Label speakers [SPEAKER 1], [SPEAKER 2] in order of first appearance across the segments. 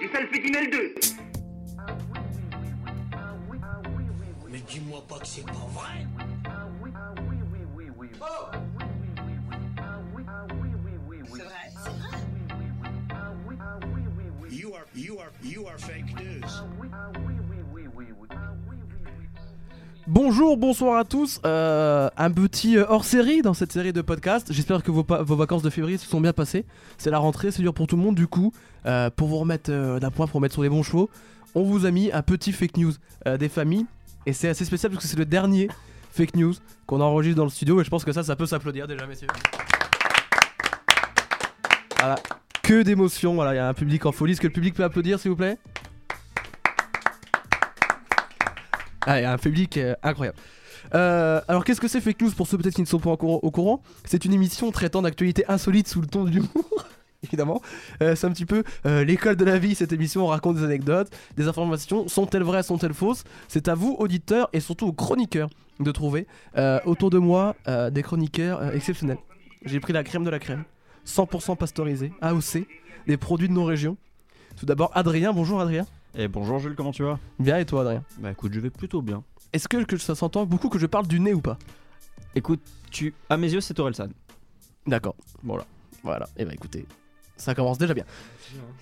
[SPEAKER 1] Et ça le fait d'une L2
[SPEAKER 2] Mais dis-moi pas que c'est pas vrai. You are, you are, you are fake news.
[SPEAKER 3] Bonjour, bonsoir à tous. Euh, un petit hors série dans cette série de podcasts. J'espère que vos, pa- vos vacances de février se sont bien passées. C'est la rentrée, c'est dur pour tout le monde. Du coup, euh, pour vous remettre euh, d'un point, pour vous remettre sur les bons chevaux, on vous a mis un petit fake news euh, des familles. Et c'est assez spécial parce que c'est le dernier fake news qu'on enregistre dans le studio. Et je pense que ça, ça peut s'applaudir déjà, messieurs. Voilà. Que d'émotion. Voilà, il y a un public en folie. Est-ce que le public peut applaudir, s'il vous plaît Ah, il y a un public euh, incroyable. Euh, alors qu'est-ce que c'est Fake News pour ceux peut-être qui ne sont pas au courant, au courant C'est une émission traitant d'actualités insolites sous le ton de l'humour. Évidemment, Euh, c'est un petit peu euh, l'école de la vie. Cette émission on raconte des anecdotes, des informations. Sont-elles vraies, sont-elles fausses C'est à vous, auditeurs et surtout aux chroniqueurs, de trouver euh, autour de moi euh, des chroniqueurs euh, exceptionnels. J'ai pris la crème de la crème, 100% pasteurisée, AOC, des produits de nos régions. Tout d'abord, Adrien. Bonjour, Adrien.
[SPEAKER 4] Eh bonjour Jules, comment tu vas
[SPEAKER 3] Bien et toi, Adrien
[SPEAKER 4] Bah écoute, je vais plutôt bien.
[SPEAKER 3] Est-ce que, que ça s'entend beaucoup que je parle du nez ou pas
[SPEAKER 4] Écoute, tu, à mes yeux, c'est Orelsan.
[SPEAKER 3] D'accord. Voilà. Voilà. Et bah écoutez, ça commence déjà bien.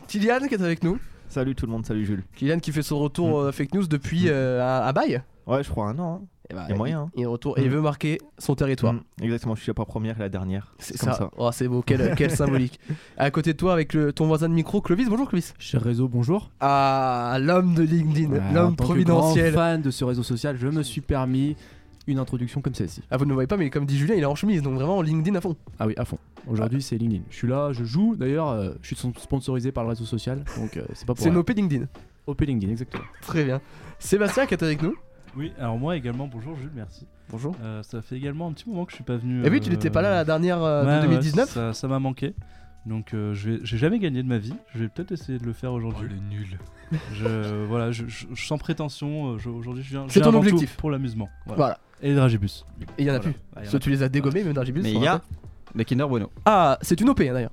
[SPEAKER 3] Kylian qui est avec nous.
[SPEAKER 4] Salut tout le monde, salut Jules.
[SPEAKER 3] Kylian qui fait son retour euh, fake news depuis
[SPEAKER 4] Mm.
[SPEAKER 3] euh, un, un bail.
[SPEAKER 4] Ouais, je crois un an. hein.
[SPEAKER 3] Et bah,
[SPEAKER 4] Il y a moyen, hein.
[SPEAKER 3] Il, il retourne et il
[SPEAKER 4] Mm.
[SPEAKER 3] veut marquer son territoire.
[SPEAKER 4] Mm, exactement, je suis la pas première et la dernière.
[SPEAKER 3] C'est
[SPEAKER 4] comme
[SPEAKER 3] ça. Oh, c'est beau, quelle, quelle symbolique. À côté de toi, avec le, ton voisin de micro, Clovis. Bonjour, Clovis.
[SPEAKER 5] Cher réseau, bonjour.
[SPEAKER 3] Ah, l'homme de LinkedIn,
[SPEAKER 5] Voilà, en
[SPEAKER 3] l'homme
[SPEAKER 5] tant que
[SPEAKER 3] providentiel.
[SPEAKER 5] grand fan de ce réseau social, je me suis permis une introduction comme celle-ci.
[SPEAKER 3] Ah, vous ne le voyez pas, mais comme dit Julien, il est en chemise, donc vraiment LinkedIn à fond.
[SPEAKER 5] Ah oui, à fond. Aujourd'hui, c'est LinkedIn. Je suis là, je joue. D'ailleurs, euh, je suis sponsorisé par le réseau social, donc euh, c'est pas pour
[SPEAKER 3] C'est
[SPEAKER 5] rien.
[SPEAKER 3] nos LinkedIn.
[SPEAKER 5] OP LinkedIn, exactement.
[SPEAKER 3] Très bien. Sébastien qui est avec nous.
[SPEAKER 6] Oui, alors moi également, bonjour Jules, merci.
[SPEAKER 3] Bonjour.
[SPEAKER 6] Euh, ça fait également un petit moment que je suis pas venu.
[SPEAKER 3] Et Eh oui, tu
[SPEAKER 6] euh,
[SPEAKER 3] n'étais pas là la dernière euh,
[SPEAKER 6] ouais,
[SPEAKER 3] de
[SPEAKER 6] ouais,
[SPEAKER 3] 2019.
[SPEAKER 6] ça- Ça m'a manqué. Donc euh, je vais- j'ai jamais gagné de ma vie. Je vais peut-être essayer de le faire aujourd'hui.
[SPEAKER 7] nul.
[SPEAKER 6] Je voilà, je, je- je- sans prétention. euh, je- Aujourd'hui, je viens. je
[SPEAKER 3] C'est
[SPEAKER 6] viens
[SPEAKER 3] ton
[SPEAKER 6] avant tout
[SPEAKER 3] objectif.
[SPEAKER 6] Pour l'amusement. Voilà.
[SPEAKER 3] Voilà.
[SPEAKER 6] Et les dragibus.
[SPEAKER 3] Et il y en a
[SPEAKER 6] Voilà.
[SPEAKER 3] plus.
[SPEAKER 6] Ah, il y en
[SPEAKER 3] Soit tu les as dégommés, même dans Gibus.
[SPEAKER 4] Mais
[SPEAKER 3] on
[SPEAKER 4] il y a
[SPEAKER 3] rappelle.
[SPEAKER 4] les Kinder Bueno.
[SPEAKER 3] Ah, c'est une OP hein, d'ailleurs.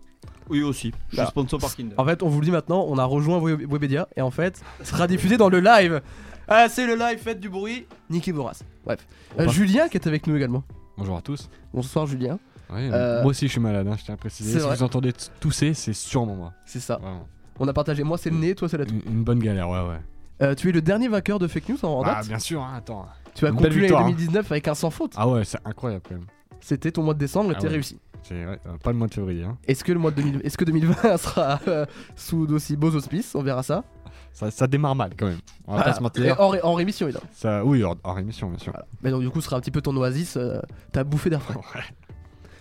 [SPEAKER 4] Oui aussi, je
[SPEAKER 3] Bah.
[SPEAKER 4] suis sponsor par Kinder.
[SPEAKER 3] En fait, on vous le dit maintenant, on a rejoint Web- Webedia et en fait, ça sera diffusé dans le live. Ah, c'est le live, faites du bruit. Niki Bourras. Bref. Euh, Julien qui est avec nous également.
[SPEAKER 7] Bonjour à tous.
[SPEAKER 3] Bonsoir Julien.
[SPEAKER 7] Ouais,
[SPEAKER 3] Euh,
[SPEAKER 7] Moi aussi je suis malade, hein, je tiens à préciser.
[SPEAKER 3] c'est
[SPEAKER 7] Si
[SPEAKER 3] vrai.
[SPEAKER 7] vous entendez t- tousser, c'est sûrement moi.
[SPEAKER 3] C'est ça.
[SPEAKER 7] Vraiment.
[SPEAKER 3] On a partagé. Moi, c'est le nez, toi, c'est la toux.
[SPEAKER 7] Une, une bonne galère, ouais, ouais.
[SPEAKER 3] Euh, tu es le dernier vainqueur de fake news en, en
[SPEAKER 7] ah,
[SPEAKER 3] date.
[SPEAKER 7] bien sûr, hein, attends.
[SPEAKER 3] tu as
[SPEAKER 7] une
[SPEAKER 3] conclu
[SPEAKER 7] belle
[SPEAKER 3] l'année
[SPEAKER 7] victoire, hein.
[SPEAKER 3] 2019 avec un sans faute.
[SPEAKER 7] Ah ouais, c'est incroyable quand même.
[SPEAKER 3] C'était ton mois de décembre et
[SPEAKER 7] Ah
[SPEAKER 3] t'es
[SPEAKER 7] ouais.
[SPEAKER 3] réussi.
[SPEAKER 7] C'est vrai, euh, pas le mois de février. Hein.
[SPEAKER 3] Est-ce que le mois de 2000 est-ce que 2020 sera euh, sous d'aussi beaux auspices On verra ça.
[SPEAKER 7] Ça, ça démarre mal quand même. On va
[SPEAKER 3] Voilà.
[SPEAKER 7] pas se
[SPEAKER 3] Et
[SPEAKER 7] mentir.
[SPEAKER 3] en, ré- en rémission, il a.
[SPEAKER 7] Ça, oui, hors, hors émission, bien sûr.
[SPEAKER 3] Mais donc du coup, ce sera un petit peu ton oasis, euh, ta bouffée d'air frais.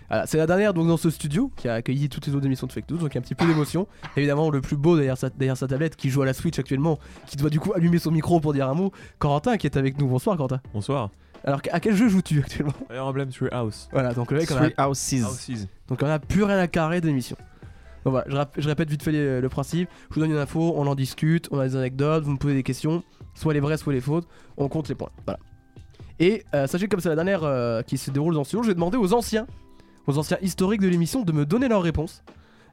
[SPEAKER 3] Voilà, c'est la dernière donc dans ce studio qui a accueilli toutes les autres émissions de Fake News, donc il y a un petit peu d'émotion. Évidemment, le plus beau derrière sa, derrière sa tablette qui joue à la Switch actuellement, qui doit du coup allumer son micro pour dire un mot, Corentin qui est avec nous. Bonsoir Corentin.
[SPEAKER 8] Bonsoir.
[SPEAKER 3] Alors à quel jeu joues-tu actuellement
[SPEAKER 8] Fire Emblem Three House.
[SPEAKER 3] Voilà, donc le mec on a,
[SPEAKER 4] Three Houses.
[SPEAKER 8] Houses.
[SPEAKER 3] donc on a plus rien à carrer d'émission. Donc voilà, je, rap- je répète vite fait les- le principe, je vous donne une info, on en discute, on a des anecdotes, vous me posez des questions, soit les vraies, soit les fautes, on compte les points. Voilà. Et euh, sachez que comme c'est la dernière euh, qui se déroule dans ce jour, je vais demander aux anciens, aux anciens historiques de l'émission de me donner leurs réponses.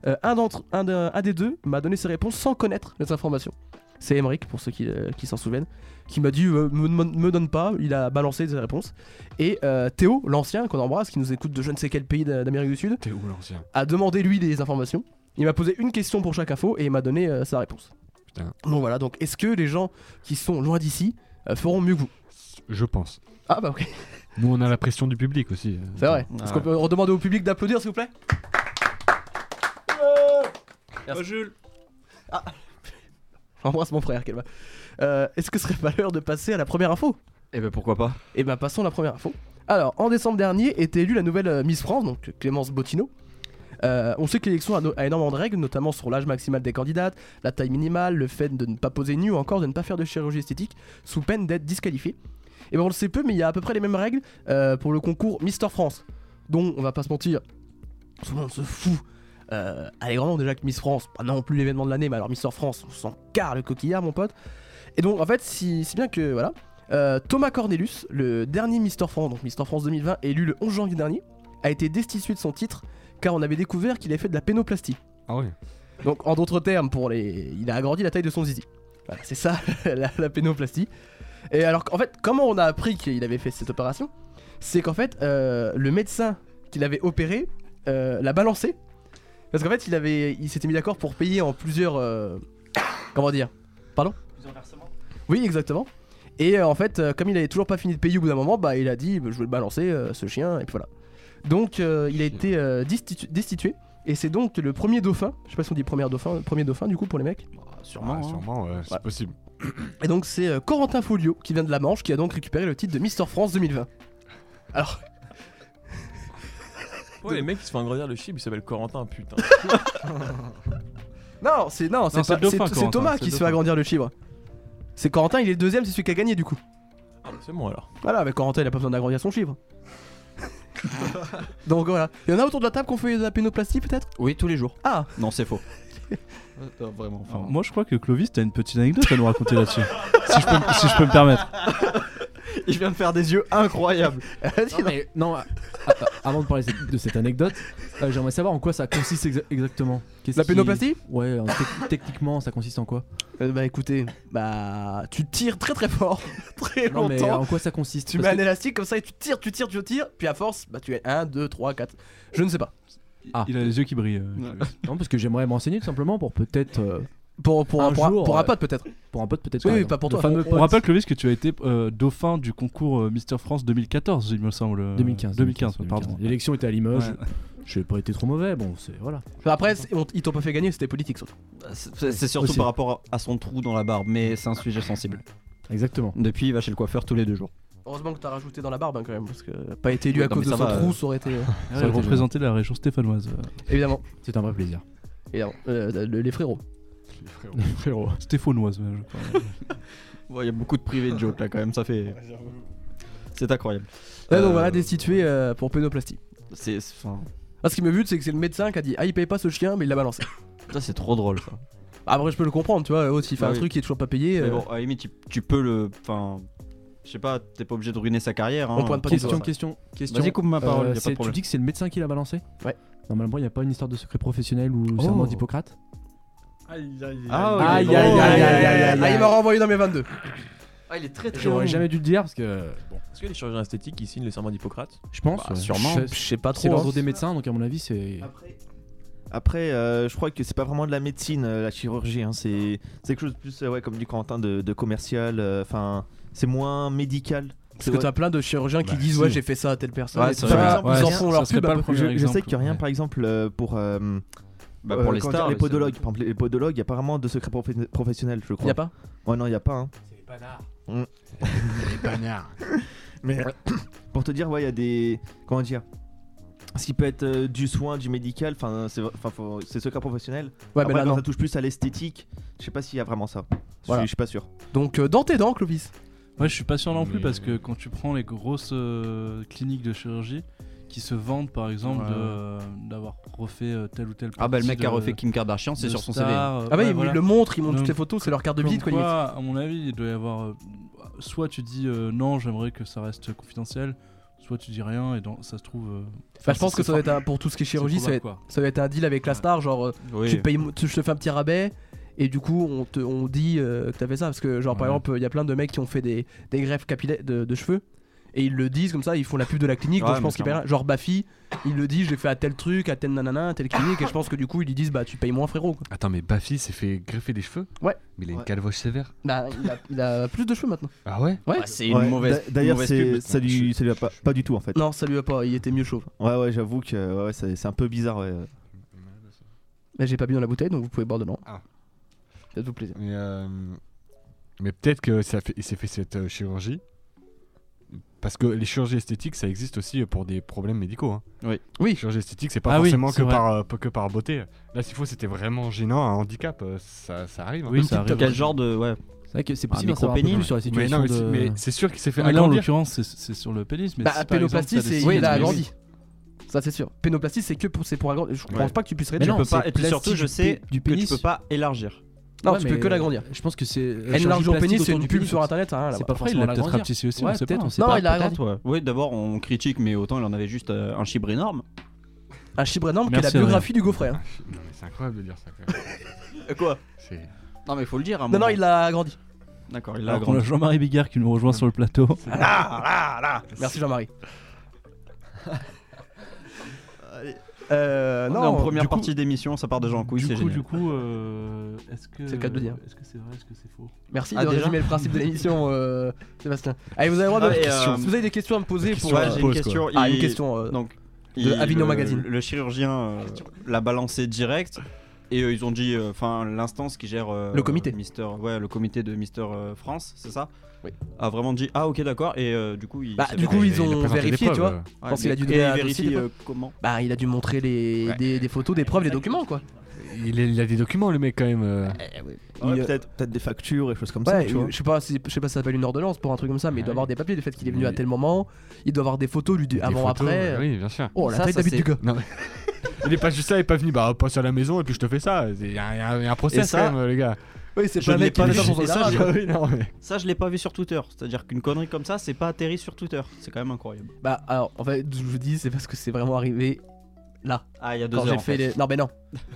[SPEAKER 3] Euh, un, d'entre, un, d'un- un des deux m'a donné ses réponses sans connaître les informations. C'est Emeric, pour ceux qui, euh, qui s'en souviennent, qui m'a dit euh, me, me- me donne pas, il a balancé ses réponses. Et euh, Théo, l'ancien qu'on embrasse, qui nous écoute de je ne sais quel pays d'a- d'Amérique du Sud,
[SPEAKER 7] T'es où l'ancien
[SPEAKER 3] a demandé lui des informations. Il m'a posé une question pour chaque info et il m'a donné euh, sa réponse.
[SPEAKER 7] Putain.
[SPEAKER 3] Donc voilà, donc est-ce que les gens qui sont loin d'ici euh, feront mieux que vous
[SPEAKER 7] Je pense.
[SPEAKER 3] Ah bah ok,
[SPEAKER 7] Nous, on a la pression du public aussi.
[SPEAKER 3] c'est vrai. Est-ce qu'on peut redemander au public d'applaudir s'il vous plaît Merci.
[SPEAKER 6] Jules.
[SPEAKER 3] Ah. J'embrasse mon frère, qu'elle va. Euh, est-ce que ce serait pas l'heure de passer à la première info
[SPEAKER 4] Eh ben pourquoi pas
[SPEAKER 3] Eh ben bah, passons à la première info. Alors, en décembre dernier, était élue la nouvelle euh, Miss France, donc Clémence Bottineau. Euh, on sait que l'élection a, no- a énormément de règles, notamment sur l'âge maximal des candidates, la taille minimale, le fait de ne pas poser nu ou encore de ne pas faire de chirurgie esthétique, sous peine d'être disqualifié. Et ben on le sait peu, mais il y a à peu près les mêmes règles euh, pour le concours Mister France, dont on va pas se mentir, tout le monde se fout. Euh, allègrement déjà que Miss France, pas non plus l'événement de l'année, mais alors Mister France, on s'en carre le coquillard, mon pote. Et donc en fait, si, si bien que voilà, euh, Thomas Cornelius, le dernier Mister France, donc Mister France 2020, élu le 11 janvier dernier, a été destitué de son titre car on avait découvert qu'il avait fait de la pénoplastie.
[SPEAKER 7] Ah oui.
[SPEAKER 3] Donc en d'autres termes, pour les, il a agrandi la taille de son zizi. Voilà, c'est ça la, la pénoplastie. Et alors en fait, comment on a appris qu'il avait fait cette opération C'est qu'en fait, euh, le médecin qui l'avait opéré euh, l'a balancé parce qu'en fait, il avait, il s'était mis d'accord pour payer en plusieurs, euh, comment dire, pardon Oui, exactement. Et euh, en fait, euh, comme il avait toujours pas fini de payer au bout d'un moment, bah il a dit, bah, je vais le balancer euh, ce chien et puis voilà. Donc euh, il a été euh, destitu- destitué. Et c'est donc le premier dauphin, je sais pas si on dit premier dauphin, premier dauphin du coup pour les mecs.
[SPEAKER 7] Sûrement.
[SPEAKER 3] hein.
[SPEAKER 7] sûrement, ouais, c'est
[SPEAKER 3] Voilà.
[SPEAKER 7] possible.
[SPEAKER 3] Et donc c'est euh, Corentin Folio qui vient de la Manche qui a donc récupéré le titre de Mister France 2020. Alors,
[SPEAKER 8] Ouais, les mecs, ils se font agrandir le chip, il s'appelle Corentin, putain.
[SPEAKER 3] non, c'est non, c'est
[SPEAKER 6] c'est
[SPEAKER 3] pas-
[SPEAKER 6] le dauphin,
[SPEAKER 3] c'est- c'est
[SPEAKER 6] Corentin,
[SPEAKER 3] Thomas
[SPEAKER 6] c'est
[SPEAKER 3] qui
[SPEAKER 6] le
[SPEAKER 3] se fait
[SPEAKER 6] dauphin.
[SPEAKER 3] agrandir le chibre. C'est Corentin, il est le deuxième, c'est celui qui a gagné du coup.
[SPEAKER 8] Ah, bah, c'est bon alors.
[SPEAKER 3] Voilà, mais Corentin, il a pas besoin d'agrandir son chibre. donc voilà. Il y en a autour de la table qu'on fait de la pénoplastie peut-être
[SPEAKER 4] Oui, tous les jours.
[SPEAKER 3] Ah,
[SPEAKER 4] Non, c'est faux. vraiment.
[SPEAKER 6] Alors, moi, je crois que Clovis, t'as une petite anecdote à nous raconter là-dessus. si, je peux, me- si je peux me permettre.
[SPEAKER 5] Ah,
[SPEAKER 4] Il vient de faire des yeux incroyables.
[SPEAKER 3] vas-y,
[SPEAKER 5] Non, mais- non, a- a- ah, avant de parler cette- de cette anecdote, euh, j'aimerais savoir en quoi ça consiste exa- exactement. Qu'est-ce
[SPEAKER 3] La
[SPEAKER 5] qui-
[SPEAKER 3] pénoplastie
[SPEAKER 5] Ouais, en tec- techniquement, ça consiste en quoi
[SPEAKER 3] Euh, Bah écoutez, bah tu tires très très fort, très
[SPEAKER 5] Non, mais
[SPEAKER 3] longtemps.
[SPEAKER 5] en quoi ça consiste
[SPEAKER 3] Tu mets
[SPEAKER 5] Parce
[SPEAKER 3] un élastique comme ça et tu tires, tu tires, tu tires, puis à force, bah tu es 1, 2, 3, 4. Je ne sais pas.
[SPEAKER 5] Ah.
[SPEAKER 6] Il a les yeux qui brillent. euh, Clovis.
[SPEAKER 5] que- Non, parce que j'aimerais me renseigner tout simplement pour peut-être. euh,
[SPEAKER 3] Pour, pour, un,
[SPEAKER 5] Un
[SPEAKER 3] pour, un-
[SPEAKER 5] jour,
[SPEAKER 3] pour un
[SPEAKER 5] euh,
[SPEAKER 3] pote peut-être.
[SPEAKER 5] pour un pote, peut-être.
[SPEAKER 3] Oui,
[SPEAKER 5] par
[SPEAKER 3] oui,
[SPEAKER 5] exemple.
[SPEAKER 3] pas pour
[SPEAKER 5] Le
[SPEAKER 3] toi.
[SPEAKER 5] fameux
[SPEAKER 3] On-
[SPEAKER 6] On
[SPEAKER 5] pote.
[SPEAKER 6] rappelle, Clovis, que tu as été euh, dauphin du concours euh, Mister France 2014, il me semble. euh,
[SPEAKER 5] 2015.
[SPEAKER 6] 2015, pardon.
[SPEAKER 5] L'élection était à
[SPEAKER 6] Ouais.
[SPEAKER 5] Limoges. J'ai pas été trop mauvais. Bon, c'est. Voilà.
[SPEAKER 3] Après, c'est- on- ils t'ont pas fait gagner, c'était politique surtout.
[SPEAKER 4] C'est c'est surtout
[SPEAKER 5] Aussi.
[SPEAKER 4] par rapport à son trou dans la barbe, mais c'est un sujet sensible.
[SPEAKER 5] Exactement.
[SPEAKER 4] Depuis, il va chez le coiffeur tous les deux jours.
[SPEAKER 3] Heureusement que t'as rajouté dans la barbe hein, quand même, parce que pas été élu
[SPEAKER 4] Oui,
[SPEAKER 3] à
[SPEAKER 4] non,
[SPEAKER 3] cause de
[SPEAKER 4] mais
[SPEAKER 3] son
[SPEAKER 4] ça va,
[SPEAKER 3] trou,
[SPEAKER 4] euh.
[SPEAKER 3] ça aurait été. euh,
[SPEAKER 6] Ça
[SPEAKER 5] Ouais,
[SPEAKER 6] représentait la région stéphanoise. euh,
[SPEAKER 3] évidemment,
[SPEAKER 5] C'est un vrai plaisir.
[SPEAKER 3] évidemment. Euh, le- les frérots.
[SPEAKER 5] Frérot.
[SPEAKER 6] Stéphanoise, même, je crois.
[SPEAKER 4] Il y a beaucoup de privés de jokes là quand même, ça fait. C'est incroyable.
[SPEAKER 3] Ouais, donc
[SPEAKER 4] Euh,
[SPEAKER 3] voilà, destitué euh, pour pénoplastie.
[SPEAKER 4] C'est c'est- enfin,
[SPEAKER 3] Ah, ce qui me bute, c'est que c'est le médecin qui a dit Ah, il paye pas ce chien, mais il l'a balancé.
[SPEAKER 4] ça, c'est trop drôle ça.
[SPEAKER 3] Après, je peux le comprendre, tu vois, l'autre il fait
[SPEAKER 4] Bah
[SPEAKER 3] un
[SPEAKER 4] oui.
[SPEAKER 3] truc qui est toujours pas payé.
[SPEAKER 4] Mais
[SPEAKER 3] euh,
[SPEAKER 4] bon, à la limite, tu, tu peux le. Enfin, je sais pas, t'es pas obligé de ruiner sa carrière. Hein.
[SPEAKER 3] On pointe pas du
[SPEAKER 5] Question,
[SPEAKER 3] doigt.
[SPEAKER 5] question, question.
[SPEAKER 4] Vas-y, coupe ma parole,
[SPEAKER 5] Euh,
[SPEAKER 4] y a pas
[SPEAKER 5] c'est-
[SPEAKER 4] de
[SPEAKER 5] tu
[SPEAKER 4] problème.
[SPEAKER 5] dis que c'est le médecin qui l'a balancé
[SPEAKER 3] Ouais.
[SPEAKER 5] Normalement, il n'y a pas une histoire de secret professionnel ou
[SPEAKER 6] Oh.
[SPEAKER 5] serment d'Hippocrate
[SPEAKER 4] Ah,
[SPEAKER 5] Aïe,
[SPEAKER 4] il est
[SPEAKER 5] aïe,
[SPEAKER 4] drôle.
[SPEAKER 5] aïe, aïe, aïe, aïe.
[SPEAKER 3] Oh. Ah, il m'a renvoyé dans mes 22.
[SPEAKER 4] Ah, il est très très.
[SPEAKER 5] J'aurais jamais dû le dire parce que. Bon,
[SPEAKER 8] Est-ce que les chirurgiens esthétiques, ils signent le serment d'Hippocrate
[SPEAKER 5] je pense.
[SPEAKER 4] Bah,
[SPEAKER 3] Ah,
[SPEAKER 5] ouais.
[SPEAKER 4] sûrement.
[SPEAKER 3] Je
[SPEAKER 5] Je-
[SPEAKER 3] sais pas
[SPEAKER 5] C'est
[SPEAKER 3] trop. hein.
[SPEAKER 5] l'ordre des médecins, donc à mon avis, c'est.
[SPEAKER 4] Après, euh, je crois que c'est pas vraiment de la médecine, euh, la chirurgie. hein, C'est c'est quelque chose de plus, euh, ouais, comme du Corentin, de, de commercial. euh, Enfin, c'est moins médical.
[SPEAKER 3] Parce que t'as plein de chirurgiens qui
[SPEAKER 6] Bah,
[SPEAKER 3] disent
[SPEAKER 6] si.
[SPEAKER 3] ouais j'ai fait ça à telle personne.
[SPEAKER 4] Ouais,
[SPEAKER 3] et
[SPEAKER 4] c'est
[SPEAKER 3] tout
[SPEAKER 4] vrai.
[SPEAKER 3] ça.
[SPEAKER 4] Ouais,
[SPEAKER 3] ils en
[SPEAKER 4] ça-
[SPEAKER 3] font
[SPEAKER 6] ça
[SPEAKER 3] leur
[SPEAKER 6] serait
[SPEAKER 3] pub.
[SPEAKER 6] pas
[SPEAKER 3] après.
[SPEAKER 6] le premier
[SPEAKER 4] Je, je sais
[SPEAKER 6] exemple,
[SPEAKER 4] qu'il y a rien,
[SPEAKER 6] ouais.
[SPEAKER 4] par exemple, euh, pour. euh,
[SPEAKER 9] Bah,
[SPEAKER 4] euh,
[SPEAKER 9] pour les
[SPEAKER 4] comment dire,
[SPEAKER 9] stars,
[SPEAKER 4] les
[SPEAKER 9] c'est-
[SPEAKER 4] podologues. Par exemple, les podologues, il n'y a pas vraiment de secret profe- professionnel, je crois.
[SPEAKER 3] Y a pas
[SPEAKER 4] Ouais, non, il n'y a pas. hein.
[SPEAKER 7] Les panards.
[SPEAKER 4] Mais pour te dire, ouais, il y a des. Comment dire ce qui peut être euh, du soin, du médical, enfin c'est enfin, faut- c'est secret professionnel.
[SPEAKER 3] Ouais,
[SPEAKER 4] Après,
[SPEAKER 3] mais là
[SPEAKER 4] quand
[SPEAKER 3] bah, non.
[SPEAKER 4] ça touche plus à l'esthétique, je sais pas s'il y a vraiment ça. Je
[SPEAKER 3] Voilà.
[SPEAKER 4] suis- Je suis pas sûr.
[SPEAKER 3] Donc euh, dans tes dents, Clovis.
[SPEAKER 6] Ouais, je suis pas sûr non plus
[SPEAKER 7] Mais-
[SPEAKER 6] parce que quand tu prends les grosses euh, cliniques de chirurgie qui se vendent par exemple
[SPEAKER 7] Ouais.
[SPEAKER 6] de, euh, d'avoir refait euh, tel ou tel
[SPEAKER 4] Ah bah le
[SPEAKER 6] partie
[SPEAKER 4] mec qui a
[SPEAKER 6] de-
[SPEAKER 4] refait Kim Kardashian, c'est
[SPEAKER 6] de
[SPEAKER 4] sur son CV.
[SPEAKER 6] star, euh,
[SPEAKER 3] Ah bah
[SPEAKER 6] ouais,
[SPEAKER 3] ils
[SPEAKER 6] voilà.
[SPEAKER 3] le montrent, ils montrent
[SPEAKER 6] Donc,
[SPEAKER 3] toutes les photos, c'est leur carte de
[SPEAKER 6] Comme
[SPEAKER 3] visite quoi. limite.
[SPEAKER 6] quoi, à mon avis, il doit y avoir euh, soit tu dis euh, non, j'aimerais que ça reste confidentiel, soit tu dis rien et dans, ça se trouve. euh,
[SPEAKER 3] Bah
[SPEAKER 6] enfin,
[SPEAKER 3] je pense
[SPEAKER 6] c'est-
[SPEAKER 3] que
[SPEAKER 6] c'est
[SPEAKER 3] ça doit être un- pour tout ce qui est
[SPEAKER 6] c'est
[SPEAKER 3] chirurgie, ça doit
[SPEAKER 6] probable,
[SPEAKER 3] être,
[SPEAKER 6] quoi.
[SPEAKER 3] ça doit être un deal avec la star, genre euh, tu payes, mon- tu- je te fais un petit rabais. Et du coup, on te on dit euh, que t'as fait ça. Parce que, genre, par
[SPEAKER 7] Ouais.
[SPEAKER 3] exemple, il y a plein de mecs qui ont fait des, des greffes capillaires de, de cheveux. Et ils le disent comme ça, ils font la pub de la clinique.
[SPEAKER 4] Ouais,
[SPEAKER 3] donc je pense
[SPEAKER 4] mais
[SPEAKER 3] qu'ils payent rien. Genre, Bafi, il le dit, j'ai fait à tel truc, à tel nanana, à telle clinique. et je pense que du coup, ils lui disent, bah, tu payes moins, frérot. quoi.
[SPEAKER 7] Attends, mais Bafi s'est fait greffer des cheveux
[SPEAKER 3] Ouais.
[SPEAKER 7] Mais il a
[SPEAKER 4] Ouais.
[SPEAKER 7] une calvoche sévère.
[SPEAKER 3] Bah, il a, il a plus de cheveux maintenant.
[SPEAKER 7] Ah ouais
[SPEAKER 3] Ouais.
[SPEAKER 4] c'est une
[SPEAKER 3] Ouais.
[SPEAKER 4] mauvaise.
[SPEAKER 9] D'a- d'ailleurs,
[SPEAKER 4] une mauvaise
[SPEAKER 9] c'est-
[SPEAKER 4] pub.
[SPEAKER 9] ça
[SPEAKER 4] Je-
[SPEAKER 9] lui-
[SPEAKER 4] ça lui va pas, pas du tout en fait.
[SPEAKER 3] Non, ça lui va pas, il était mieux chauve.
[SPEAKER 4] Ouais, ouais, j'avoue que ouais, ouais, c'est c'est un peu bizarre. Ouais.
[SPEAKER 3] Mais j'ai pas bu dans la bouteille, donc vous pouvez boire de l'an.
[SPEAKER 7] Ah.
[SPEAKER 3] Ça vous plaisir.
[SPEAKER 7] Mais, euh, mais peut-être que ça fait- il s'est fait cette euh, chirurgie Parce que les chirurgies esthétiques, ça existe aussi pour des problèmes médicaux. hein.
[SPEAKER 4] Oui.
[SPEAKER 3] Oui.
[SPEAKER 7] Les chirurgies esthétiques, c'est pas
[SPEAKER 6] Ah oui,
[SPEAKER 7] forcément
[SPEAKER 6] c'est
[SPEAKER 7] que,
[SPEAKER 6] vrai.
[SPEAKER 7] par, euh, que par beauté. Là, s'il faut, c'était vraiment gênant, un handicap, euh, ça, ça arrive. hein.
[SPEAKER 6] Oui, ça
[SPEAKER 4] Quel
[SPEAKER 6] arrive.
[SPEAKER 4] genre de. Ouais.
[SPEAKER 5] C'est vrai que c'est
[SPEAKER 4] Ah,
[SPEAKER 5] possible d'en savoir un peu
[SPEAKER 4] micro-pénis.
[SPEAKER 5] plus sur la
[SPEAKER 7] Mais,
[SPEAKER 5] situation
[SPEAKER 7] non, mais,
[SPEAKER 5] de...
[SPEAKER 7] c'est- mais c'est sûr qu'il s'est fait
[SPEAKER 6] Ah, là, en
[SPEAKER 7] agrandir.
[SPEAKER 6] l'occurrence, c'est- c'est sur le pénis. Mais
[SPEAKER 3] Bah,
[SPEAKER 6] si, par exemple,
[SPEAKER 3] pénoplastie,
[SPEAKER 6] t'as des
[SPEAKER 3] c'est
[SPEAKER 6] signes
[SPEAKER 3] il a
[SPEAKER 6] de-
[SPEAKER 3] agrandi. Ça, c'est sûr. Pénoplastie, c'est que pour, c'est pour agrandir. Je pense pas que tu puisses
[SPEAKER 5] Mais
[SPEAKER 3] réduire.
[SPEAKER 5] non,
[SPEAKER 4] tu peux pas,
[SPEAKER 5] c'est
[SPEAKER 4] et puis surtout,
[SPEAKER 5] plastique
[SPEAKER 4] je
[SPEAKER 5] du
[SPEAKER 4] sais
[SPEAKER 5] pé- du
[SPEAKER 4] que tu
[SPEAKER 5] pénis.
[SPEAKER 4] peux pas élargir.
[SPEAKER 3] Non,
[SPEAKER 5] Ouais,
[SPEAKER 3] tu peux
[SPEAKER 5] mais
[SPEAKER 3] que l'agrandir.
[SPEAKER 5] Je pense que c'est. euh,
[SPEAKER 3] Une
[SPEAKER 5] chirurgie
[SPEAKER 3] largeur au pénis,
[SPEAKER 5] plastique
[SPEAKER 3] c'est
[SPEAKER 5] autour
[SPEAKER 3] du
[SPEAKER 5] du
[SPEAKER 3] pub sur
[SPEAKER 5] pénis.
[SPEAKER 3] internet, ça, hein, là-bas.
[SPEAKER 5] C'est pas
[SPEAKER 6] Après,
[SPEAKER 5] forcément
[SPEAKER 6] il l'a peut-être
[SPEAKER 5] l'agrandir.
[SPEAKER 6] rapetissi aussi, on
[SPEAKER 5] Ouais,
[SPEAKER 6] sait
[SPEAKER 5] peut-être,
[SPEAKER 6] pas.
[SPEAKER 5] on
[SPEAKER 6] hein.
[SPEAKER 5] sait
[SPEAKER 3] Non,
[SPEAKER 5] pas.
[SPEAKER 3] il a agrandi.
[SPEAKER 4] Peut-être, ouais. Oui, d'abord, on critique, mais autant il en avait juste euh, un chibre énorme.
[SPEAKER 3] Un chibre énorme qui est la
[SPEAKER 6] Merci, Adrien.
[SPEAKER 3] biographie du gaufret. hein.
[SPEAKER 7] Non, mais c'est incroyable de dire ça. Quand même.
[SPEAKER 4] Euh, Quoi
[SPEAKER 7] C'est-
[SPEAKER 4] Non, Ah, mais faut le dire. à un
[SPEAKER 3] Non, non,
[SPEAKER 4] moment.
[SPEAKER 3] il l'a agrandi.
[SPEAKER 4] D'accord, il l'a
[SPEAKER 6] Alors qu'on a
[SPEAKER 4] agrandi.
[SPEAKER 6] Jean-Marie Bigard qui nous rejoint sur le plateau. Ah,
[SPEAKER 3] Merci Jean-Marie.
[SPEAKER 4] Allez.
[SPEAKER 3] Euh,
[SPEAKER 4] Non,
[SPEAKER 3] non,
[SPEAKER 4] en première
[SPEAKER 3] du coup-
[SPEAKER 4] partie d'émission, ça part déjà en couille,
[SPEAKER 6] du
[SPEAKER 4] c'est
[SPEAKER 6] coup, du
[SPEAKER 4] génial.
[SPEAKER 6] coup, euh, est-ce que
[SPEAKER 3] C'est le cas de le dire.
[SPEAKER 6] Est-ce que c'est vrai, est-ce que c'est faux
[SPEAKER 3] Merci
[SPEAKER 4] Ah,
[SPEAKER 3] de
[SPEAKER 4] déjà
[SPEAKER 3] résumer le principe de l'émission, euh, Sébastien. Allez, vous avez le droit
[SPEAKER 4] Ah,
[SPEAKER 3] de.
[SPEAKER 4] et, euh,
[SPEAKER 3] Si vous avez des questions à me poser pour.
[SPEAKER 4] Ouais,
[SPEAKER 3] euh,
[SPEAKER 4] j'ai une
[SPEAKER 7] pause,
[SPEAKER 4] question.
[SPEAKER 3] Ah,
[SPEAKER 4] il-
[SPEAKER 3] une question. euh,
[SPEAKER 4] Donc,
[SPEAKER 3] De Avignon
[SPEAKER 4] le-
[SPEAKER 3] Magazine.
[SPEAKER 4] Le chirurgien euh, l'a balancé direct. Et euh, ils ont dit, enfin, l'instance qui gère. euh,
[SPEAKER 3] Le comité.
[SPEAKER 4] Mister, ouais, le comité de Mister euh, France, c'est ça
[SPEAKER 3] Oui.
[SPEAKER 4] A vraiment dit, ah, ok, d'accord. Et euh, du coup, il.
[SPEAKER 3] Bah,
[SPEAKER 4] s'est
[SPEAKER 3] du
[SPEAKER 4] fait-
[SPEAKER 3] coup,
[SPEAKER 7] Et
[SPEAKER 3] ils
[SPEAKER 7] il a
[SPEAKER 3] ont
[SPEAKER 7] présenté des
[SPEAKER 3] vérifié,
[SPEAKER 7] preuves,
[SPEAKER 3] tu vois.
[SPEAKER 7] euh.
[SPEAKER 4] Ouais,
[SPEAKER 3] je pense qu'il
[SPEAKER 4] mais-
[SPEAKER 3] a dû
[SPEAKER 4] et
[SPEAKER 3] donner un
[SPEAKER 4] vérifie,
[SPEAKER 3] dossier de-
[SPEAKER 4] euh, comment.
[SPEAKER 3] Bah, il a dû montrer les,
[SPEAKER 7] Ouais.
[SPEAKER 3] des, des photos, des preuves, des documents, quoi.
[SPEAKER 7] Il, est- il a des documents, le mec, quand même. euh.
[SPEAKER 3] Ouais, Il, euh,
[SPEAKER 4] peut-être.
[SPEAKER 8] Peut-être des factures et choses comme
[SPEAKER 3] Ouais,
[SPEAKER 8] ça, tu vois.
[SPEAKER 3] je sais pas, si- je sais pas si ça s'appelle une ordonnance pour un truc comme ça, mais il doit
[SPEAKER 7] Ouais.
[SPEAKER 3] avoir des papiers du fait qu'il est venu à
[SPEAKER 7] Mais-
[SPEAKER 3] tel moment, il doit avoir des photos du
[SPEAKER 7] Des
[SPEAKER 3] avant
[SPEAKER 7] photos,
[SPEAKER 3] Ah, après.
[SPEAKER 7] euh, Oui, bien sûr.
[SPEAKER 3] Oh la
[SPEAKER 4] Ça,
[SPEAKER 3] taille
[SPEAKER 4] ça,
[SPEAKER 3] d'habit du
[SPEAKER 4] c'est-
[SPEAKER 3] gars.
[SPEAKER 7] Il est pas juste ça, il est pas venu, bah passe à la maison et puis je te fais ça. Il y, a un- y a un- y a un process
[SPEAKER 4] ça-
[SPEAKER 7] quand même, les gars.
[SPEAKER 3] Oui, c'est
[SPEAKER 4] Je ne l'ai pas
[SPEAKER 7] qui
[SPEAKER 4] vu.
[SPEAKER 7] est
[SPEAKER 4] Et ça, je-
[SPEAKER 7] oui, non, mais.
[SPEAKER 4] ça, je l'ai pas vu sur Twitter. C'est-à-dire qu'une connerie comme ça, c'est pas atterri sur Twitter. C'est quand même incroyable.
[SPEAKER 3] Bah alors, en fait, je vous dis, c'est parce que c'est vraiment arrivé là.
[SPEAKER 4] Ah, il y a deux
[SPEAKER 3] Quand
[SPEAKER 4] heures.
[SPEAKER 3] j'ai
[SPEAKER 4] en
[SPEAKER 3] fait,
[SPEAKER 4] fait.
[SPEAKER 3] les- non mais non,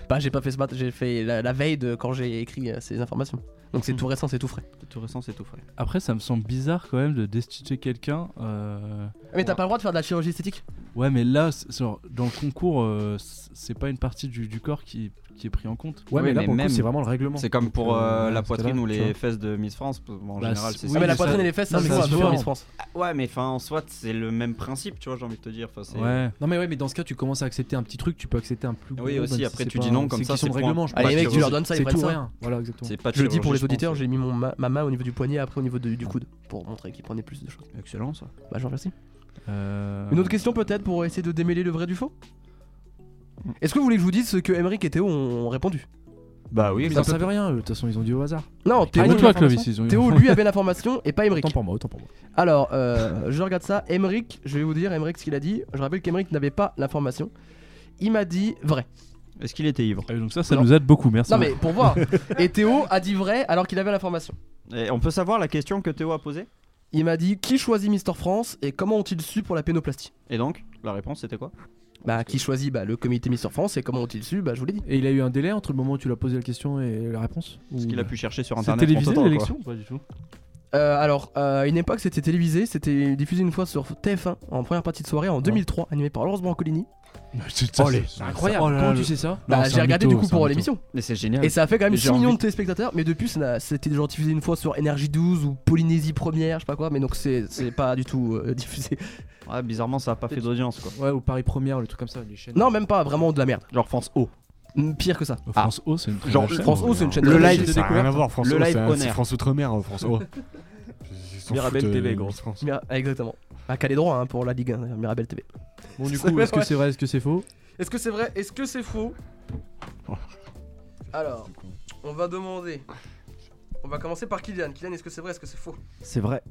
[SPEAKER 3] bah j'ai pas fait ce matin, j'ai fait la, la veille de quand j'ai écrit euh, ces informations. Donc c'est tout récent, c'est tout frais.
[SPEAKER 4] C'est Tout récent, c'est tout frais.
[SPEAKER 6] Après, ça me semble bizarre quand même de destituer quelqu'un. euh,
[SPEAKER 3] Mais t'as pas le droit de faire de la chirurgie esthétique
[SPEAKER 6] Ouais, mais là, c'est- genre, dans le concours, euh, c'est pas une partie du, du corps qui, qui est pris en compte.
[SPEAKER 5] Ouais,
[SPEAKER 4] Ouais,
[SPEAKER 5] mais là,
[SPEAKER 4] mais
[SPEAKER 5] pour le coup,
[SPEAKER 4] même-
[SPEAKER 5] c'est vraiment le règlement.
[SPEAKER 4] C'est comme pour
[SPEAKER 5] euh,
[SPEAKER 4] euh,
[SPEAKER 5] dans
[SPEAKER 4] la
[SPEAKER 5] ce
[SPEAKER 4] poitrine
[SPEAKER 5] cas-là,
[SPEAKER 4] ou
[SPEAKER 5] tu
[SPEAKER 4] les
[SPEAKER 5] vois.
[SPEAKER 4] fesses de Miss France. parce que, bon, en
[SPEAKER 6] Bah,
[SPEAKER 4] général,
[SPEAKER 6] c'est-
[SPEAKER 4] c'est
[SPEAKER 6] oui,
[SPEAKER 4] ça.
[SPEAKER 3] Ah mais la
[SPEAKER 6] mais
[SPEAKER 3] poitrine
[SPEAKER 6] ça-
[SPEAKER 3] et les fesses,
[SPEAKER 6] non,
[SPEAKER 3] ça
[SPEAKER 6] mais
[SPEAKER 3] c'est
[SPEAKER 6] ça
[SPEAKER 3] pour
[SPEAKER 6] se
[SPEAKER 3] la
[SPEAKER 6] voit.
[SPEAKER 3] Miss France.
[SPEAKER 4] Ouais, mais enfin, en soit, c'est le même principe, tu vois, j'ai envie de te dire. Enfin, c'est-
[SPEAKER 6] Ouais.
[SPEAKER 5] Non, mais ouais, mais dans ce cas, tu commences à accepter un petit truc, tu peux accepter un plus gros.
[SPEAKER 4] Oui, aussi,
[SPEAKER 5] même si
[SPEAKER 4] après,
[SPEAKER 5] c'est
[SPEAKER 4] tu
[SPEAKER 5] pas-
[SPEAKER 4] dis non, comme ça,
[SPEAKER 5] question
[SPEAKER 4] c'est
[SPEAKER 5] de
[SPEAKER 4] point.
[SPEAKER 5] règlement. je
[SPEAKER 4] Ah,
[SPEAKER 3] Allez
[SPEAKER 5] pense.
[SPEAKER 3] les mecs, tu
[SPEAKER 4] chirurgie-
[SPEAKER 3] leur donnes ça,
[SPEAKER 5] C'est
[SPEAKER 3] ils prennent
[SPEAKER 5] tout ou
[SPEAKER 3] ça.
[SPEAKER 5] rien. Voilà, exactement.
[SPEAKER 4] C'est pas de
[SPEAKER 3] Je le dis pour
[SPEAKER 4] chirurgie,
[SPEAKER 3] les
[SPEAKER 4] je
[SPEAKER 3] auditeurs,
[SPEAKER 4] pense.
[SPEAKER 3] j'ai mis mon ma, ma main au niveau du poignet, après au niveau de- du coude, pour montrer qu'il prenait plus de choses.
[SPEAKER 4] Excellent ça.
[SPEAKER 3] Bah je vous remercie.
[SPEAKER 6] Euh,
[SPEAKER 3] Une autre question peut-être pour essayer de démêler le vrai du faux Est-ce que vous voulez que je vous dise ce que Emeric et Théo ont répondu
[SPEAKER 4] Bah oui,
[SPEAKER 5] Mais ils en savaient rien, eux, de toute façon, ils ont dit au hasard.
[SPEAKER 3] Non,
[SPEAKER 6] Ah,
[SPEAKER 3] Théo,
[SPEAKER 6] dis-toi,
[SPEAKER 3] lui-
[SPEAKER 6] Clovis, ils ont eu-
[SPEAKER 3] Théo, lui avait l'information et pas Emeric.
[SPEAKER 5] Autant pour moi, autant pour moi.
[SPEAKER 3] Alors, euh, je regarde ça. Emeric, je vais vous dire Emeric ce qu'il a dit. Je rappelle qu'Emeric n'avait pas l'information. Il m'a dit vrai.
[SPEAKER 4] Est-ce qu'il était ivre
[SPEAKER 6] Ah oui, donc ça, ça
[SPEAKER 3] Non.
[SPEAKER 6] nous aide beaucoup, merci.
[SPEAKER 3] Non mais pour voir. Et Théo a dit vrai alors qu'il avait l'information.
[SPEAKER 4] Et On peut savoir la question que Théo a posée
[SPEAKER 3] Il m'a dit qui choisit Mister France et comment ont-ils su pour la pénoplastie
[SPEAKER 4] Et donc, la réponse c'était quoi
[SPEAKER 3] Bah qui choisit bah, le comité Mister France et comment ont-ils su Bah je vous l'ai dit.
[SPEAKER 5] Et il a eu un délai entre le moment où tu l'as posé la question et la réponse
[SPEAKER 4] Ce
[SPEAKER 5] Ou-
[SPEAKER 4] qu'il a pu chercher sur
[SPEAKER 6] C'est
[SPEAKER 4] internet.
[SPEAKER 6] télévisé
[SPEAKER 4] entre-temps,
[SPEAKER 6] l'élection ou Pas du tout.
[SPEAKER 3] Euh, alors, euh, à une époque c'était télévisé, c'était diffusé une fois sur TF1 en première partie de soirée en 2003, animé par Laurence Brancolini.
[SPEAKER 7] Oh,
[SPEAKER 5] C'est incroyable.
[SPEAKER 6] oh
[SPEAKER 5] Comment tu sais ça
[SPEAKER 6] Non,
[SPEAKER 3] Bah
[SPEAKER 6] c'est
[SPEAKER 3] j'ai
[SPEAKER 6] un
[SPEAKER 3] regardé
[SPEAKER 6] mytho,
[SPEAKER 3] du coup
[SPEAKER 6] c'est un
[SPEAKER 3] pour
[SPEAKER 6] mytho.
[SPEAKER 3] l'émission.
[SPEAKER 4] quoi. Mais c'est génial.
[SPEAKER 3] Et ça a fait quand même
[SPEAKER 4] J'ai
[SPEAKER 3] 6 millions
[SPEAKER 4] envie-
[SPEAKER 3] de téléspectateurs, mais depuis, ça n'a- c'était genre diffusé une fois sur NRJ12 ou Polynésie Première, je sais pas quoi, mais donc c'est c'est pas du tout euh, diffusé.
[SPEAKER 4] Ouais, bizarrement, ça a pas fait d'audience quoi.
[SPEAKER 5] Ouais, ou Paris Première, le truc comme ça, les chaînes.
[SPEAKER 3] Non, même pas, vraiment de la merde.
[SPEAKER 4] Genre France O.
[SPEAKER 3] Mm, Pire que ça.
[SPEAKER 6] France O, oh, c'est une très
[SPEAKER 7] Genre,
[SPEAKER 6] belle chaîne.
[SPEAKER 3] France O, c'est une chaîne
[SPEAKER 4] Le
[SPEAKER 3] très
[SPEAKER 4] live
[SPEAKER 3] belle.
[SPEAKER 7] Ça a rien à voir, France
[SPEAKER 4] Le
[SPEAKER 7] O,
[SPEAKER 4] live
[SPEAKER 7] c'est un-
[SPEAKER 4] on
[SPEAKER 7] c'est
[SPEAKER 4] air.
[SPEAKER 7] France Outre-mer, euh, France O. Ils s'en
[SPEAKER 8] Mirabel
[SPEAKER 7] foutent,
[SPEAKER 8] TV,
[SPEAKER 7] euh,
[SPEAKER 8] gros.
[SPEAKER 7] Miss France.
[SPEAKER 3] Mira- Exactement. À calais droit hein, pour la Ligue 1, d'ailleurs, Mirabel TV.
[SPEAKER 5] Bon, du
[SPEAKER 3] Ça
[SPEAKER 5] coup,
[SPEAKER 3] va,
[SPEAKER 5] est-ce que
[SPEAKER 3] ouais.
[SPEAKER 5] c'est vrai, est-ce que c'est faux
[SPEAKER 3] Est-ce que c'est vrai Est-ce que c'est faux Alors, on va demander. On va commencer par Kylian. Kylian, est-ce que c'est vrai Est-ce que c'est faux
[SPEAKER 4] C'est vrai.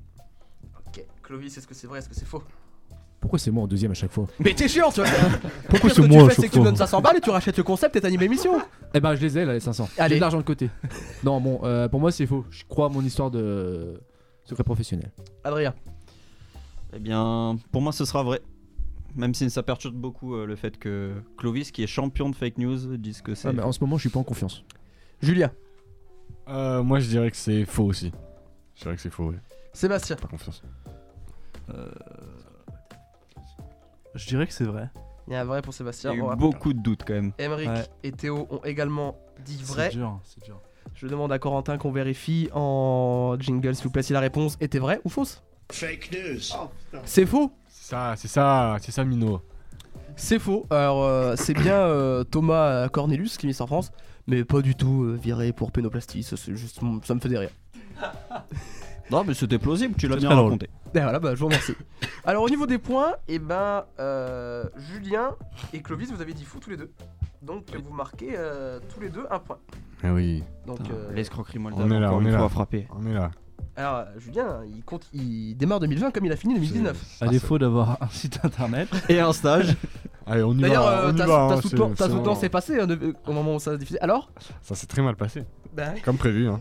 [SPEAKER 3] Ok. Clovis, est-ce que c'est vrai Est-ce que c'est faux
[SPEAKER 5] Pourquoi c'est moi en deuxième à chaque fois
[SPEAKER 3] Mais t'es chiant, tu vois.
[SPEAKER 6] Pourquoi
[SPEAKER 3] ce que
[SPEAKER 6] c'est moi,
[SPEAKER 3] tu
[SPEAKER 6] je
[SPEAKER 3] fais, c'est que tu
[SPEAKER 6] trouve
[SPEAKER 3] donnes 500 balles et tu rachètes le concept et t'animes l'émission.
[SPEAKER 5] Eh ben, je les ai là, les 500.
[SPEAKER 3] Allez.
[SPEAKER 5] J'ai de l'argent de côté. non, bon, euh, pour moi, c'est faux. Je crois à mon histoire de secret professionnel.
[SPEAKER 3] Adrien.
[SPEAKER 4] Eh bien, pour moi, ce sera vrai. Même si ça perturbe beaucoup euh, le fait que Clovis, qui est champion de fake news, dise que c'est.
[SPEAKER 5] Ouais, Ah, mais en ce moment, je suis pas en confiance.
[SPEAKER 3] Julien.
[SPEAKER 7] Euh, Moi, je dirais que c'est faux aussi. Je dirais que c'est faux, ouais.
[SPEAKER 3] Sébastien.
[SPEAKER 7] Pas confiance.
[SPEAKER 6] Je dirais que c'est vrai.
[SPEAKER 3] Il y a un vrai pour
[SPEAKER 4] Il y
[SPEAKER 3] Sébastien.
[SPEAKER 4] a eu
[SPEAKER 3] on rappelle.
[SPEAKER 4] beaucoup de doutes quand même.
[SPEAKER 3] Emeric
[SPEAKER 6] Ouais.
[SPEAKER 3] et Théo ont également dit vrai.
[SPEAKER 6] C'est dur, hein, c'est dur.
[SPEAKER 3] Je demande à Corentin qu'on vérifie en jingle s'il vous plaît si la réponse était vraie ou fausse.
[SPEAKER 2] Fake news.
[SPEAKER 3] C'est faux
[SPEAKER 7] C'est ça, c'est ça, c'est ça, Mino.
[SPEAKER 3] C'est faux. Alors euh, c'est bien euh, Thomas Cornelius qui est mis en France, mais pas du tout euh, viré pour pénoplastie. Ça, c'est juste, ça me faisait rire.
[SPEAKER 10] Non, mais c'était plausible, tu l'as
[SPEAKER 6] C'est
[SPEAKER 10] bien
[SPEAKER 6] très drôle.
[SPEAKER 10] raconté.
[SPEAKER 3] Ben voilà, bah, je vous remercie. Alors au niveau des points, et ben euh, Julien et Clovis, vous avez dit fou tous les deux. Donc vous marquez euh, tous les deux un point.
[SPEAKER 7] Ah oui,
[SPEAKER 3] Donc euh,
[SPEAKER 10] L'escroquerie
[SPEAKER 7] On est là,
[SPEAKER 10] encore
[SPEAKER 7] on
[SPEAKER 10] une
[SPEAKER 7] est là.
[SPEAKER 10] fois frappée.
[SPEAKER 7] on est là.
[SPEAKER 3] alors euh, Julien, il compte, il démarre 2020 comme il a fini 2019.
[SPEAKER 5] Ah,
[SPEAKER 6] À défaut d'avoir un site internet,
[SPEAKER 10] Et un stage.
[SPEAKER 7] Allez, on y
[SPEAKER 3] D'ailleurs,
[SPEAKER 7] va.
[SPEAKER 3] euh,
[SPEAKER 7] on y
[SPEAKER 3] ta
[SPEAKER 7] va,
[SPEAKER 3] ta
[SPEAKER 7] hein,
[SPEAKER 3] soupe-
[SPEAKER 7] c'est-
[SPEAKER 3] ta
[SPEAKER 7] c'est-
[SPEAKER 3] soutenance s'est passée hein, de- euh, au moment où ça se diffusait. Alors
[SPEAKER 7] Ça s'est très mal passé,
[SPEAKER 3] Ben
[SPEAKER 7] comme prévu. Hein.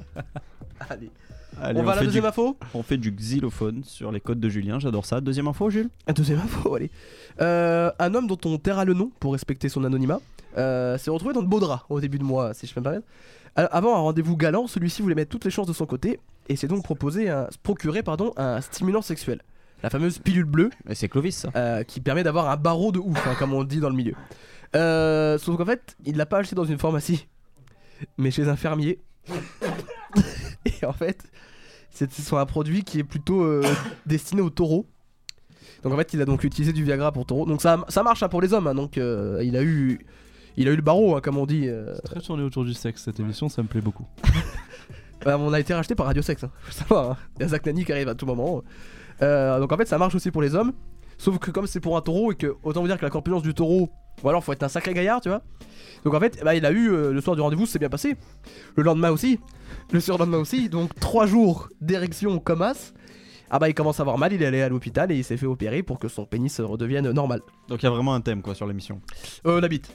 [SPEAKER 3] allez.
[SPEAKER 10] Bah Allez,
[SPEAKER 3] on va à la
[SPEAKER 10] fait
[SPEAKER 3] deuxième
[SPEAKER 10] du,
[SPEAKER 3] info
[SPEAKER 10] on fait du xylophone sur les codes de Julien, j'adore ça. Deuxième info, Jules
[SPEAKER 3] Ah, Deuxième info, allez. Euh, un homme dont on taira le nom pour respecter son anonymat euh, s'est retrouvé dans de beaux draps au début de mois, si je peux me permettre. Euh, avant un rendez-vous galant, celui-ci voulait mettre toutes les chances de son côté et s'est donc proposé un, se procurer pardon, un stimulant sexuel. La fameuse pilule bleue
[SPEAKER 10] Mais c'est Clovis ça.
[SPEAKER 3] euh, qui permet d'avoir un barreau de ouf, hein, comme on dit dans le milieu. Euh, sauf qu'en fait, il l'a pas acheté dans une pharmacie, mais chez un fermier. et en fait, c'est c'est un produit qui est plutôt euh, destiné aux taureaux. Donc en fait, il a donc utilisé du Viagra pour taureaux. Donc ça, ça marche hein, pour les hommes. hein. donc euh, il a eu, il a eu le barreau, hein, comme on dit. euh.
[SPEAKER 6] c'est très tourné autour du sexe cette émission, ça me plaît beaucoup.
[SPEAKER 3] Bah, on a été racheté par Radio Sex, hein. faut savoir. Hein. Il y a Zach Nani qui arrive à tout moment. Euh, donc en fait, ça marche aussi pour les hommes. Sauf que comme c'est pour un taureau et que autant vous dire que la corpulence du taureau, ou alors faut être un sacré gaillard, tu vois. Donc en fait, bah, il a eu euh, le soir du rendez-vous, c'est bien passé. Le lendemain aussi, le surlendemain aussi. Donc trois jours d'érection comme as. Ah bah il commence à avoir mal, il est allé à l'hôpital et il s'est fait opérer pour que son pénis redevienne normal.
[SPEAKER 10] Donc il y a vraiment un thème quoi sur l'émission.
[SPEAKER 3] Euh, la bite.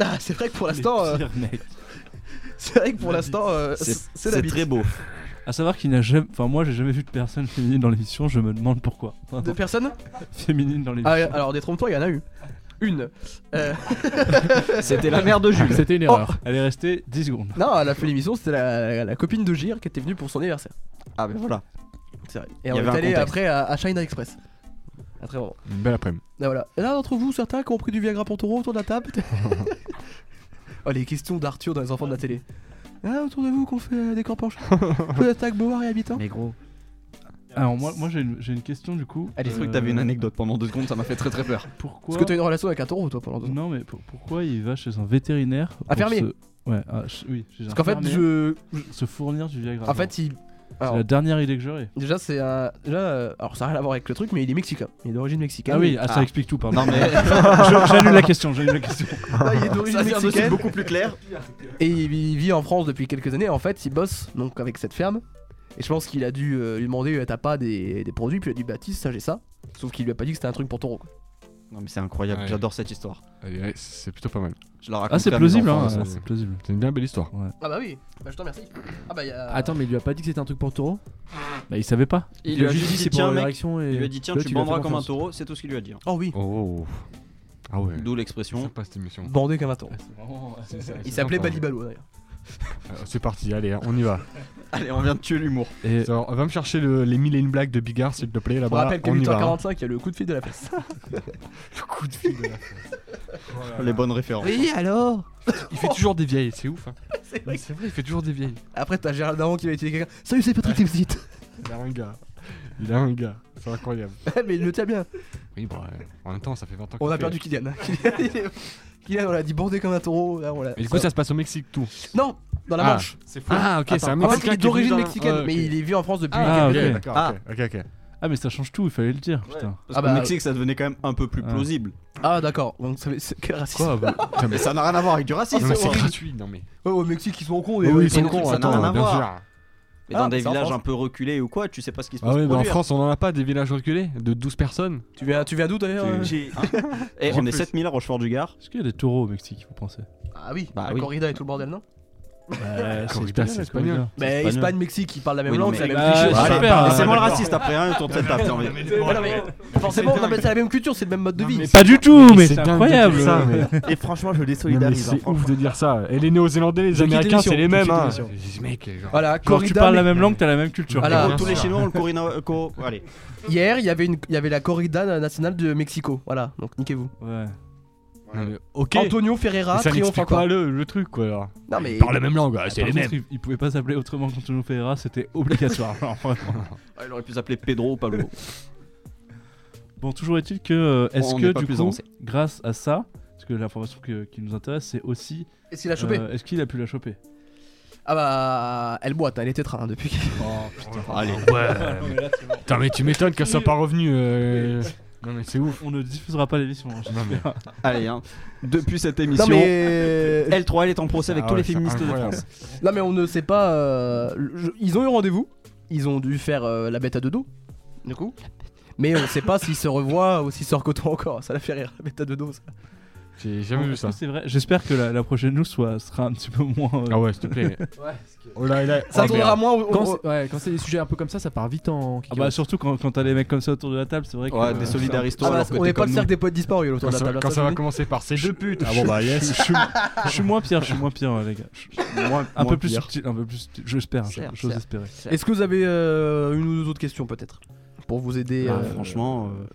[SPEAKER 3] Ah, c'est vrai que pour l'instant, euh, c'est vrai que pour l'instant, euh, c'est c'est la
[SPEAKER 10] C'est
[SPEAKER 3] bite.
[SPEAKER 10] très beau.
[SPEAKER 6] À savoir qu'il n'a jamais. Enfin, moi, j'ai jamais vu de personne féminine dans l'émission, je me demande pourquoi.
[SPEAKER 3] Deux personnes
[SPEAKER 6] Féminine dans l'émission.
[SPEAKER 3] Ah, alors détrompe-toi, il y en a eu. Une. Euh,
[SPEAKER 10] C'était la mère de Jules.
[SPEAKER 5] C'était une erreur.
[SPEAKER 6] Elle est restée 10 secondes.
[SPEAKER 3] non, elle a fait l'émission, c'était la, la- la copine de Gir qui était venue pour son anniversaire.
[SPEAKER 10] Ah ben voilà.
[SPEAKER 3] C'est vrai.
[SPEAKER 10] Il
[SPEAKER 3] Et
[SPEAKER 10] y
[SPEAKER 3] on est
[SPEAKER 10] avait un
[SPEAKER 3] allé
[SPEAKER 10] contexte.
[SPEAKER 3] après à, à China Express. À très bon.
[SPEAKER 7] Une belle après-midi.
[SPEAKER 3] Là, voilà. Et là, d'entre vous, certains qui ont pris du Viagra pour taureau autour de la table Oh, les questions d'Arthur dans les enfants de la télé. Ah, autour de vous qu'on fait euh, des camps penchés. Peu d'attaque Beauvoir et habitants.
[SPEAKER 10] Mais gros.
[SPEAKER 6] Alors, moi, moi j'ai une, j'ai une question du
[SPEAKER 4] Ah,
[SPEAKER 6] coup.
[SPEAKER 10] Allez,
[SPEAKER 6] Euh,
[SPEAKER 10] j'ai cru que t'avais une anecdote pendant deux secondes, ça m'a fait très très peur.
[SPEAKER 6] Pourquoi
[SPEAKER 3] Parce que t'as une relation avec un taureau, toi, pendant deux ans.
[SPEAKER 6] Non, mais pour- pourquoi il va chez un vétérinaire pour
[SPEAKER 3] Infirmier.
[SPEAKER 6] se- Ouais, ah, je- oui. chez un
[SPEAKER 3] Parce qu'en fait,
[SPEAKER 6] infirmier
[SPEAKER 3] je.
[SPEAKER 6] pour Se fournir du Viagra.
[SPEAKER 3] En fait, il.
[SPEAKER 6] c'est
[SPEAKER 3] alors,
[SPEAKER 6] la dernière idée que j'aurais. Ah
[SPEAKER 3] déjà, c'est un. Déjà, euh, alors ça n'a rien à voir avec le truc, mais il est mexicain. Il est d'origine mexicaine.
[SPEAKER 6] Ah oui, ah, ça
[SPEAKER 10] Ah.
[SPEAKER 6] explique tout, pardon.
[SPEAKER 10] Non mais
[SPEAKER 6] Je- j'annule la question, j'annule la question.
[SPEAKER 3] Ah, il est d'origine
[SPEAKER 10] ça vient de c'est
[SPEAKER 3] mexicaine.
[SPEAKER 10] beaucoup plus clair.
[SPEAKER 3] Et il il vit en France depuis quelques années. En fait, il bosse donc avec cette ferme. Et je pense qu'il a dû euh, lui demander euh, T'as pas des, des produits Puis il a dit Baptiste, ça j'ai ça. Sauf qu'il lui a pas dit que c'était un truc pour taureau. quoi.
[SPEAKER 10] Non mais c'est incroyable,
[SPEAKER 7] Ouais.
[SPEAKER 10] j'adore cette histoire.
[SPEAKER 7] Allez, ouais, c'est plutôt pas mal.
[SPEAKER 10] Je la raconte.
[SPEAKER 6] Ah, c'est plausible, hein.
[SPEAKER 7] ça,
[SPEAKER 6] C'est
[SPEAKER 7] c'est-
[SPEAKER 6] plausible.
[SPEAKER 7] C'est une bien belle histoire.
[SPEAKER 3] Ah bah oui, bah, je te remercie. Ah bah y a.
[SPEAKER 5] Attends, mais il lui a pas dit que c'était un truc pour taureau Bah, il savait pas.
[SPEAKER 10] Il lui a juste dit,
[SPEAKER 5] c'est
[SPEAKER 10] tiens,
[SPEAKER 5] pour
[SPEAKER 10] mec.
[SPEAKER 5] l'érection et.
[SPEAKER 10] Il lui a dit tiens,
[SPEAKER 5] Là,
[SPEAKER 10] tu
[SPEAKER 5] lui as fait
[SPEAKER 10] banderas comme un
[SPEAKER 5] confiance.
[SPEAKER 10] taureau, c'est tout ce qu'il lui a dit. hein.
[SPEAKER 3] Oh oui,
[SPEAKER 7] Oh. Ah ouais.
[SPEAKER 10] D'où l'expression.
[SPEAKER 7] Sympa cette émission.
[SPEAKER 3] bandé comme un taureau.
[SPEAKER 7] C'est- c'est-
[SPEAKER 3] Il
[SPEAKER 7] c'est
[SPEAKER 3] s'appelait
[SPEAKER 7] sympa.
[SPEAKER 3] Balibalo d'ailleurs.
[SPEAKER 7] Euh, C'est parti, allez, hein, on y va.
[SPEAKER 10] Allez, on vient de tuer l'humour.
[SPEAKER 6] Et
[SPEAKER 7] Alors, va me chercher le- les mille et une blagues de Bigard, s'il te plaît,
[SPEAKER 3] Je vous
[SPEAKER 7] là-bas.
[SPEAKER 3] rappelle qu'à
[SPEAKER 7] on y va. hein.
[SPEAKER 3] 8h45, il y a le coup de fil de la presse.
[SPEAKER 7] Coup de fil.
[SPEAKER 10] Les bonnes références.
[SPEAKER 3] Oui, alors
[SPEAKER 7] Il fait toujours des vieilles, c'est ouf. hein.
[SPEAKER 3] C'est vrai.
[SPEAKER 7] C'est vrai, il fait toujours des vieilles.
[SPEAKER 3] Après, t'as Gérald Daron qui va utiliser quelqu'un. Salut, c'est Patrick Timsit.
[SPEAKER 7] Il a un gars. Il a un gars. C'est incroyable.
[SPEAKER 3] Mais il le tient bien.
[SPEAKER 7] Oui, bon, euh, en même temps, ça fait 20 ans
[SPEAKER 3] On
[SPEAKER 7] qu'on
[SPEAKER 3] a
[SPEAKER 7] fait.
[SPEAKER 3] perdu Kylian. Kylian, il est- Kylian, on l'a dit bandé comme un taureau. Là, on l'a-
[SPEAKER 7] Et du coup, ça se passe au Mexique, tout.
[SPEAKER 3] Non, dans la
[SPEAKER 7] Ah.
[SPEAKER 3] Manche.
[SPEAKER 7] C'est fou. Ah, ok, c'est
[SPEAKER 3] En fait, il
[SPEAKER 7] un Mexicain.
[SPEAKER 3] est
[SPEAKER 7] qui
[SPEAKER 3] d'origine
[SPEAKER 7] venu dans-
[SPEAKER 3] mexicaine,
[SPEAKER 7] Ouais, ok.
[SPEAKER 3] mais il est vu en France depuis
[SPEAKER 7] Ah,
[SPEAKER 6] Ah,
[SPEAKER 7] ok,
[SPEAKER 6] ok.
[SPEAKER 7] d'accord.
[SPEAKER 10] Ah.
[SPEAKER 7] ok, ok, ok.
[SPEAKER 6] Ah, mais ça change tout, il fallait le dire, putain.
[SPEAKER 10] Parce
[SPEAKER 3] Ah
[SPEAKER 10] qu'au
[SPEAKER 3] bah-
[SPEAKER 10] Mexique, ça devenait quand même un peu plus
[SPEAKER 6] Ah.
[SPEAKER 10] plausible.
[SPEAKER 3] Ah d'accord, donc ça fait- c'est- quel racisme
[SPEAKER 7] Quoi bah,
[SPEAKER 3] Ah.
[SPEAKER 7] putain, mais-
[SPEAKER 10] Mais ça n'a rien à voir avec du racisme.
[SPEAKER 7] Non, mais c'est
[SPEAKER 10] ça.
[SPEAKER 7] gratuit, non mais.
[SPEAKER 3] Ouais, au Mexique ils sont cons
[SPEAKER 7] Ah Oui,
[SPEAKER 3] et
[SPEAKER 7] ils sont
[SPEAKER 10] trucs,
[SPEAKER 7] cons,
[SPEAKER 10] ça n'a rien
[SPEAKER 7] attends,
[SPEAKER 10] à
[SPEAKER 7] bien
[SPEAKER 10] voir.
[SPEAKER 7] sûr.
[SPEAKER 10] Mais dans
[SPEAKER 3] Ah,
[SPEAKER 10] des
[SPEAKER 3] c'est en
[SPEAKER 10] villages
[SPEAKER 3] France.
[SPEAKER 10] un peu reculés ou quoi, tu sais pas ce qui se passe.
[SPEAKER 7] Ah oui, mais en France, on en a pas des villages reculés de 12 personnes.
[SPEAKER 3] Tu viens, tu viens d'où d'ailleurs euh
[SPEAKER 10] Et hein. Eh, on est 7000 à Rochefort-du-Gard.
[SPEAKER 6] Est-ce qu'il y a des taureaux au Mexique, vous pensez
[SPEAKER 3] Ah oui,
[SPEAKER 10] Bah
[SPEAKER 3] la
[SPEAKER 10] oui.
[SPEAKER 3] corrida et tout le bordel non
[SPEAKER 6] Bah,
[SPEAKER 7] Corrida, c'est espagnol.
[SPEAKER 3] Mais
[SPEAKER 10] espagnol.
[SPEAKER 3] Espagne, Mexique ils parlent la même
[SPEAKER 10] Oui, non,
[SPEAKER 3] langue,
[SPEAKER 10] mais-
[SPEAKER 3] c'est la
[SPEAKER 6] Ah,
[SPEAKER 3] même
[SPEAKER 7] bah,
[SPEAKER 3] cliché.
[SPEAKER 6] ouais,
[SPEAKER 3] bah, c'est
[SPEAKER 6] super,
[SPEAKER 3] pas-
[SPEAKER 6] hein.
[SPEAKER 10] Mais
[SPEAKER 3] c'est
[SPEAKER 10] c'est moi
[SPEAKER 3] pas-
[SPEAKER 10] le raciste après, hein, autour de cette table. t'as envie.
[SPEAKER 3] Ouais, non, mais Forcément, non, mais c'est la même culture, c'est le même mode de vie.
[SPEAKER 6] Pas du tout, mais c'est
[SPEAKER 7] dingue de dire
[SPEAKER 6] incroyable.
[SPEAKER 7] ça, mais- non,
[SPEAKER 4] Et franchement, je les
[SPEAKER 7] mais
[SPEAKER 4] solidarise. hein,
[SPEAKER 7] C'est ouf
[SPEAKER 4] franchement.
[SPEAKER 7] de dire ça. Et les Néo-Zélandais, les
[SPEAKER 5] quitte
[SPEAKER 7] Américains, c'est
[SPEAKER 5] l'émission,
[SPEAKER 7] les
[SPEAKER 5] je
[SPEAKER 7] mêmes.
[SPEAKER 5] quitte
[SPEAKER 7] Hein.
[SPEAKER 5] l'émission.
[SPEAKER 7] Mec, genre.
[SPEAKER 3] Voilà,
[SPEAKER 6] Genre, tu parles
[SPEAKER 3] corrida.
[SPEAKER 6] la même langue, t'as la même culture.
[SPEAKER 3] Voilà.
[SPEAKER 10] Tous les Chinois ont le Corina. co- Allez.
[SPEAKER 3] Hier, il y avait une, il y avait la corrida nationale de Mexico. Voilà, donc niquez-vous.
[SPEAKER 6] Ouais.
[SPEAKER 7] Non, mais Ok.
[SPEAKER 3] Antonio
[SPEAKER 7] Mais
[SPEAKER 3] Ferreira
[SPEAKER 7] ça
[SPEAKER 3] triomphe
[SPEAKER 7] n'explique
[SPEAKER 3] encore.
[SPEAKER 7] pas le, le truc quoi alors.
[SPEAKER 3] Non mais
[SPEAKER 7] Par la même langue, ouais, c'est
[SPEAKER 6] Par
[SPEAKER 7] les
[SPEAKER 6] contre,
[SPEAKER 7] mêmes.
[SPEAKER 6] il- il pouvait pas s'appeler autrement qu'Antonio Ferreira, c'était obligatoire. genre, vraiment.
[SPEAKER 10] Ah, Il aurait pu s'appeler Pedro ou Pablo.
[SPEAKER 6] Bon, toujours est-il que euh, est-ce
[SPEAKER 10] On
[SPEAKER 6] que
[SPEAKER 10] n'est pas
[SPEAKER 6] du
[SPEAKER 10] plus
[SPEAKER 6] coup,
[SPEAKER 10] avancé.
[SPEAKER 6] grâce à ça, parce que l'information que- qui nous intéresse, c'est aussi
[SPEAKER 7] Euh,
[SPEAKER 3] est-ce qu'il a chopé
[SPEAKER 6] euh, est-ce qu'il a pu la choper
[SPEAKER 3] Ah bah, elle boite, hein, elle est tétra hein, depuis. que-
[SPEAKER 7] Allez, ouais. Putain, mais tu m'étonnes qu'elle soit pas revenue. euh, Non, mais c'est ouf.
[SPEAKER 6] On ne diffusera pas l'émission. hein,
[SPEAKER 7] Non, mais-
[SPEAKER 6] j'espère.
[SPEAKER 10] Allez, hein. depuis cette
[SPEAKER 3] Non
[SPEAKER 10] émission,
[SPEAKER 3] mais,
[SPEAKER 10] L3, elle est en procès avec
[SPEAKER 7] Ah
[SPEAKER 10] tous
[SPEAKER 7] ouais,
[SPEAKER 10] les
[SPEAKER 7] c'est
[SPEAKER 10] féministes de
[SPEAKER 7] incroyable.
[SPEAKER 10] France.
[SPEAKER 3] non mais on ne sait pas. euh, le- je- Ils ont eu rendez-vous. Ils ont dû faire euh, la bête à deux dos. Du coup. Mais on sait pas s'ils se revoient ou s'ils se recôtoient encore. Ça la fait rire, la bête à deux dos. ça.
[SPEAKER 7] J'ai jamais vu
[SPEAKER 6] Est-ce
[SPEAKER 7] ça.
[SPEAKER 6] que C'est vrai. J'espère que la, la prochaine nous soit sera un petit peu moins. euh,
[SPEAKER 7] Ah ouais, s'il te plaît. Oh là là.
[SPEAKER 3] Ça
[SPEAKER 7] oh
[SPEAKER 3] tournera
[SPEAKER 7] merde.
[SPEAKER 3] moins. au- au-
[SPEAKER 5] Quand c'est ouais, quand c'est des sujets un peu comme ça, ça part vite en.
[SPEAKER 6] Ah bah surtout quand, quand t'as les mecs comme ça autour de la table, c'est vrai que.
[SPEAKER 10] Ouais,
[SPEAKER 6] euh,
[SPEAKER 10] des solidaristes.
[SPEAKER 3] Ah bah,
[SPEAKER 10] alors que
[SPEAKER 3] on
[SPEAKER 10] t'es
[SPEAKER 3] n'est pas
[SPEAKER 10] comme
[SPEAKER 3] le
[SPEAKER 10] nous.
[SPEAKER 3] cercle des potes disparus autour
[SPEAKER 7] Quand
[SPEAKER 3] de la
[SPEAKER 7] ça,
[SPEAKER 3] table.
[SPEAKER 7] quand
[SPEAKER 3] ça,
[SPEAKER 7] ça
[SPEAKER 3] je
[SPEAKER 7] va
[SPEAKER 3] vous dis.
[SPEAKER 7] commencer par ces deux putes. Ah bon,
[SPEAKER 6] je-
[SPEAKER 7] bah yes.
[SPEAKER 6] je, suis, je suis moins pire, je suis moins pire, euh, les gars. Je- je- moins- un
[SPEAKER 10] Moins
[SPEAKER 6] peu plus
[SPEAKER 10] pire.
[SPEAKER 6] subtil, un peu plus. subtil. J'espère,
[SPEAKER 10] Certes,
[SPEAKER 6] j'ose
[SPEAKER 10] certes.
[SPEAKER 6] espérer.
[SPEAKER 3] Est-ce que vous avez euh, une ou deux autres questions peut-être pour vous aider
[SPEAKER 10] Ah,
[SPEAKER 3] euh,
[SPEAKER 10] Franchement, euh,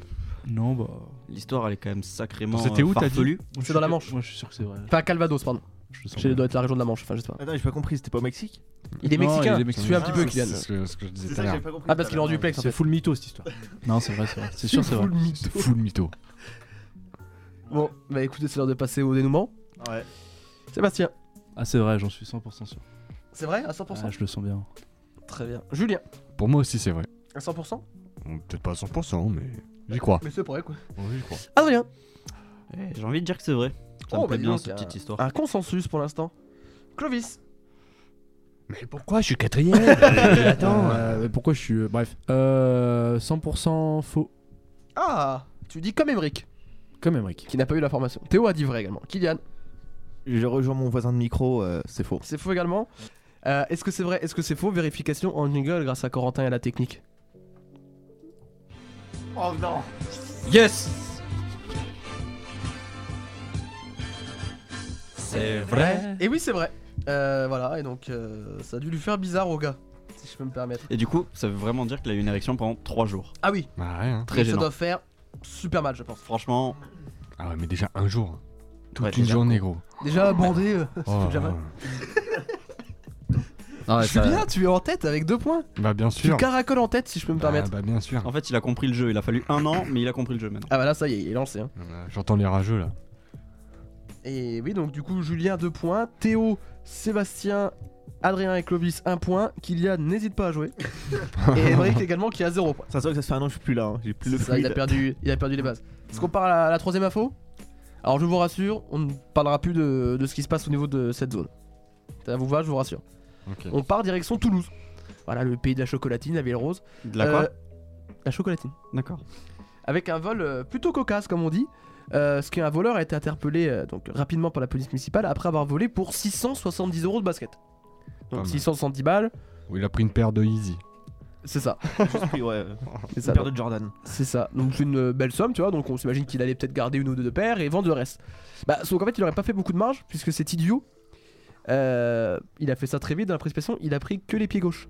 [SPEAKER 6] Non, bah.
[SPEAKER 10] l'histoire elle est quand même sacrément.
[SPEAKER 8] C'était où,
[SPEAKER 10] euh,
[SPEAKER 8] t'as dit
[SPEAKER 10] farfelue.
[SPEAKER 6] je suis
[SPEAKER 3] dans la
[SPEAKER 6] sûr-
[SPEAKER 3] Manche.
[SPEAKER 6] Moi, je suis sûr que c'est vrai.
[SPEAKER 3] Enfin Calvados pardon.
[SPEAKER 6] Je le sens
[SPEAKER 3] Chez les
[SPEAKER 6] bien.
[SPEAKER 3] doigts de la région de la Manche. Enfin je sais pas.
[SPEAKER 4] Attends, j'ai pas compris, c'était pas au Mexique
[SPEAKER 3] Il est
[SPEAKER 6] Non,
[SPEAKER 3] mexicain.
[SPEAKER 6] il est mexicain.
[SPEAKER 3] Suis un petit peu
[SPEAKER 7] Ah,
[SPEAKER 3] Kylian.
[SPEAKER 7] C'est ce que, ce que je disais tout à
[SPEAKER 4] que
[SPEAKER 7] l'heure.
[SPEAKER 4] pas compris.
[SPEAKER 3] Ah parce qu'il est en duplex en
[SPEAKER 5] C'est
[SPEAKER 3] fait.
[SPEAKER 5] full mytho cette histoire.
[SPEAKER 6] Non, c'est vrai, c'est vrai. C'est sûr, c'est vrai.
[SPEAKER 7] Full mytho. Full mytho.
[SPEAKER 3] Bon bah écoutez c'est l'heure de passer au dénouement.
[SPEAKER 4] Ouais.
[SPEAKER 3] Sébastien.
[SPEAKER 6] Ah, c'est vrai, j'en suis 100% sûr.
[SPEAKER 3] C'est vrai à
[SPEAKER 6] Ah,
[SPEAKER 3] 100%.
[SPEAKER 6] je le sens bien.
[SPEAKER 3] Très bien. Julien.
[SPEAKER 7] Pour moi aussi, c'est vrai.
[SPEAKER 3] À 100%
[SPEAKER 7] Bon, Peut-être pas à 100%, mais j'y crois.
[SPEAKER 3] Mais c'est vrai quoi.
[SPEAKER 7] J'y crois.
[SPEAKER 3] Adrien.
[SPEAKER 10] Eh, J'ai envie de dire que c'est vrai. Ça
[SPEAKER 3] Oh,
[SPEAKER 10] me
[SPEAKER 3] bah,
[SPEAKER 10] plaît
[SPEAKER 3] dis
[SPEAKER 10] bien
[SPEAKER 3] donc,
[SPEAKER 10] cette
[SPEAKER 3] euh,
[SPEAKER 10] petite histoire.
[SPEAKER 3] Un consensus pour l'instant. Clovis.
[SPEAKER 7] Mais pourquoi je suis quatrième Euh, Attends. euh,
[SPEAKER 5] Euh, mais pourquoi je suis. euh, bref. Euh, 100% faux.
[SPEAKER 3] Ah Tu dis comme Emeric
[SPEAKER 5] Comme Emmerich.
[SPEAKER 3] qui n'a pas eu la formation. Théo a dit vrai également. Kylian.
[SPEAKER 4] Je rejoins mon voisin de micro, euh, c'est faux.
[SPEAKER 3] C'est faux également. Euh, Est-ce que c'est vrai Est-ce que c'est faux Vérification en jingle grâce à Corentin et à la technique.
[SPEAKER 4] Oh non
[SPEAKER 10] Yes
[SPEAKER 3] Et oui, c'est vrai. Euh, voilà, et donc euh, ça a dû lui faire bizarre au gars, si je peux me permettre.
[SPEAKER 10] Et du coup, ça veut vraiment dire qu'il a eu une érection pendant 3 jours.
[SPEAKER 3] Ah oui,
[SPEAKER 7] Bah ouais, hein.
[SPEAKER 10] Très
[SPEAKER 3] ça
[SPEAKER 10] gênant.
[SPEAKER 3] doit faire super mal, je pense.
[SPEAKER 10] Franchement,
[SPEAKER 7] Ah ouais, mais déjà un jour. Toute
[SPEAKER 10] Ouais,
[SPEAKER 7] une
[SPEAKER 10] déjà,
[SPEAKER 7] journée, gros.
[SPEAKER 3] Déjà bandé, euh, ça
[SPEAKER 7] Oh,
[SPEAKER 3] fait déjà mal.
[SPEAKER 7] ouais.
[SPEAKER 10] ah ouais,
[SPEAKER 3] je suis
[SPEAKER 10] ça-
[SPEAKER 3] bien, tu es en tête avec deux points.
[SPEAKER 7] Bah bien
[SPEAKER 3] Tu
[SPEAKER 7] sûr.
[SPEAKER 3] caracoles en tête, si je peux me
[SPEAKER 7] Bah,
[SPEAKER 3] permettre. Oh.
[SPEAKER 7] bah bien sûr.
[SPEAKER 10] en fait, il a compris le jeu. Il a fallu un an, mais il a compris le jeu maintenant.
[SPEAKER 3] Ah bah là, ça y est, il est lancé. hein.
[SPEAKER 7] Euh, J'entends les rageux là.
[SPEAKER 3] Et oui, donc du coup, Julien, 2 points. Théo, Sébastien, Adrien et Clovis, 1 point. Kylian, n'hésite pas à jouer. et Emmerich également, qui a 0 point.
[SPEAKER 4] Ça se voit que ça se fait un an que je suis plus là. hein. J'ai plus le
[SPEAKER 3] C'est ça, il a
[SPEAKER 4] fluide.
[SPEAKER 3] perdu, il a perdu les bases. Est-ce qu'on parle à la troisième info Alors, je vous rassure, on ne parlera plus de, de ce qui se passe au niveau de cette zone. Ça vous va, je vous rassure.
[SPEAKER 7] Ok.
[SPEAKER 3] On part direction Toulouse. Voilà, le pays de la chocolatine, la ville rose.
[SPEAKER 10] De la quoi
[SPEAKER 3] Euh, La chocolatine.
[SPEAKER 10] D'accord.
[SPEAKER 3] Avec un vol euh, plutôt cocasse, comme on dit. Euh, ce qu'un voleur a été interpellé euh, donc rapidement par la police municipale après avoir volé pour 670 euros de basket.
[SPEAKER 7] Pas mal.
[SPEAKER 3] Donc 670 balles,
[SPEAKER 7] Où il a pris une paire de Yeezy.
[SPEAKER 3] c'est ça.
[SPEAKER 4] Oui, ouais. euh,
[SPEAKER 3] C'est ça.
[SPEAKER 4] Une paire de Jordan.
[SPEAKER 3] C'est ça. Donc c'est une euh, belle somme, tu vois. Donc on s'imagine qu'il allait peut-être garder une ou deux de paires et vendre le reste. Bah, sauf qu'en fait, il aurait pas fait beaucoup de marge puisque c'est idiot. Euh, il a fait ça très vite dans la précipitation. Il a pris que les pieds gauches.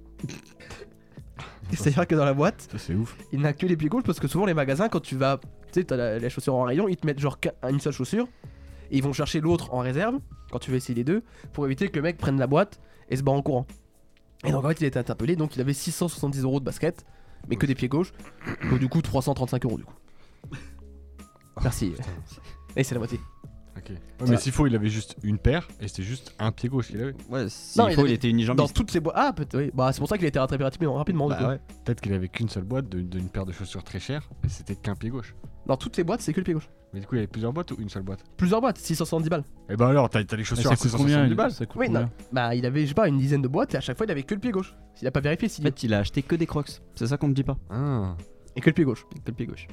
[SPEAKER 3] C'est-à-dire que dans la boîte,
[SPEAKER 7] Ça, C'est ouf.
[SPEAKER 3] il n'a que les pieds gauches parce que souvent les magasins, quand tu vas, tu sais, t'as la, la chaussure en rayon, ils te mettent genre qu'un- une seule chaussure et ils vont chercher l'autre en réserve quand tu veux essayer les deux pour éviter que le mec prenne la boîte et se bat en courant. Et donc en fait, il a été interpellé. Donc il avait 670 euros de basket, mais que des pieds gauches. Donc du coup, 335 euros du coup.
[SPEAKER 7] Ah,
[SPEAKER 3] Merci. Et c'est la moitié.
[SPEAKER 7] Ok. Ouais, mais s'il faut, il avait juste une paire et c'était juste un pied gauche qu'il avait.
[SPEAKER 10] Ouais, s'il
[SPEAKER 3] Non, il
[SPEAKER 10] faut, il
[SPEAKER 3] avait-
[SPEAKER 10] était
[SPEAKER 3] Dans
[SPEAKER 10] unijambiste.
[SPEAKER 3] toutes les boîtes. Ah, peut-être, oui. Bah, c'est pour ça qu'il a été rattrapé rapidement. rapidement du
[SPEAKER 7] Bah
[SPEAKER 3] coup.
[SPEAKER 7] ouais. Peut-être qu'il avait qu'une seule boîte de- d'une paire de chaussures très chères et c'était qu'un pied gauche.
[SPEAKER 3] Dans toutes les boîtes, c'est que le pied gauche.
[SPEAKER 7] Mais du coup, il y avait plusieurs boîtes ou une seule boîte
[SPEAKER 3] Plusieurs boîtes, 670 balles.
[SPEAKER 7] Et bah alors, t'as t'as les
[SPEAKER 6] Mais
[SPEAKER 7] chaussures à
[SPEAKER 6] Eh, ça coûte combien
[SPEAKER 7] 670
[SPEAKER 6] une-
[SPEAKER 7] balles
[SPEAKER 6] Ça coûte
[SPEAKER 3] Oui, non.
[SPEAKER 6] combien
[SPEAKER 3] Bah, il avait, je sais pas, une dizaine de boîtes et à chaque fois, il avait que le pied gauche. Il a pas vérifié
[SPEAKER 10] En
[SPEAKER 3] s'il
[SPEAKER 10] fait, il a acheté que des crocs. C'est ça qu'on ne dit pas.
[SPEAKER 7] Ah.
[SPEAKER 3] Et que le pied gauche.
[SPEAKER 10] Que le pied gauche.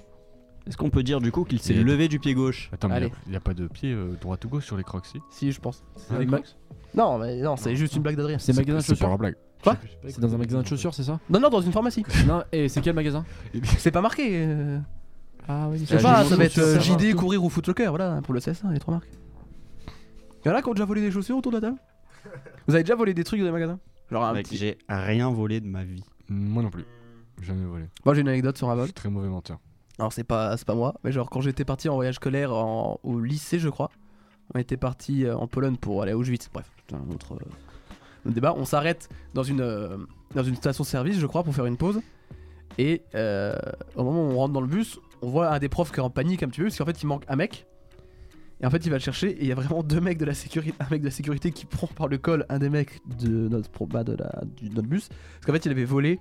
[SPEAKER 10] Est-ce qu'on peut dire du coup qu'il s'est
[SPEAKER 7] Il est-
[SPEAKER 10] levé du pied gauche
[SPEAKER 7] Attends,
[SPEAKER 3] Allez.
[SPEAKER 7] mais il n'y a pas de pied euh, droit ou gauche sur les crocs, si
[SPEAKER 3] Si, je pense.
[SPEAKER 5] C'est ma-
[SPEAKER 3] Euh, Non, mais non, c'est juste une blague d'Adrien.
[SPEAKER 5] c'est magasin de
[SPEAKER 7] C'est pour
[SPEAKER 5] chaussures
[SPEAKER 7] la blague.
[SPEAKER 5] C'est dans un magasin de chaussures, c'est ça
[SPEAKER 3] Non, non, dans une pharmacie.
[SPEAKER 5] Non, et c'est quel magasin
[SPEAKER 3] c'est pas marqué. euh.
[SPEAKER 5] Ah oui,
[SPEAKER 3] Je sais pas,
[SPEAKER 10] j'ai-
[SPEAKER 3] ça va être euh,
[SPEAKER 10] ça va.
[SPEAKER 3] JD, courir ou footlocker, voilà, pour le CSA, les trois marques. Y'en a qui ont déjà volé des chaussures autour de la table Vous avez déjà volé des trucs dans les magasins Genre un
[SPEAKER 10] Mec,
[SPEAKER 3] petit-
[SPEAKER 10] j'ai rien volé de ma vie.
[SPEAKER 7] Moi non plus. Jamais volé.
[SPEAKER 3] Moi j'ai une anecdote sur un
[SPEAKER 7] Je
[SPEAKER 3] vol.
[SPEAKER 7] suis très mauvais menteur.
[SPEAKER 3] Alors c'est pas c'est pas moi, mais genre quand j'étais parti en voyage scolaire en- au lycée je crois, on était parti euh, en Pologne pour aller à Auschwitz. Bref, c'est un autre, euh, autre débat. On s'arrête dans une euh, dans une station-service je crois pour faire une pause. Et euh, au moment où on rentre dans le bus, on voit un des profs qui est en panique un petit peu parce qu'en fait il manque un mec. Et en fait, il va le chercher et il y a vraiment deux mecs de la sécurité, un mec de la sécurité qui prend par le col un des mecs de notre pro- bah, de la, du, de notre bus. Parce qu'en fait, il avait volé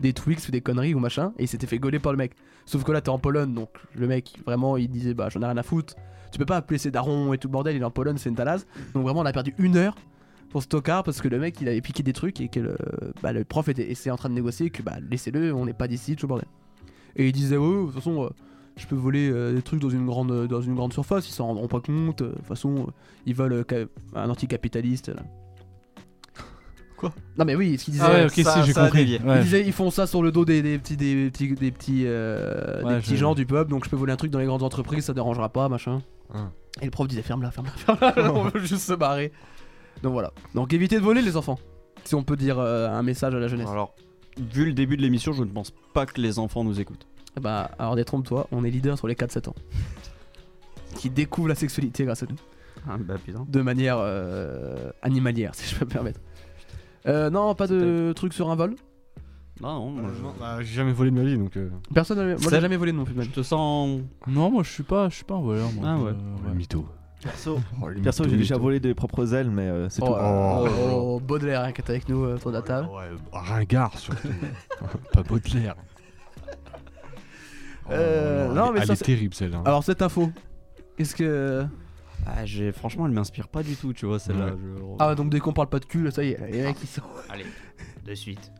[SPEAKER 3] des Twix ou des conneries ou machin et il s'était fait gauler par le mec. Sauf que là, t'es en Pologne, donc le mec, vraiment, il disait bah j'en ai rien à foutre. Tu peux pas appeler ses darons et tout le bordel, il est en Pologne, c'est une talasse. Donc vraiment, on a perdu une heure pour ce tocard parce que le mec, il avait piqué des trucs et que le, bah, le prof était essayé en train de négocier que bah laissez-le, on n'est pas d'ici, tout le bordel. Et il disait ouais, de toute façon. euh, je peux voler euh, des trucs dans une grande, euh, dans une grande surface, ils s'en rendront pas compte. euh, De toute façon, euh, ils veulent euh, ca- un anticapitaliste. Là.
[SPEAKER 10] Quoi
[SPEAKER 3] Non, mais oui, ce qu'il disait. euh,
[SPEAKER 6] Ah ouais, ok,
[SPEAKER 10] ça-
[SPEAKER 6] si, j'ai
[SPEAKER 10] ça a
[SPEAKER 6] compris.
[SPEAKER 10] dévié.
[SPEAKER 6] Ouais.
[SPEAKER 3] Il disait, ils font ça sur le dos des, des petits, des petits, des petits, euh, des
[SPEAKER 6] Ouais,
[SPEAKER 3] petits
[SPEAKER 6] je-
[SPEAKER 3] gens du peuple, donc je peux voler un truc dans les grandes entreprises, ça dérangera pas, machin.
[SPEAKER 4] Hein.
[SPEAKER 3] Et le prof disait, ferme-la, ferme-la, ferme-la, on veut juste se barrer. Donc voilà. Donc évitez de voler, les enfants. Si on peut dire euh, un message à la jeunesse.
[SPEAKER 10] Alors, vu le début de l'émission, je ne pense pas que les enfants nous écoutent.
[SPEAKER 3] Bah, alors détrompe-toi, on est leader sur les 4-7 ans. Qui découvrent la sexualité grâce à nous.
[SPEAKER 10] Ah bah putain.
[SPEAKER 3] de manière euh, animalière, si je peux me permettre. Euh, non, pas de truc sur un vol.
[SPEAKER 10] Non, non, moi, je-
[SPEAKER 7] Bah, j'ai jamais volé de ma vie donc. euh,
[SPEAKER 3] Personne, n'a- moi
[SPEAKER 10] Ça-
[SPEAKER 3] j'ai jamais volé de mon
[SPEAKER 10] je te sens.
[SPEAKER 6] Non, moi je suis pas, je suis pas un voleur. moi.
[SPEAKER 10] Ah ouais.
[SPEAKER 6] Euh,
[SPEAKER 7] le mytho.
[SPEAKER 4] Perso,
[SPEAKER 7] Oh, le
[SPEAKER 4] perso
[SPEAKER 7] mytho,
[SPEAKER 4] j'ai déjà
[SPEAKER 7] mytho.
[SPEAKER 4] volé de mes propres ailes, mais euh, c'est
[SPEAKER 3] Oh,
[SPEAKER 4] tout.
[SPEAKER 3] oh, oh, Baudelaire hein, qui est avec nous euh, autour de la table.
[SPEAKER 7] Ouais, bah, ringard surtout. pas Baudelaire. Oh là
[SPEAKER 3] Euh,
[SPEAKER 7] là,
[SPEAKER 3] non,
[SPEAKER 7] elle-
[SPEAKER 3] mais
[SPEAKER 7] elle
[SPEAKER 3] ça,
[SPEAKER 7] est
[SPEAKER 3] c'est- Ah.
[SPEAKER 7] terrible celle-là.
[SPEAKER 3] Alors cette info, qu'est-ce que...
[SPEAKER 10] Ah, j'ai- franchement, elle m'inspire pas du tout, tu vois, celle-là.
[SPEAKER 7] Ouais.
[SPEAKER 10] je-
[SPEAKER 3] Ah donc dès qu'on parle pas de cul, ça y est, les mecs ils sont...
[SPEAKER 10] Allez, de suite.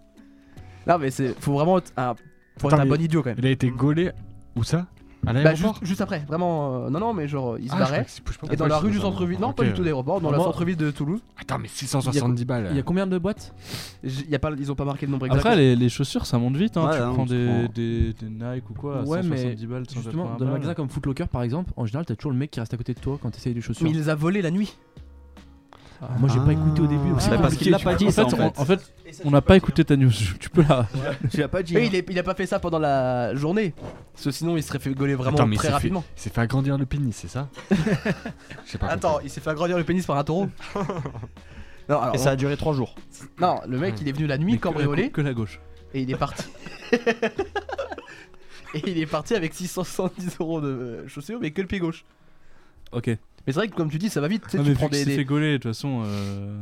[SPEAKER 3] Non mais c'est... Faut vraiment être un, faut être
[SPEAKER 7] Attends,
[SPEAKER 3] un
[SPEAKER 7] mais-
[SPEAKER 3] bon idiot quand même.
[SPEAKER 7] Il a été gaulé où ça
[SPEAKER 3] Bah
[SPEAKER 7] À l'aéroport.
[SPEAKER 3] juste, juste après, vraiment... euh, non non mais genre ils se
[SPEAKER 7] Ah, je croyais
[SPEAKER 3] barraient.
[SPEAKER 7] que c'est- je sais pas
[SPEAKER 3] Et dans
[SPEAKER 7] pourquoi
[SPEAKER 3] la
[SPEAKER 7] je
[SPEAKER 3] rue du
[SPEAKER 7] suis dans un
[SPEAKER 3] centre-ville,
[SPEAKER 7] endroit.
[SPEAKER 3] non pas
[SPEAKER 7] Ok.
[SPEAKER 3] du tout d'aéroport, dans
[SPEAKER 5] Ah,
[SPEAKER 3] la
[SPEAKER 5] moi-
[SPEAKER 3] centre-ville de Toulouse,
[SPEAKER 7] Attends, mais 670 balles.
[SPEAKER 5] Il y a combien de boîtes
[SPEAKER 3] J- y a pas, ils ont pas marqué le nombre exact.
[SPEAKER 6] Après, les, les chaussures ça monte vite. Hein.
[SPEAKER 10] Ouais,
[SPEAKER 6] tu
[SPEAKER 10] hein,
[SPEAKER 6] prends
[SPEAKER 10] on se
[SPEAKER 6] des,
[SPEAKER 10] prend.
[SPEAKER 6] des, des Nike ou quoi à
[SPEAKER 5] Ouais, mais
[SPEAKER 6] 170 balles, 180
[SPEAKER 5] Justement, dans
[SPEAKER 6] balles.
[SPEAKER 5] un magasin comme Footlocker par exemple, en général, t'as toujours le mec qui reste à côté de toi quand t'essayes des chaussures.
[SPEAKER 3] Mais il les a volés la nuit.
[SPEAKER 5] Ah, moi, j'ai pas écouté au début.
[SPEAKER 4] Ah,
[SPEAKER 5] donc c'est
[SPEAKER 10] bah, parce
[SPEAKER 5] compliqué,
[SPEAKER 10] qu'il l'a
[SPEAKER 5] tu
[SPEAKER 10] pas
[SPEAKER 5] vois.
[SPEAKER 10] dit,
[SPEAKER 6] En
[SPEAKER 10] ça,
[SPEAKER 6] fait, on- en fait,
[SPEAKER 4] Et ça, tu
[SPEAKER 6] on n'a
[SPEAKER 4] l'as
[SPEAKER 6] pas
[SPEAKER 4] dit,
[SPEAKER 6] écouté ta news. Tu peux la.
[SPEAKER 4] hein. Tu l'as pas dit.
[SPEAKER 3] Oui,
[SPEAKER 4] hein.
[SPEAKER 3] il, est- il a pas fait ça pendant la journée. Parce que sinon, il se serait fait gauler vraiment
[SPEAKER 7] Attends, mais
[SPEAKER 3] très
[SPEAKER 7] il s'est fait-
[SPEAKER 3] rapidement.
[SPEAKER 7] Il s'est fait agrandir le pénis, c'est ça Je sais pas.
[SPEAKER 3] Attends, il s'est fait agrandir le pénis par un taureau. non,
[SPEAKER 4] hein.
[SPEAKER 3] alors,
[SPEAKER 10] Et ça a duré 3 jours.
[SPEAKER 3] non, le mec, il est venu la nuit
[SPEAKER 6] Mais que la-
[SPEAKER 3] cambrioler
[SPEAKER 6] Que la gauche.
[SPEAKER 3] et il est parti. et il est parti avec 670 euros de euh, chaussures, mais que le pied gauche.
[SPEAKER 6] Ok.
[SPEAKER 3] Mais c'est vrai que, comme tu dis, ça va vite. Tu, sais,
[SPEAKER 6] Ah,
[SPEAKER 3] tu
[SPEAKER 6] mais vu
[SPEAKER 3] prends
[SPEAKER 6] qu'il
[SPEAKER 3] des.
[SPEAKER 6] s'est
[SPEAKER 3] des-
[SPEAKER 6] fait gauler, de toute façon. euh,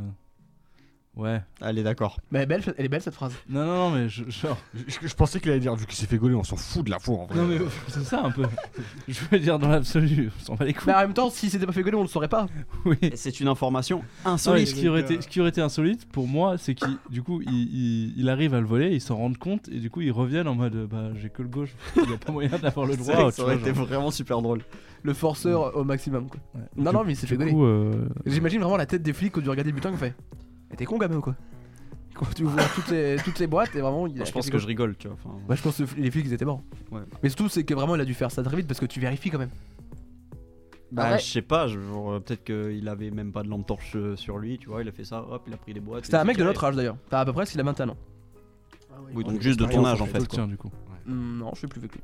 [SPEAKER 6] Ouais.
[SPEAKER 10] Allez, d'accord.
[SPEAKER 3] Mais elle est, belle, elle est belle cette phrase.
[SPEAKER 6] Non, non, non, mais je- genre.
[SPEAKER 7] Je, je- je pensais qu'il allait dire, vu qu'il s'est fait gauler, on s'en fout de la four en vrai.
[SPEAKER 6] Non, mais c'est ça un peu. Je veux dire, dans l'absolu, on s'en bat les couilles.
[SPEAKER 3] Mais en même temps, si c'était pas fait gauler, on le saurait pas.
[SPEAKER 6] Oui.
[SPEAKER 10] Et C'est une information
[SPEAKER 6] Non, mais
[SPEAKER 10] insolite.
[SPEAKER 6] ce, qui aurait été, ce qui aurait été insolite pour moi, c'est qu'il du coup il, il- il arrive à le voler, ils s'en rendent compte et du coup ils reviennent en mode euh, bah j'ai que le gauche, il n'y a pas moyen d'avoir le
[SPEAKER 10] C'est
[SPEAKER 6] droit.
[SPEAKER 10] vrai que
[SPEAKER 6] tu
[SPEAKER 10] ça aurait
[SPEAKER 6] vois,
[SPEAKER 10] été
[SPEAKER 6] genre.
[SPEAKER 10] vraiment super drôle.
[SPEAKER 3] Le forceur au maximum. quoi.
[SPEAKER 6] Ouais.
[SPEAKER 3] Non, non, mais il s'est fait
[SPEAKER 6] Du
[SPEAKER 3] gauler.
[SPEAKER 6] coup, euh,
[SPEAKER 3] J'imagine vraiment la tête des flics quand du regarder le butin qu'on fait. Mais T'es con, gamin ou quoi Quand tu ouvres toutes les, toutes les boîtes et vraiment. Il a
[SPEAKER 10] je pense
[SPEAKER 3] la
[SPEAKER 10] que
[SPEAKER 3] tête
[SPEAKER 10] je rigole, tu vois. enfin.
[SPEAKER 3] Bah, je pense que les flics ils étaient morts.
[SPEAKER 10] Ouais.
[SPEAKER 3] Mais surtout, c'est que vraiment il a dû faire ça très vite parce que tu vérifies quand même.
[SPEAKER 10] Bah,
[SPEAKER 3] Après-
[SPEAKER 10] je sais pas, je- genre, euh, peut-être qu'il avait même pas de lampe torche euh, sur lui, tu vois, il a fait ça, hop, il a pris des boîtes.
[SPEAKER 3] C'était
[SPEAKER 10] et
[SPEAKER 3] un mec de
[SPEAKER 10] il a-
[SPEAKER 3] notre âge d'ailleurs. T'as à peu près s'il a 21 ans.
[SPEAKER 10] Oui, donc juste de ton âge en fait.
[SPEAKER 6] le
[SPEAKER 10] Quoi.
[SPEAKER 6] tien, du coup.
[SPEAKER 3] Hmm, non, je suis plus vieux que lui.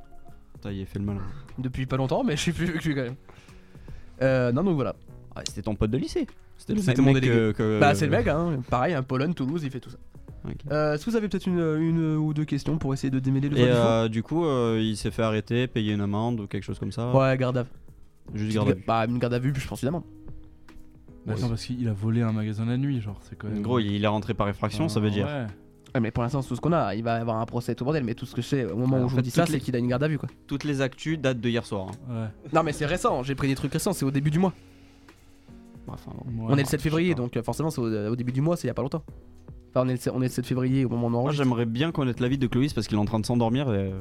[SPEAKER 10] Putain, il a fait le malin.
[SPEAKER 3] Depuis pas longtemps, mais je suis plus vieux que lui quand même. Euh, non, donc voilà.
[SPEAKER 10] Ah, c'était ton pote de lycée. C'était le
[SPEAKER 3] C'était
[SPEAKER 10] même
[SPEAKER 3] mon
[SPEAKER 10] mec
[SPEAKER 3] délégué.
[SPEAKER 10] que, que-
[SPEAKER 3] Bah, c'est le mec, hein. Pareil, un Pologne, Toulouse, il fait tout ça.
[SPEAKER 10] Euh, Ok.
[SPEAKER 3] Euh, Est-ce que vous avez peut-être une, une ou deux questions pour essayer de démêler le
[SPEAKER 10] Et
[SPEAKER 3] vrai du faux
[SPEAKER 10] euh, du coup, euh, il s'est fait arrêter, payer une amende ou quelque chose comme ça.
[SPEAKER 3] Ouais, garde à vue.
[SPEAKER 10] Juste garde à vue.
[SPEAKER 3] Bah, une garde à vue, puis je pense évidemment.
[SPEAKER 6] Mais Bah, Attends, parce qu'il a volé un magasin la nuit, genre, c'est quand même.
[SPEAKER 10] En gros, il il est rentré par effraction, ça veut dire.
[SPEAKER 6] Ouais.
[SPEAKER 3] Ouais, mais pour l'instant, c'est tout ce qu'on a. Il va y avoir un procès, tout le bordel. Mais tout ce que je sais au moment
[SPEAKER 10] Ouais, en
[SPEAKER 3] où je vous
[SPEAKER 10] fait,
[SPEAKER 3] dis ça,
[SPEAKER 10] toutes les-
[SPEAKER 3] c'est qu'il a une garde à vue quoi.
[SPEAKER 10] Toutes les actus datent de hier soir. hein.
[SPEAKER 6] ouais, ouais.
[SPEAKER 3] non, mais c'est récent. J'ai pris des trucs récents. C'est au début du mois.
[SPEAKER 10] Enfin, hein, bon.
[SPEAKER 3] on est le 7 février, donc euh, forcément, c'est au, au début du mois, c'est il y a pas longtemps. Enfin, on est le, se- on est le 7 février au moment où on
[SPEAKER 10] Moi,
[SPEAKER 3] enregistre.
[SPEAKER 10] j'aimerais bien connaître l'avis de Clovis parce qu'il est en train de s'endormir. et-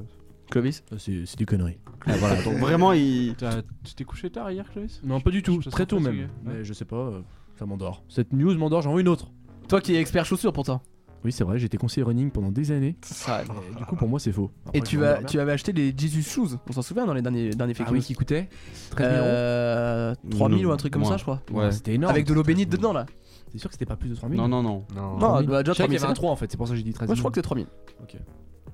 [SPEAKER 3] Clovis.
[SPEAKER 5] Euh, C'est c'est des conneries.
[SPEAKER 10] Ah, voilà, donc vraiment, il.
[SPEAKER 6] T'as- Tu t'es couché tard hier, Chloé
[SPEAKER 5] Non, pas du tout.
[SPEAKER 6] Je te
[SPEAKER 5] Très
[SPEAKER 6] sens
[SPEAKER 5] tôt
[SPEAKER 6] fatigué.
[SPEAKER 5] même. Mais je sais pas, euh, ça m'endort. Cette news m'endort, j'en veux une autre.
[SPEAKER 3] Toi qui es expert chaussures pourtant.
[SPEAKER 5] Oui, c'est vrai, j'étais conseiller running pendant des années. Et du coup, pour moi, c'est faux.
[SPEAKER 3] Et tu, as, tu avais acheté les Jesus Shoes, on s'en souvient dans les derniers, derniers faits
[SPEAKER 5] Ah oui, qui coûtait 13 000 euros.
[SPEAKER 3] euh, 3000 ou un truc comme
[SPEAKER 10] Moins.
[SPEAKER 3] ça, je crois.
[SPEAKER 10] Ouais.
[SPEAKER 5] C'était énorme.
[SPEAKER 3] Avec de l'eau bénite dedans là.
[SPEAKER 5] C'est sûr que c'était pas plus de 3 000.
[SPEAKER 10] Non, non, non.
[SPEAKER 7] Non.
[SPEAKER 3] Non,
[SPEAKER 5] 3 000.
[SPEAKER 3] bah, déjà,
[SPEAKER 5] Je savais qu'il y
[SPEAKER 3] 3 000,
[SPEAKER 5] avait un 3 en fait, c'est pour ça que j'ai dit 13
[SPEAKER 3] Moi
[SPEAKER 5] 000.
[SPEAKER 3] je crois que c'est 3000.
[SPEAKER 5] Ok.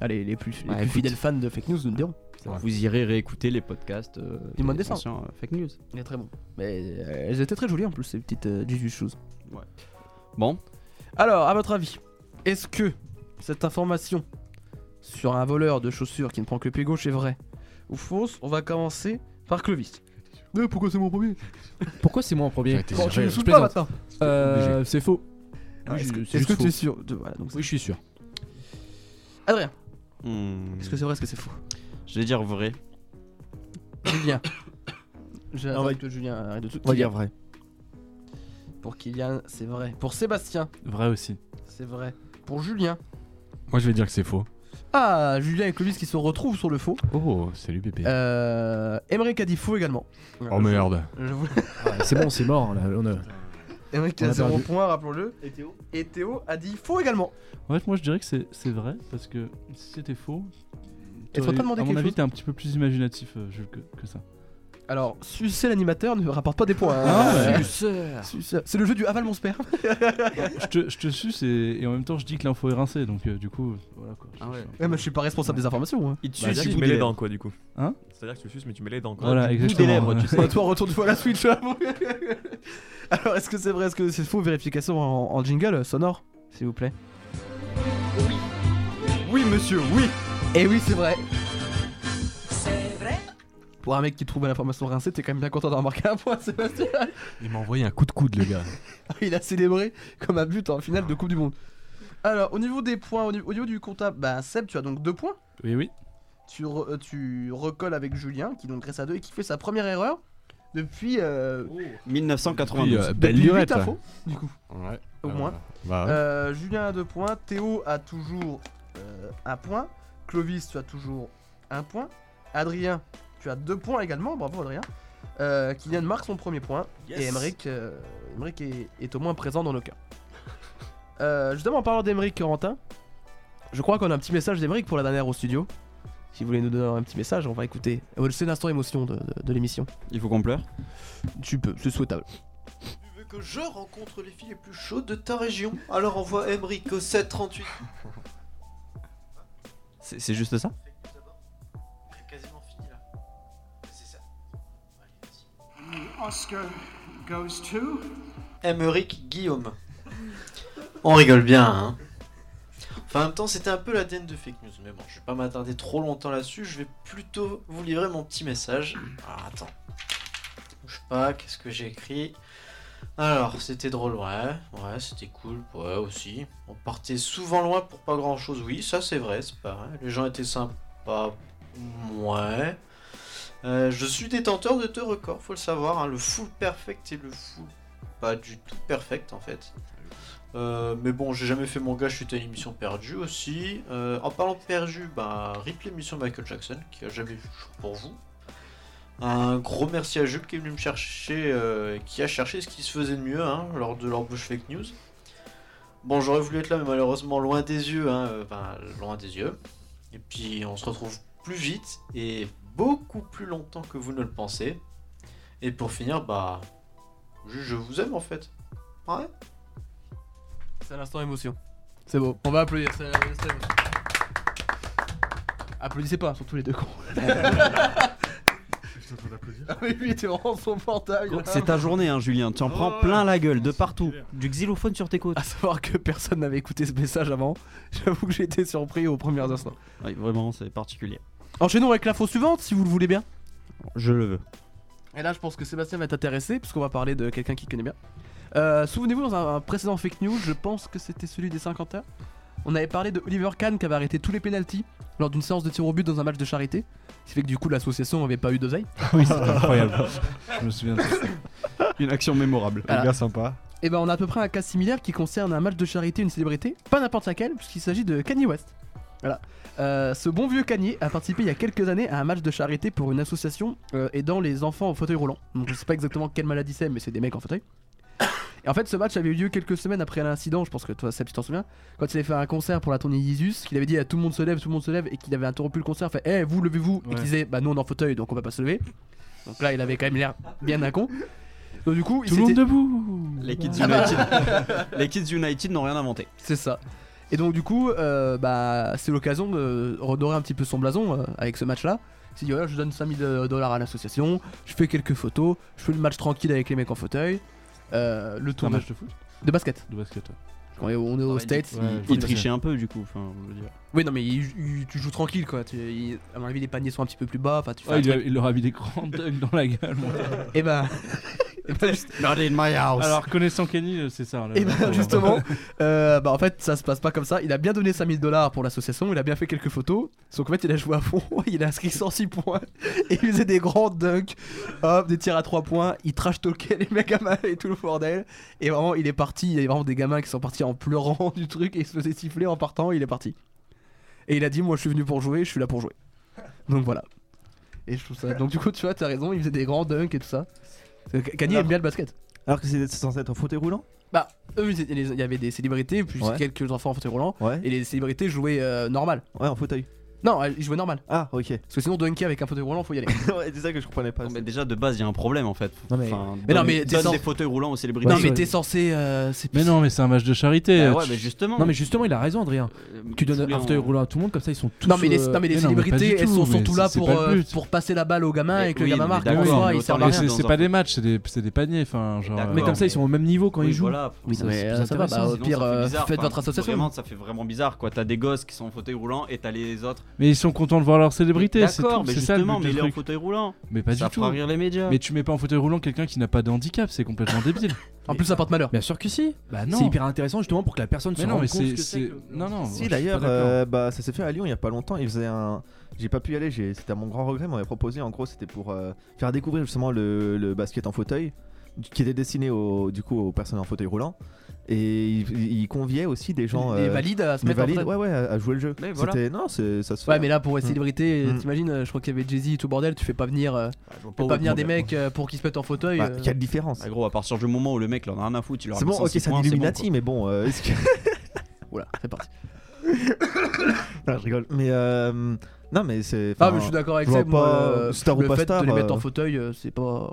[SPEAKER 3] Allez, les plus, les
[SPEAKER 10] Bah,
[SPEAKER 3] plus
[SPEAKER 10] écoute.
[SPEAKER 3] fidèles fans de fake news nous le diront.
[SPEAKER 10] Vous irez réécouter les podcasts euh,
[SPEAKER 3] Du mois de
[SPEAKER 10] des
[SPEAKER 3] décembre.
[SPEAKER 10] anciens, euh, fake news.
[SPEAKER 3] Il est très bon. Mais euh, elles étaient très jolies en plus, ces petites euh, Jesus Shoes.
[SPEAKER 10] Bon,
[SPEAKER 3] Alors, à votre avis, est-ce que cette information sur un voleur de chaussures qui ne prend que le pied gauche est vraie ou fausse On va commencer par Clovis.
[SPEAKER 5] Eh, pourquoi c'est moi en premier Pourquoi c'est moi en premier
[SPEAKER 7] Arrêtez, Oh, tu me
[SPEAKER 5] Je
[SPEAKER 3] saoules
[SPEAKER 5] plaisante.
[SPEAKER 3] pas, maintenant.
[SPEAKER 5] Euh, C'est faux.
[SPEAKER 3] Ah,
[SPEAKER 5] Oui,
[SPEAKER 3] Est-ce que,
[SPEAKER 5] c'est
[SPEAKER 3] est-ce que
[SPEAKER 5] juste
[SPEAKER 3] tu es
[SPEAKER 5] faux.
[SPEAKER 3] sûr de- voilà, donc c'est-
[SPEAKER 5] Oui, je suis sûr.
[SPEAKER 3] Adrien,
[SPEAKER 11] Hmm.
[SPEAKER 3] est-ce que c'est vrai, est-ce que c'est faux
[SPEAKER 11] Je vais dire vrai.
[SPEAKER 3] Julien. Je
[SPEAKER 12] On va-
[SPEAKER 3] attends que Julien arrête de tout.
[SPEAKER 12] On va dire vrai.
[SPEAKER 3] Pour Kylian, c'est vrai. Pour Sébastien,
[SPEAKER 6] Vrai aussi.
[SPEAKER 3] c'est vrai. Pour Julien.
[SPEAKER 7] Moi, je vais dire que c'est faux.
[SPEAKER 3] Ah, Julien et Clovis qui se retrouvent sur le faux.
[SPEAKER 7] Oh, salut bébé.
[SPEAKER 3] Euh, Emeric a dit faux également.
[SPEAKER 7] Oh merde.
[SPEAKER 3] Je vous...
[SPEAKER 5] Ah, c'est bon, c'est mort. Là, on a-
[SPEAKER 3] Emeric
[SPEAKER 5] On
[SPEAKER 3] a
[SPEAKER 5] a
[SPEAKER 3] 0
[SPEAKER 5] perdu.
[SPEAKER 3] point, rappelons-le. Et Théo a dit faux également.
[SPEAKER 6] En fait, moi, je dirais que c'est c'est vrai parce que si c'était faux.
[SPEAKER 3] Et
[SPEAKER 6] t'aurais-
[SPEAKER 3] t'aurais pas demandé
[SPEAKER 6] à mon
[SPEAKER 3] quelque
[SPEAKER 6] avis,
[SPEAKER 3] chose
[SPEAKER 6] t'es un petit peu plus imaginatif euh, Jules, que, que ça.
[SPEAKER 3] Alors, sucer l'animateur ne rapporte pas des points. hein.
[SPEAKER 6] Ah ouais.
[SPEAKER 5] Suceur.
[SPEAKER 3] Sucer. C'est le jeu du aval mon sperme.
[SPEAKER 6] je, te, je te suce et, et en même temps, je dis que l'info est rincée, donc euh, du coup, voilà quoi.
[SPEAKER 11] Ah ouais.
[SPEAKER 3] Eh, mais je suis pas responsable des informations. hein.
[SPEAKER 11] Il te
[SPEAKER 13] Bah,
[SPEAKER 11] suce,
[SPEAKER 13] c'est-à-dire
[SPEAKER 11] il
[SPEAKER 13] que tu
[SPEAKER 11] bout
[SPEAKER 13] mets
[SPEAKER 11] des
[SPEAKER 13] les
[SPEAKER 11] lèvres.
[SPEAKER 13] dents, quoi, du coup.
[SPEAKER 6] Hein
[SPEAKER 13] C'est-à-dire que tu suces, mais tu mets les dents, quoi.
[SPEAKER 6] Voilà,
[SPEAKER 13] Du bout
[SPEAKER 6] exactement.
[SPEAKER 13] des lèvres, tu sais.
[SPEAKER 3] Bah, toi, retourne-toi à la Switch là, mon gars. Alors, est-ce que c'est vrai, est-ce que c'est faux Vérification en, en jingle euh, sonore, s'il vous plaît.
[SPEAKER 11] Oui, monsieur, oui
[SPEAKER 3] Et Eh oui, c'est vrai. C'est vrai. Pour un mec qui trouve l'information rincée, t'es quand même bien content d'en marquer un point, Sébastien.
[SPEAKER 7] Il m'a envoyé un coup de coude, le gars.
[SPEAKER 3] Il a célébré comme un but en finale de Coupe du Monde. Alors, au niveau des points, au niveau, au niveau du comptable, bah Seb, tu as donc deux points.
[SPEAKER 6] Oui, oui.
[SPEAKER 3] Tu, re- euh, tu recolles avec Julien, qui donc reste à deux et qui fait sa première erreur depuis, euh,
[SPEAKER 11] 1992.
[SPEAKER 7] Puis, euh,
[SPEAKER 3] depuis
[SPEAKER 7] belle
[SPEAKER 3] huit
[SPEAKER 7] lurette.
[SPEAKER 3] infos, du coup.
[SPEAKER 7] Ouais.
[SPEAKER 3] Au moins.
[SPEAKER 7] Bah, ouais.
[SPEAKER 3] Euh, Julien a 2 points, Théo a toujours 1 point, Clovis tu as toujours 1 point, Adrien tu as 2 points également, bravo Adrien. Euh, Kylian marque son premier point et Emeric, euh, Emeric est, est au moins présent dans nos cas. Euh, justement en parlant d'Emeric Corentin, je crois qu'on a un petit message d'Emeric pour la dernière au studio. Si vous voulez nous donner un petit message, on va écouter. Euh, C'est l'instant émotion de, de- de l'émission.
[SPEAKER 11] Il faut qu'on pleure
[SPEAKER 3] Tu peux, c'est souhaitable.
[SPEAKER 4] Tu veux que je rencontre les filles les plus chaudes de ta région Alors envoie Emric au 738.
[SPEAKER 11] C'est c'est juste ça
[SPEAKER 4] C'est quasiment fini là. C'est ça. Allez, vas-y.
[SPEAKER 14] Oscar goes to.
[SPEAKER 4] Emeric Guillaume. On rigole bien, hein. Enfin, en même temps, c'était un peu l'ADN de fake news, mais bon, je vais pas m'attarder trop longtemps là-dessus, je vais plutôt vous livrer mon petit message. Alors, attends. Bouge pas, qu'est-ce que j'ai écrit Alors, c'était drôle, ouais, ouais, c'était cool, ouais, aussi. On partait souvent loin pour pas grand-chose, oui, ça c'est vrai, c'est pas vrai. Les gens étaient sympas, ouais. Euh, je suis détenteur de deux records, faut le savoir, hein, le full perfect et le full pas du tout perfect en fait. Euh, mais bon, j'ai jamais fait mon gars, je suis à une émission perdue aussi. Euh, en parlant de perdu, bah, rip l'émission Michael Jackson, qui a jamais vu pour vous. Un gros merci à Jules qui est venu me chercher, euh, qui a cherché ce qui se faisait de mieux hein, lors de l'embauche fake news. Bon, j'aurais voulu être là, mais malheureusement, loin des yeux, hein, euh, enfin, loin des yeux. Et puis, on se retrouve plus vite et beaucoup plus longtemps que vous ne le pensez. Et pour finir, bah, je- je vous aime en fait. Ouais.
[SPEAKER 3] C'est l'instant émotion. C'est beau, on va applaudir. c'est l'instant émotion. Applaudissez pas, surtout les deux cons. Ah mais lui il était vraiment son portable.
[SPEAKER 11] C'est ta journée, hein, Julien.
[SPEAKER 4] Oh.
[SPEAKER 11] Tu en prends plein la gueule, de partout. Du xylophone sur tes côtes.
[SPEAKER 3] À savoir que personne n'avait écouté ce message avant. J'avoue que j'ai été surpris aux premières instants.
[SPEAKER 11] Ah Oui, vraiment, c'est particulier.
[SPEAKER 3] Enchaînons avec l'info suivante si vous le voulez bien.
[SPEAKER 11] Je le veux.
[SPEAKER 3] Et là, je pense que Sébastien va être intéressé, puisqu'on va parler de quelqu'un qui connaît bien. Euh, Souvenez-vous, dans un, un précédent fake news, je pense que c'était celui des 50 heures, on avait parlé de Oliver Kahn qui avait arrêté tous les pénalties lors d'une séance de tir au but dans un match de charité. Ce qui fait que du coup, l'association n'avait pas eu d'oseille.
[SPEAKER 6] Oui, c'est incroyable. je me souviens de ça.
[SPEAKER 11] Une action mémorable.
[SPEAKER 3] Ah.
[SPEAKER 7] Le gars sympa.
[SPEAKER 3] Et ben, on a à peu près un cas similaire qui concerne un match de charité, une célébrité, pas n'importe laquelle, puisqu'il s'agit de Kanye West. Voilà. Euh, ce bon vieux Kanye a participé il y a quelques années à un match de charité pour une association euh, aidant les enfants en fauteuil roulant. Donc je sais pas exactement quelle maladie c'est, mais c'est des mecs en fauteuil. Et en fait, ce match avait eu lieu quelques semaines après l'incident, je pense que toi, Seb, tu t'en souviens, quand il avait fait un concert pour la tournée Jesus, qu'il avait dit à tout le monde se lève, tout le monde se lève, et qu'il avait interrompu le concert, fait, Eh, vous, levez-vous, et
[SPEAKER 6] Ouais.
[SPEAKER 3] qu'il disait, bah, nous, on est en fauteuil, donc on va pas se lever. Donc là, il avait quand même l'air bien d'un con. Donc du coup, il
[SPEAKER 6] Tout le monde
[SPEAKER 3] s'était-
[SPEAKER 6] debout
[SPEAKER 11] Les Kids
[SPEAKER 4] Ah bah.
[SPEAKER 11] United. Les Kids United n'ont rien inventé.
[SPEAKER 3] C'est ça. Et donc du coup, euh, bah, c'est l'occasion de redorer un petit peu son blason euh, avec ce match-là. Il s'est dit, voilà, je donne 5000 dollars à l'association, je fais quelques photos, je fais le match tranquille avec les mecs en fauteuil. Euh, le
[SPEAKER 6] Un
[SPEAKER 3] tournage
[SPEAKER 6] match de foot
[SPEAKER 3] de basket.
[SPEAKER 6] De basket. ouais.
[SPEAKER 3] Quand on est aux States,
[SPEAKER 10] il
[SPEAKER 3] faut
[SPEAKER 10] faut tricher
[SPEAKER 3] tricher.
[SPEAKER 10] un peu du coup. Enfin, je veux dire.
[SPEAKER 3] Oui, non, mais il- il- tu joues tranquille quoi. Tu- il- à mon avis, les paniers sont un petit peu plus bas. Enfin, tu fais
[SPEAKER 6] Ouais,
[SPEAKER 3] un
[SPEAKER 6] Ah, il, lui a-
[SPEAKER 3] truc-
[SPEAKER 6] il leur a mis des grands dunks dans la gueule. mon gars.
[SPEAKER 3] Eh ben. eh ben, juste-
[SPEAKER 10] Not in my house.
[SPEAKER 6] Alors, connaissant Kenny, euh, c'est ça. le-
[SPEAKER 3] Et ben justement, euh, bah en fait ça se passe pas comme ça. Il a bien donné 5000 dollars pour l'association, il a bien fait quelques photos. Sauf qu'en fait il a joué à fond, il a inscrit 106 points et il faisait des grands dunks, hop, des tirs à 3 points. Il trash talkait les mecs à mal et tout le bordel. Et vraiment il est parti, il y a vraiment des gamins qui sont partis en pleurant du truc et il se faisait siffler en partant. Il est parti. Et il a dit Moi je suis venu pour jouer, je suis là pour jouer. Donc voilà. Et je trouve ça. Donc du coup, tu vois, t'as raison, il faisait des grands dunks et tout ça. Euh, Kanye aime bien le basket.
[SPEAKER 4] Alors que c'est censé être un fauteuil roulant
[SPEAKER 3] Bah, eux, ils étaient- il y avait des célébrités, puis
[SPEAKER 4] Ouais.
[SPEAKER 3] quelques enfants en fauteuil roulant,
[SPEAKER 4] Ouais.
[SPEAKER 3] et les célébrités jouaient euh, normal.
[SPEAKER 4] Ouais, en fauteuil.
[SPEAKER 3] Non, euh, ils jouaient normal.
[SPEAKER 4] Ah, ok.
[SPEAKER 3] Parce que sinon, dunker avec un fauteuil roulant, faut y aller.
[SPEAKER 4] ouais, c'est ça que je comprenais pas.
[SPEAKER 10] Mais déjà de base, il y a un problème en fait.
[SPEAKER 3] Non, mais-
[SPEAKER 10] Enfin,
[SPEAKER 3] Mais non,
[SPEAKER 10] donne-
[SPEAKER 3] mais t'es
[SPEAKER 10] donne
[SPEAKER 3] sans-
[SPEAKER 10] des fauteuils roulants aux célébrités.
[SPEAKER 3] non, mais t'es censé. euh, c'est-
[SPEAKER 6] Mais non, mais c'est un match de charité.
[SPEAKER 10] Bah ouais,
[SPEAKER 6] Tu-
[SPEAKER 10] mais justement.
[SPEAKER 5] Non mais justement il a raison Adrien. Tu donnes
[SPEAKER 10] Soulien,
[SPEAKER 5] un fauteuil
[SPEAKER 10] on-
[SPEAKER 5] roulant à tout le monde comme ça ils sont tous.
[SPEAKER 3] Non, mais les,
[SPEAKER 5] euh,
[SPEAKER 3] non, mais les
[SPEAKER 6] mais non, mais pas
[SPEAKER 3] célébrités,
[SPEAKER 6] du
[SPEAKER 3] elles
[SPEAKER 6] tout,
[SPEAKER 3] sont
[SPEAKER 6] mais
[SPEAKER 3] surtout
[SPEAKER 6] c'est-
[SPEAKER 3] là
[SPEAKER 6] c'est
[SPEAKER 3] pour,
[SPEAKER 6] pas le
[SPEAKER 3] euh,
[SPEAKER 6] but.
[SPEAKER 3] pour passer la balle au gamin
[SPEAKER 10] Mais
[SPEAKER 3] et que
[SPEAKER 10] oui,
[SPEAKER 3] le gamin
[SPEAKER 10] mais
[SPEAKER 3] marque.
[SPEAKER 10] d'accord,
[SPEAKER 3] en
[SPEAKER 6] mais
[SPEAKER 3] soi,
[SPEAKER 10] mais
[SPEAKER 3] il
[SPEAKER 10] autant
[SPEAKER 3] sert à
[SPEAKER 6] Mais
[SPEAKER 10] les
[SPEAKER 3] rien.
[SPEAKER 6] c'est
[SPEAKER 10] dans
[SPEAKER 6] c'est
[SPEAKER 10] un
[SPEAKER 6] pas
[SPEAKER 10] fauteuil.
[SPEAKER 6] des matchs, c'est des, c'est des paniers. Enfin, genre.
[SPEAKER 10] D'accord.
[SPEAKER 5] Mais
[SPEAKER 6] euh,
[SPEAKER 5] comme ça ils sont au même niveau quand
[SPEAKER 10] Oui,
[SPEAKER 5] ils jouent.
[SPEAKER 10] voilà.
[SPEAKER 5] Oui, ça,
[SPEAKER 3] Mais,
[SPEAKER 5] c'est
[SPEAKER 3] euh,
[SPEAKER 5] plus
[SPEAKER 3] ça va,
[SPEAKER 5] intéressant.
[SPEAKER 3] bah, au
[SPEAKER 10] Sinon,
[SPEAKER 3] pire,
[SPEAKER 10] ça fait
[SPEAKER 3] euh,
[SPEAKER 10] bizarre.
[SPEAKER 3] faites
[SPEAKER 10] Enfin,
[SPEAKER 3] votre association.
[SPEAKER 10] Vraiment, ça fait vraiment bizarre quoi. T'as des gosses qui sont en fauteuil roulant et t'as les autres.
[SPEAKER 6] Mais ils sont contents de voir leur célébrité. c'est
[SPEAKER 10] D'accord,
[SPEAKER 6] tout,
[SPEAKER 10] mais
[SPEAKER 6] c'est ça le
[SPEAKER 10] justement,
[SPEAKER 6] but
[SPEAKER 10] mais
[SPEAKER 6] du
[SPEAKER 10] il est en
[SPEAKER 6] truc.
[SPEAKER 10] fauteuil roulant.
[SPEAKER 6] Mais pas
[SPEAKER 10] Ça
[SPEAKER 6] du tout.
[SPEAKER 10] fera rire les médias.
[SPEAKER 6] Mais tu mets pas en fauteuil roulant quelqu'un qui n'a pas de handicap, c'est complètement débile.
[SPEAKER 3] En plus, ça porte malheur.
[SPEAKER 5] Bien sûr que si.
[SPEAKER 6] Bah
[SPEAKER 5] C'est hyper intéressant justement pour que la personne
[SPEAKER 6] Mais
[SPEAKER 5] se
[SPEAKER 6] non,
[SPEAKER 5] rende
[SPEAKER 6] mais
[SPEAKER 5] compte ce
[SPEAKER 6] c'est.
[SPEAKER 5] que c'est.
[SPEAKER 6] c'est-
[SPEAKER 5] que-
[SPEAKER 6] Non, non. je
[SPEAKER 4] Si
[SPEAKER 6] suis
[SPEAKER 4] d'ailleurs,
[SPEAKER 6] pas d'accord.
[SPEAKER 4] euh, bah, ça s'est fait à Lyon il y a pas longtemps. Ils faisaient un. J'ai pas pu y aller, j'ai- c'était à mon grand regret. mais On m'avait proposé, en gros, c'était pour euh, faire découvrir justement le, le basket en fauteuil, du- qui était destiné au, du coup aux personnes en fauteuil roulant. Et ils, ils conviaient aussi des gens.
[SPEAKER 3] Les
[SPEAKER 4] euh,
[SPEAKER 3] valides à se
[SPEAKER 4] des
[SPEAKER 3] mettre en
[SPEAKER 4] valides,
[SPEAKER 3] fauteuil.
[SPEAKER 4] ouais, ouais, à, à jouer le jeu.
[SPEAKER 10] Mais voilà.
[SPEAKER 4] C'était non, c'est- ça se fait.
[SPEAKER 3] Ouais, mais là, pour les célébrités,
[SPEAKER 4] Mm.
[SPEAKER 3] t'imagines, euh, je crois qu'il y avait Jay-Z et tout bordel, tu fais pas venir, euh,
[SPEAKER 10] Ah, je vois
[SPEAKER 3] fais
[SPEAKER 10] où
[SPEAKER 3] pas
[SPEAKER 10] le
[SPEAKER 3] venir des
[SPEAKER 10] problème.
[SPEAKER 3] mecs euh, pour qu'ils se mettent en fauteuil.
[SPEAKER 4] Bah,
[SPEAKER 3] euh.
[SPEAKER 4] quelle différence
[SPEAKER 10] Ah, gros, à partir du moment où le mec il en a rien à foutre, il leur a
[SPEAKER 4] C'est
[SPEAKER 10] mis
[SPEAKER 4] bon, ok,
[SPEAKER 10] 106
[SPEAKER 4] c'est
[SPEAKER 10] points,
[SPEAKER 4] un
[SPEAKER 10] c'est bon,
[SPEAKER 4] Illuminati,
[SPEAKER 10] quoi.
[SPEAKER 4] mais bon, euh, est-ce que.
[SPEAKER 3] Oula, c'est parti.
[SPEAKER 4] Non, Ah, je rigole. Mais euh, non, mais c'est.
[SPEAKER 3] Ah,
[SPEAKER 4] enfin,
[SPEAKER 3] mais je suis d'accord avec
[SPEAKER 4] je vois
[SPEAKER 3] Seb, moi,
[SPEAKER 4] pas,
[SPEAKER 3] euh,
[SPEAKER 4] star ou
[SPEAKER 3] le
[SPEAKER 4] pas
[SPEAKER 3] fait
[SPEAKER 4] star,
[SPEAKER 3] de les mettre en
[SPEAKER 4] euh,
[SPEAKER 3] fauteuil, euh, c'est pas.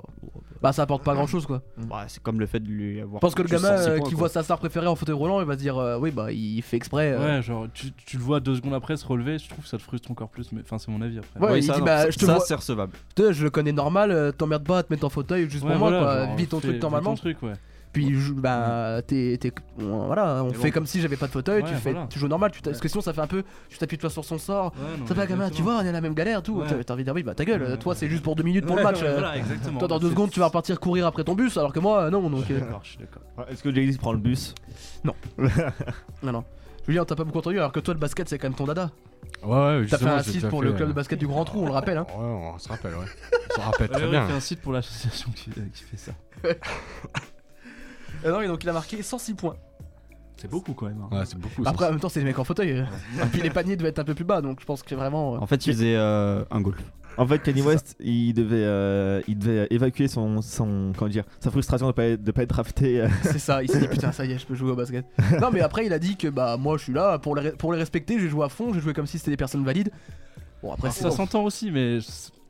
[SPEAKER 3] Bah, ça apporte pas grand chose quoi.
[SPEAKER 10] Bah, c'est comme le fait de lui avoir.
[SPEAKER 3] Je pense que le
[SPEAKER 10] juste
[SPEAKER 3] gamin
[SPEAKER 10] 106
[SPEAKER 3] euh,
[SPEAKER 10] points,
[SPEAKER 3] qui
[SPEAKER 10] quoi.
[SPEAKER 3] voit sa star préférée en fauteuil roulant, il va se dire euh, Oui, bah il fait exprès. euh.
[SPEAKER 6] Ouais, genre, tu, tu le vois deux secondes après se relever, je trouve que ça te frustre encore plus, mais enfin, c'est mon avis après.
[SPEAKER 3] Ouais,
[SPEAKER 10] Oui,
[SPEAKER 3] il
[SPEAKER 10] ça,
[SPEAKER 3] dit
[SPEAKER 10] non,
[SPEAKER 3] Bah,
[SPEAKER 10] ça-
[SPEAKER 3] je te
[SPEAKER 10] ça,
[SPEAKER 3] vois,
[SPEAKER 10] c'est recevable.
[SPEAKER 3] te- je le connais normal, euh, t'emmerdes pas à te mettre en fauteuil juste
[SPEAKER 6] Ouais,
[SPEAKER 3] pour moi,
[SPEAKER 6] voilà,
[SPEAKER 3] quoi.
[SPEAKER 6] genre,
[SPEAKER 3] vis ton
[SPEAKER 6] fais- fais
[SPEAKER 3] truc normalement.
[SPEAKER 6] ton truc, ouais.
[SPEAKER 3] Puis, je- bah, t'es. t'es- on- Voilà, on
[SPEAKER 10] Mais
[SPEAKER 3] fait
[SPEAKER 10] bon.
[SPEAKER 3] comme si j'avais pas de fauteuil, tu,
[SPEAKER 6] Ouais,
[SPEAKER 3] fais,
[SPEAKER 6] voilà.
[SPEAKER 3] tu joues normal, tu t'a- parce que sinon ça fait un peu. Tu t'appuies toi sur son sort.
[SPEAKER 6] Ouais, non,
[SPEAKER 3] Ça va,
[SPEAKER 6] mais
[SPEAKER 3] gamin, tu
[SPEAKER 6] exactement.
[SPEAKER 3] vois, on est à la même galère, tout.
[SPEAKER 6] Ouais.
[SPEAKER 3] T'as T'as envie de dire Oui, bah ta gueule,
[SPEAKER 6] Ouais.
[SPEAKER 3] toi c'est juste pour deux minutes pour le match.
[SPEAKER 6] Ouais,
[SPEAKER 3] euh.
[SPEAKER 6] voilà, exactement.
[SPEAKER 3] Toi, dans deux
[SPEAKER 6] C'est-
[SPEAKER 3] secondes, tu vas repartir courir après ton bus, alors que moi, euh, non, donc. euh,
[SPEAKER 6] D'accord, je suis d'accord.
[SPEAKER 4] Est-ce que Jay-Z prend le bus
[SPEAKER 3] Non, non. Julien, t'as pas beaucoup entendu, alors que toi, le basket, c'est quand même ton dada.
[SPEAKER 7] Ouais, ouais,
[SPEAKER 3] T'as fait
[SPEAKER 7] justement,
[SPEAKER 3] un
[SPEAKER 7] j'ai
[SPEAKER 3] site
[SPEAKER 7] déjà
[SPEAKER 3] pour
[SPEAKER 7] fait,
[SPEAKER 3] le club de
[SPEAKER 7] euh,
[SPEAKER 3] basket du Grand Trou, on le rappelle. Hein.
[SPEAKER 7] Ouais, on se rappelle, ouais. On se rappelle très
[SPEAKER 6] Valérie
[SPEAKER 7] bien.
[SPEAKER 6] fait un site pour l'association qui, qui fait ça.
[SPEAKER 3] Euh, non, et donc il a marqué 106 points.
[SPEAKER 6] C'est beaucoup quand même. hein.
[SPEAKER 7] Ouais, c'est beaucoup. ça.
[SPEAKER 3] Bah, Après, en même temps, c'est des mecs en fauteuil. euh. Et puis les paniers devaient être un peu plus bas, donc je pense que vraiment. euh,
[SPEAKER 10] En fait, il faisait euh, un golf.
[SPEAKER 4] En fait, Kanye West, il devait, euh, il devait évacuer son, son comment dire, sa frustration de pas être, de pas être drafté. euh.
[SPEAKER 3] C'est ça, il s'est dit putain, ça y est, je peux jouer au basket. Non, mais après, il a dit que bah, moi je suis là pour les, pour les respecter, j'ai joué à fond, j'ai joué comme si c'était des personnes valides. Bon, après, c'est
[SPEAKER 6] Ah, Ça s'entend aussi, mais.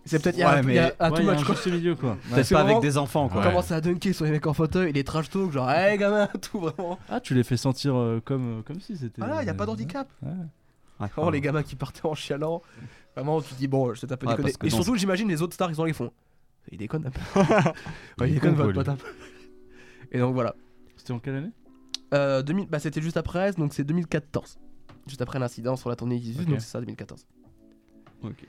[SPEAKER 3] c'est peut-être il y a
[SPEAKER 10] Ouais,
[SPEAKER 3] un- il y
[SPEAKER 10] mais-
[SPEAKER 3] a un
[SPEAKER 6] Ouais,
[SPEAKER 3] tout
[SPEAKER 6] il y a
[SPEAKER 3] match
[SPEAKER 6] un
[SPEAKER 3] quoi.
[SPEAKER 6] juste milieu quoi.
[SPEAKER 3] Parce
[SPEAKER 10] Peut-être
[SPEAKER 3] que
[SPEAKER 10] pas avec
[SPEAKER 3] vraiment-
[SPEAKER 10] des enfants
[SPEAKER 3] On
[SPEAKER 10] quoi.
[SPEAKER 3] commence à dunker sur les mecs en fauteuil, et les trash talk, genre, hé gamin, tout vraiment.
[SPEAKER 6] Ah, tu les fais sentir euh, comme, euh, comme si c'était.
[SPEAKER 3] Ah là, y a pas d'handicap.
[SPEAKER 10] Ouais.
[SPEAKER 3] Oh, les gamins qui partaient en chialant. Vraiment, tu te dis, bon, c'est un peu
[SPEAKER 10] Ouais,
[SPEAKER 3] déconné.
[SPEAKER 10] parce que
[SPEAKER 3] Et
[SPEAKER 10] dans-
[SPEAKER 3] surtout, j'imagine les autres stars, ils sont là, ils font. Il déconne un peu. Ouais, il
[SPEAKER 7] est
[SPEAKER 3] déconne
[SPEAKER 7] con,
[SPEAKER 3] votre
[SPEAKER 7] quoi,
[SPEAKER 3] pote un peu. Et donc voilà.
[SPEAKER 6] C'était en quelle année
[SPEAKER 3] Euh, 2000, bah c'était juste après, donc c'est 2014. Juste après l'incident sur la tournée d'Isis,
[SPEAKER 6] Ok.
[SPEAKER 3] donc c'est ça 2014.
[SPEAKER 10] Ok.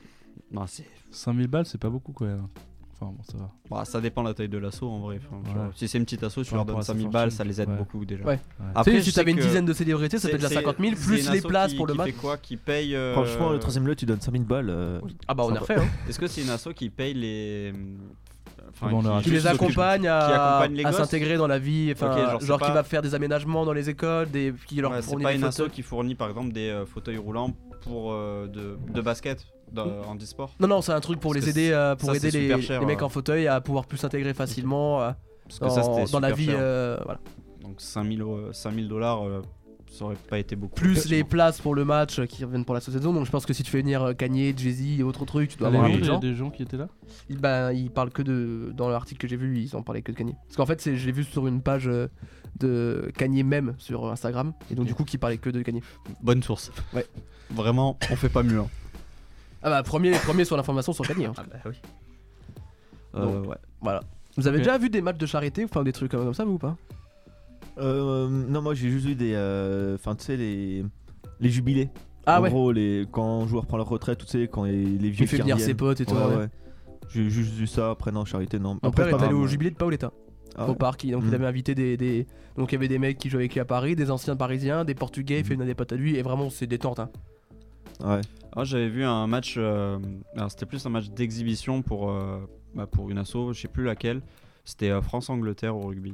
[SPEAKER 10] Non, c'est-
[SPEAKER 6] 5000 balles, c'est pas beaucoup quand même. Enfin, bon, ça va.
[SPEAKER 10] bah, ça dépend de la taille de l'assaut en vrai. Enfin, tu
[SPEAKER 6] Ouais.
[SPEAKER 10] vois, Si c'est une petite assaut, tu
[SPEAKER 6] Par
[SPEAKER 10] leur
[SPEAKER 6] rapport
[SPEAKER 10] donnes
[SPEAKER 6] à sa
[SPEAKER 10] 5000 balles,
[SPEAKER 6] fortune.
[SPEAKER 10] ça les aide
[SPEAKER 6] Ouais.
[SPEAKER 10] beaucoup déjà.
[SPEAKER 3] Ouais.
[SPEAKER 10] Après,
[SPEAKER 3] tu sais,
[SPEAKER 10] je
[SPEAKER 3] si t'avais
[SPEAKER 10] sais
[SPEAKER 3] une
[SPEAKER 10] que
[SPEAKER 3] dizaine de célébrités, ça
[SPEAKER 10] c'est-
[SPEAKER 3] fait déjà
[SPEAKER 10] c'est-
[SPEAKER 3] 50 000,
[SPEAKER 10] c'est
[SPEAKER 3] plus
[SPEAKER 10] une
[SPEAKER 3] les
[SPEAKER 10] asso
[SPEAKER 3] places
[SPEAKER 10] qui-
[SPEAKER 3] pour le
[SPEAKER 10] qui
[SPEAKER 3] match.
[SPEAKER 10] fait quoi Qui paye. euh,
[SPEAKER 4] Franchement, le troisième lot, tu donnes 5000 balles. euh.
[SPEAKER 3] Ah bah on a refait. Hein.
[SPEAKER 10] Est-ce que c'est une asso qui paye les. Enfin,
[SPEAKER 6] Bon, on leur a-
[SPEAKER 3] Tu
[SPEAKER 6] Tu
[SPEAKER 3] les
[SPEAKER 10] s'occupe-
[SPEAKER 3] accompagnes à,
[SPEAKER 10] accompagne les
[SPEAKER 3] à
[SPEAKER 10] gosses
[SPEAKER 3] s'intégrer dans la vie, enfin,
[SPEAKER 10] Ok, genre,
[SPEAKER 3] genre,
[SPEAKER 10] c'est
[SPEAKER 3] qui
[SPEAKER 10] pas-
[SPEAKER 3] va faire des aménagements dans les écoles, des... qui leur
[SPEAKER 10] Ouais, C'est
[SPEAKER 3] fournit
[SPEAKER 10] pas
[SPEAKER 3] des
[SPEAKER 10] une asso
[SPEAKER 3] photos.
[SPEAKER 10] qui fournit par exemple des euh, fauteuils roulants pour euh, de de basket dans- en e-sport
[SPEAKER 3] Non non, c'est un truc pour
[SPEAKER 10] Parce
[SPEAKER 3] les
[SPEAKER 10] que
[SPEAKER 3] aider, euh, pour
[SPEAKER 10] ça,
[SPEAKER 3] aider
[SPEAKER 10] c'est
[SPEAKER 3] les,
[SPEAKER 10] super cher,
[SPEAKER 3] les mecs
[SPEAKER 10] euh.
[SPEAKER 3] en fauteuil à pouvoir plus s'intégrer facilement euh,
[SPEAKER 10] Parce que
[SPEAKER 3] dans,
[SPEAKER 10] ça c'était
[SPEAKER 3] dans la
[SPEAKER 10] super
[SPEAKER 3] vie.
[SPEAKER 10] cher.
[SPEAKER 3] euh, voilà.
[SPEAKER 10] Donc 5000 dollars, euh, ça aurait pas été beaucoup.
[SPEAKER 3] Plus les places pour le match euh, qui reviennent pour la saison, donc je pense que si tu fais venir euh, Kanye, Jay-Z et autres trucs, tu dois
[SPEAKER 6] Ah,
[SPEAKER 3] avoir un
[SPEAKER 6] les
[SPEAKER 3] peu de
[SPEAKER 6] gens,
[SPEAKER 3] gens.
[SPEAKER 6] il y a des gens qui étaient là
[SPEAKER 3] Il, bah, il parle que de. Dans l'article que j'ai vu, ils en parlaient que de Kanye. Parce qu'en fait, c'est, je l'ai vu sur une page euh, de Kanye même sur Instagram. Et donc, du coup, qui parlait que de Kanye.
[SPEAKER 10] Bonne source.
[SPEAKER 3] Ouais.
[SPEAKER 10] Vraiment, on fait pas mieux. hein.
[SPEAKER 3] Ah bah, premier, premier sur l'information sur Kanye. hein.
[SPEAKER 10] Euh, ouais.
[SPEAKER 4] euh,
[SPEAKER 3] Voilà. Vous avez
[SPEAKER 6] Ok.
[SPEAKER 3] déjà vu des matchs de charité, enfin des trucs comme ça, vous ou pas
[SPEAKER 4] Euh, non, moi j'ai juste vu des. euh, Enfin, tu sais, les. Les jubilés.
[SPEAKER 3] Ah
[SPEAKER 4] en
[SPEAKER 3] ouais.
[SPEAKER 4] gros, les... quand un joueur prend leur retraite, tu sais, quand les, les vieux.
[SPEAKER 3] fait
[SPEAKER 4] qui
[SPEAKER 3] venir
[SPEAKER 4] reviennent.
[SPEAKER 3] ses potes et tout,
[SPEAKER 4] Ouais,
[SPEAKER 3] ouais.
[SPEAKER 4] ouais. J'ai juste vu ça, après, non, charité, non.
[SPEAKER 3] Mon
[SPEAKER 4] Après,
[SPEAKER 3] père
[SPEAKER 4] c'est
[SPEAKER 3] est
[SPEAKER 4] pas
[SPEAKER 3] allé
[SPEAKER 4] grave.
[SPEAKER 3] au jubilé de Paoletta.
[SPEAKER 4] Ah
[SPEAKER 3] au
[SPEAKER 4] ouais.
[SPEAKER 3] parc, donc
[SPEAKER 4] Mm.
[SPEAKER 3] il avait invité des, des- donc il y avait des mecs qui jouaient avec lui à Paris, des anciens parisiens, des portugais, il fait venir des potes à lui et vraiment c'est détente hein.
[SPEAKER 4] Ouais.
[SPEAKER 10] Ah, j'avais vu un match, euh, alors c'était plus un match d'exhibition pour, euh, bah, pour une asso, je sais plus laquelle. C'était euh, France-Angleterre au rugby.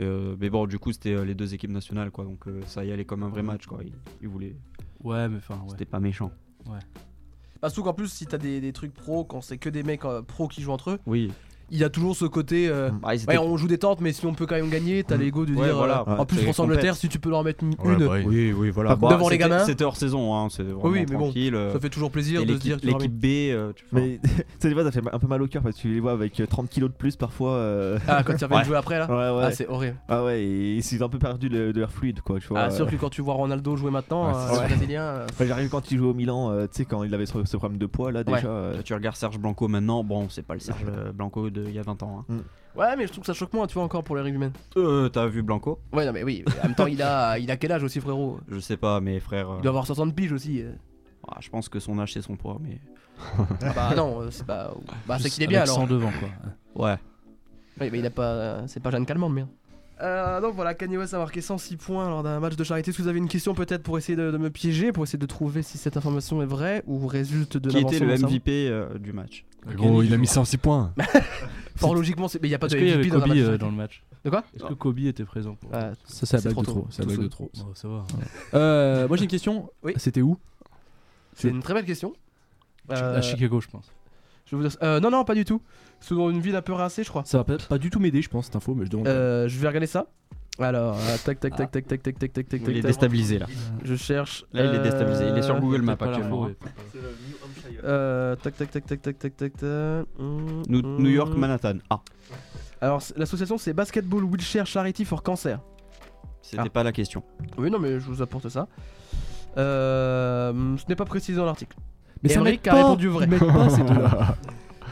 [SPEAKER 10] Euh, mais bon, du coup, c'était euh, les deux équipes nationales, quoi. Donc euh, ça y allait comme un vrai match, quoi. Ils, ils voulaient.
[SPEAKER 6] Ouais, mais enfin, ouais.
[SPEAKER 10] C'était pas méchant.
[SPEAKER 6] Ouais.
[SPEAKER 3] Bah, surtout qu'en plus si t'as des, des trucs pro quand c'est que des mecs euh, pro qui jouent entre eux,
[SPEAKER 10] Oui.
[SPEAKER 3] il y a toujours ce côté euh,
[SPEAKER 10] Ah, ils
[SPEAKER 3] ouais,
[SPEAKER 10] étaient-
[SPEAKER 3] on joue des tentes mais si on peut quand même gagner, t'as l'ego de
[SPEAKER 10] Ouais,
[SPEAKER 3] dire
[SPEAKER 10] voilà.
[SPEAKER 3] euh, en
[SPEAKER 10] Ouais,
[SPEAKER 3] plus
[SPEAKER 10] c'est
[SPEAKER 3] France Angleterre
[SPEAKER 10] compète.
[SPEAKER 3] si tu peux leur en mettre une
[SPEAKER 7] bah,
[SPEAKER 10] oui. oui, voilà.
[SPEAKER 3] Par contre, devant les
[SPEAKER 10] c'était-
[SPEAKER 3] gamins.
[SPEAKER 10] C'était hors saison, hein. C'est vraiment
[SPEAKER 3] Oui, oui, mais bon,
[SPEAKER 10] tranquille, euh.
[SPEAKER 3] ça fait toujours plaisir
[SPEAKER 10] Et
[SPEAKER 3] de se
[SPEAKER 10] l'équipe-
[SPEAKER 3] dire que tu leur
[SPEAKER 10] l'équipe B. euh, tu-
[SPEAKER 4] Mais tu sais, des fois, ça fait un peu mal au cœur parce que tu les vois avec euh, 30 kilos de plus parfois. euh.
[SPEAKER 3] Ah, quand ils reviennent Ouais. jouer après, là
[SPEAKER 4] Ouais, ouais.
[SPEAKER 3] Ah, c'est horrible.
[SPEAKER 4] Ah, ouais, et ils ont un peu perdu le- de leur fluide, quoi. Tu vois,
[SPEAKER 3] Ah, sûr
[SPEAKER 4] euh.
[SPEAKER 3] que quand tu vois Ronaldo jouer maintenant, euh,
[SPEAKER 4] Ouais, c'est ça.
[SPEAKER 3] le brésilien euh,
[SPEAKER 4] Enfin, J'arrive quand il jouait au Milan, euh, tu sais, quand il avait ce, ce problème de poids là déjà.
[SPEAKER 10] Ouais.
[SPEAKER 4] euh,
[SPEAKER 10] Tu regardes Serge Blanco maintenant, bon, c'est pas le Serge euh, Blanco d'il y a 20 ans. hein.
[SPEAKER 3] Ouais, mais je trouve que ça choque moins, tu vois, encore pour les rugbymen.
[SPEAKER 10] Euh, T'as vu Blanco
[SPEAKER 3] Ouais, non, mais oui, mais en même temps, il a, il a quel âge aussi, frérot
[SPEAKER 10] Je sais pas, mais frère. euh,
[SPEAKER 3] Il doit avoir 60 piges aussi. euh.
[SPEAKER 10] ah, je pense que son âge, c'est son poids, mais.
[SPEAKER 3] Ah bah non, euh, c'est pas. Bah, c'est
[SPEAKER 10] Juste
[SPEAKER 3] qu'il est bien
[SPEAKER 10] avec
[SPEAKER 3] alors.
[SPEAKER 10] 100 devant, quoi. Ouais.
[SPEAKER 3] Oui, mais il a pas. euh, C'est pas Jeanne Calmande, merde. Euh, donc voilà, Kanye West a marqué 106 points lors d'un match de charité. Est-ce que vous avez une question peut-être pour essayer de, de me piéger, pour essayer de trouver si cette information est vraie ou résulte de
[SPEAKER 10] Qui était
[SPEAKER 3] l'invention
[SPEAKER 10] le
[SPEAKER 3] de mon
[SPEAKER 10] MVP euh, du match
[SPEAKER 3] cerveau
[SPEAKER 7] Gros, il a mis 106 points.
[SPEAKER 3] Fort logiquement, c'est- mais il n'y a pas de
[SPEAKER 6] Est-ce qu'il y
[SPEAKER 3] MVP
[SPEAKER 6] avait
[SPEAKER 3] dans un
[SPEAKER 6] Kobe
[SPEAKER 3] match de
[SPEAKER 6] euh,
[SPEAKER 3] charité.
[SPEAKER 6] dans le match
[SPEAKER 3] De quoi
[SPEAKER 6] Est-ce que Kobe était présent pour
[SPEAKER 3] Ah,
[SPEAKER 5] Ça, c'est la blague de
[SPEAKER 3] trop
[SPEAKER 5] trop.
[SPEAKER 3] tôt.
[SPEAKER 5] C'est la blague
[SPEAKER 3] Tout
[SPEAKER 5] de
[SPEAKER 3] seul.
[SPEAKER 5] trop.
[SPEAKER 6] Oh, ça va.
[SPEAKER 5] Euh, moi j'ai une question.
[SPEAKER 3] Oui.
[SPEAKER 5] C'était où
[SPEAKER 3] C'est une très belle question. Euh,
[SPEAKER 6] À Chicago, je pense.
[SPEAKER 3] Je vais vous dire- euh, non, non, pas du tout. C'est dans une ville un peu rincée, je crois.
[SPEAKER 5] Ça va pas, pas du tout m'aider, je pense, cette info, mais je demande.
[SPEAKER 3] Euh, je vais regarder ça. Alors, euh, tac, tac, tac, tac, tac, tac, tac, tac, tac.
[SPEAKER 10] Il est
[SPEAKER 3] tac.
[SPEAKER 10] déstabilisé, là.
[SPEAKER 3] Je cherche.
[SPEAKER 10] Là, il est déstabilisé. Il est sur
[SPEAKER 3] euh,
[SPEAKER 10] Google Maps
[SPEAKER 6] pas la
[SPEAKER 10] actuellement.
[SPEAKER 6] forêt.
[SPEAKER 3] Euh, tac, tac, tac, tac, tac, tac, tac, tac. Hum,
[SPEAKER 10] New,
[SPEAKER 3] hum.
[SPEAKER 10] New York, Manhattan. Ah,
[SPEAKER 3] Alors, c'est- l'association c'est Basketball Wheelchair Charity for Cancer.
[SPEAKER 10] c'était pas la question.
[SPEAKER 3] Oui, non, mais je vous apporte ça. Euh, ce n'est pas précisé dans l'article.
[SPEAKER 5] Mais
[SPEAKER 3] Et
[SPEAKER 5] ça
[SPEAKER 3] Henrik
[SPEAKER 5] m'aide
[SPEAKER 3] a
[SPEAKER 5] pas,
[SPEAKER 3] répondu vrai.
[SPEAKER 5] ils m'aident pas, ces deux-là.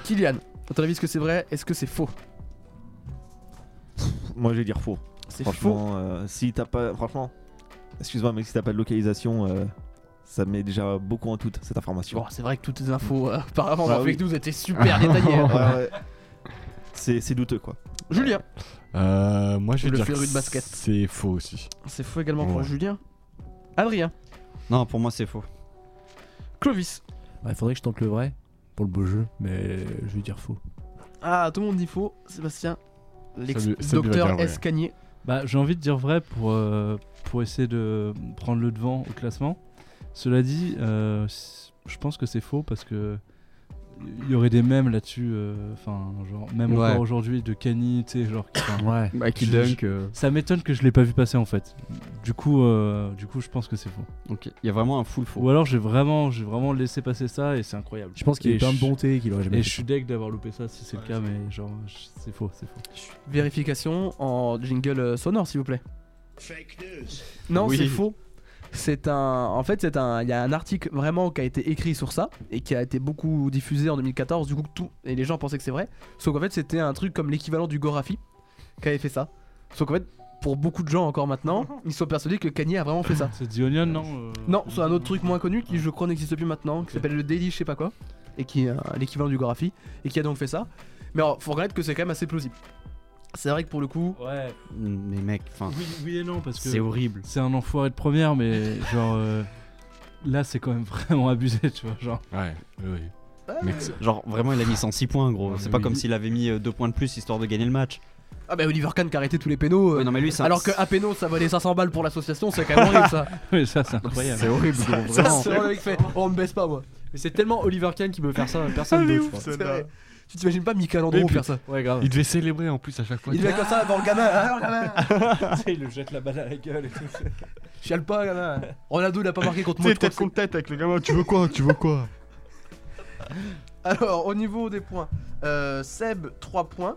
[SPEAKER 3] Kylian, à ton avis, est-ce que c'est vrai Est-ce que c'est faux
[SPEAKER 4] Moi, je vais dire faux.
[SPEAKER 3] C'est
[SPEAKER 4] Franchement, euh, si t'as pas. Franchement, excuse-moi, mais si t'as pas de localisation, euh, ça met déjà beaucoup en doute cette information.
[SPEAKER 3] Bon, c'est vrai que toutes les infos euh, auparavant
[SPEAKER 4] Bah
[SPEAKER 3] dans
[SPEAKER 4] oui.
[SPEAKER 3] Fake News étaient super détaillées. hein.
[SPEAKER 4] Ouais, ouais. C'est c'est douteux quoi.
[SPEAKER 3] Julien,
[SPEAKER 7] Euh, moi, je vais
[SPEAKER 3] Le
[SPEAKER 7] dire que
[SPEAKER 3] féru de basket.
[SPEAKER 7] c'est faux aussi.
[SPEAKER 3] c'est faux également pour
[SPEAKER 7] Ouais.
[SPEAKER 3] Julien. Adrien,
[SPEAKER 10] Non, pour moi, c'est faux.
[SPEAKER 3] Clovis.
[SPEAKER 5] Ouais, Bah, faudrait que je tente le vrai pour le beau jeu, mais je vais dire faux.
[SPEAKER 3] Ah, tout le monde dit faux. Sébastien,
[SPEAKER 7] lui- ça lui va
[SPEAKER 3] l'ex-docteur
[SPEAKER 7] dire vrai.
[SPEAKER 3] Escagné.
[SPEAKER 6] Bah, j'ai envie de dire vrai pour, euh, pour essayer de prendre le devant au classement. Cela dit, euh, c- je pense que c'est faux parce que il y aurait des mèmes là-dessus, euh, enfin, genre, même
[SPEAKER 10] Ouais.
[SPEAKER 6] encore aujourd'hui de Kanye, tu sais, genre. enfin,
[SPEAKER 5] Ouais.
[SPEAKER 10] Bah, qui
[SPEAKER 6] je-
[SPEAKER 10] dunk.
[SPEAKER 6] Ça m'étonne que je l'ai pas vu passer en fait. Du coup, euh, du coup, je pense que c'est faux.
[SPEAKER 10] Donc, il y a vraiment un full faux.
[SPEAKER 6] Ou alors j'ai vraiment, j'ai vraiment laissé passer ça et c'est incroyable.
[SPEAKER 5] Je pense qu'il
[SPEAKER 6] Et
[SPEAKER 5] est plein de
[SPEAKER 6] je-
[SPEAKER 5] bonté et qu'il aurait jamais
[SPEAKER 6] Et
[SPEAKER 5] fait
[SPEAKER 6] je suis deg d'avoir loupé ça si c'est
[SPEAKER 5] Ouais,
[SPEAKER 6] le cas,
[SPEAKER 5] c'est
[SPEAKER 6] mais genre je- c'est faux, c'est faux.
[SPEAKER 3] Vérification en jingle euh, sonore, s'il vous plaît.
[SPEAKER 2] Fake news.
[SPEAKER 3] Non,
[SPEAKER 10] Oui.
[SPEAKER 3] c'est faux. C'est un. En fait, c'est un. Il y a un article vraiment qui a été écrit sur ça et qui a été beaucoup diffusé en 2014. Du coup, tout et les gens pensaient que c'est vrai. Sauf qu'en fait, c'était un truc comme l'équivalent du Gorafi qui avait fait ça. Sauf qu'en fait, pour beaucoup de gens encore maintenant, ils sont persuadés que Kanye a vraiment fait ça.
[SPEAKER 6] C'est The Onion, non euh,
[SPEAKER 3] Non, c'est un autre truc moins connu qui, je crois, n'existe plus maintenant, qui s'appelle le Daily, je sais pas quoi, et qui est euh, l'équivalent du Gorafi et qui a donc fait ça. Mais alors, faut reconnaître que c'est quand même assez plausible. C'est vrai que pour le coup,
[SPEAKER 6] Ouais.
[SPEAKER 10] Mais mec, enfin,
[SPEAKER 6] Oui, oui et non parce que
[SPEAKER 10] c'est horrible.
[SPEAKER 6] c'est un enfoiré de première, mais genre euh, là c'est quand même vraiment abusé, tu vois, genre.
[SPEAKER 7] Ouais, oui. Mais que c'est-
[SPEAKER 10] Genre, vraiment, il a mis 106 points, gros.
[SPEAKER 6] Ouais,
[SPEAKER 10] C'est
[SPEAKER 6] mais
[SPEAKER 10] pas
[SPEAKER 6] oui.
[SPEAKER 10] comme s'il avait mis 2 points de plus histoire de gagner le match.
[SPEAKER 3] ah bah Oliver Kahn qui a arrêté tous les pénaux. euh,
[SPEAKER 10] Ouais, non, mais lui, c'est un-
[SPEAKER 3] Alors que à Péno ça valait 500 balles pour l'association, c'est quand même horrible ça.
[SPEAKER 6] Mais ça c'est incroyable.
[SPEAKER 10] C'est horrible, gros.
[SPEAKER 3] C'est
[SPEAKER 10] Vraiment.
[SPEAKER 3] vraiment le mec qui fait Oh, on me baisse pas moi. Ah,
[SPEAKER 5] Mais c'est tellement Oliver Kahn qui peut faire ça, personne d'autre, je
[SPEAKER 3] C'est vrai. Tu t'imagines pas Michelangelo
[SPEAKER 7] Mais puis-
[SPEAKER 3] faire ça
[SPEAKER 5] crois. Ouais, grave.
[SPEAKER 7] Il devait célébrer en plus à chaque fois.
[SPEAKER 3] Il vient comme ça devant le gamin. Ah, alors, gamin
[SPEAKER 6] il le jette la balle à la gueule et tout.
[SPEAKER 3] Chiale pas, gamin. Ronaldo il a pas marqué contre moi. je crois que c'est-
[SPEAKER 7] tête avec les gamins, tu veux quoi Tu veux quoi
[SPEAKER 3] Alors, au niveau des points, euh, Seb 3 points,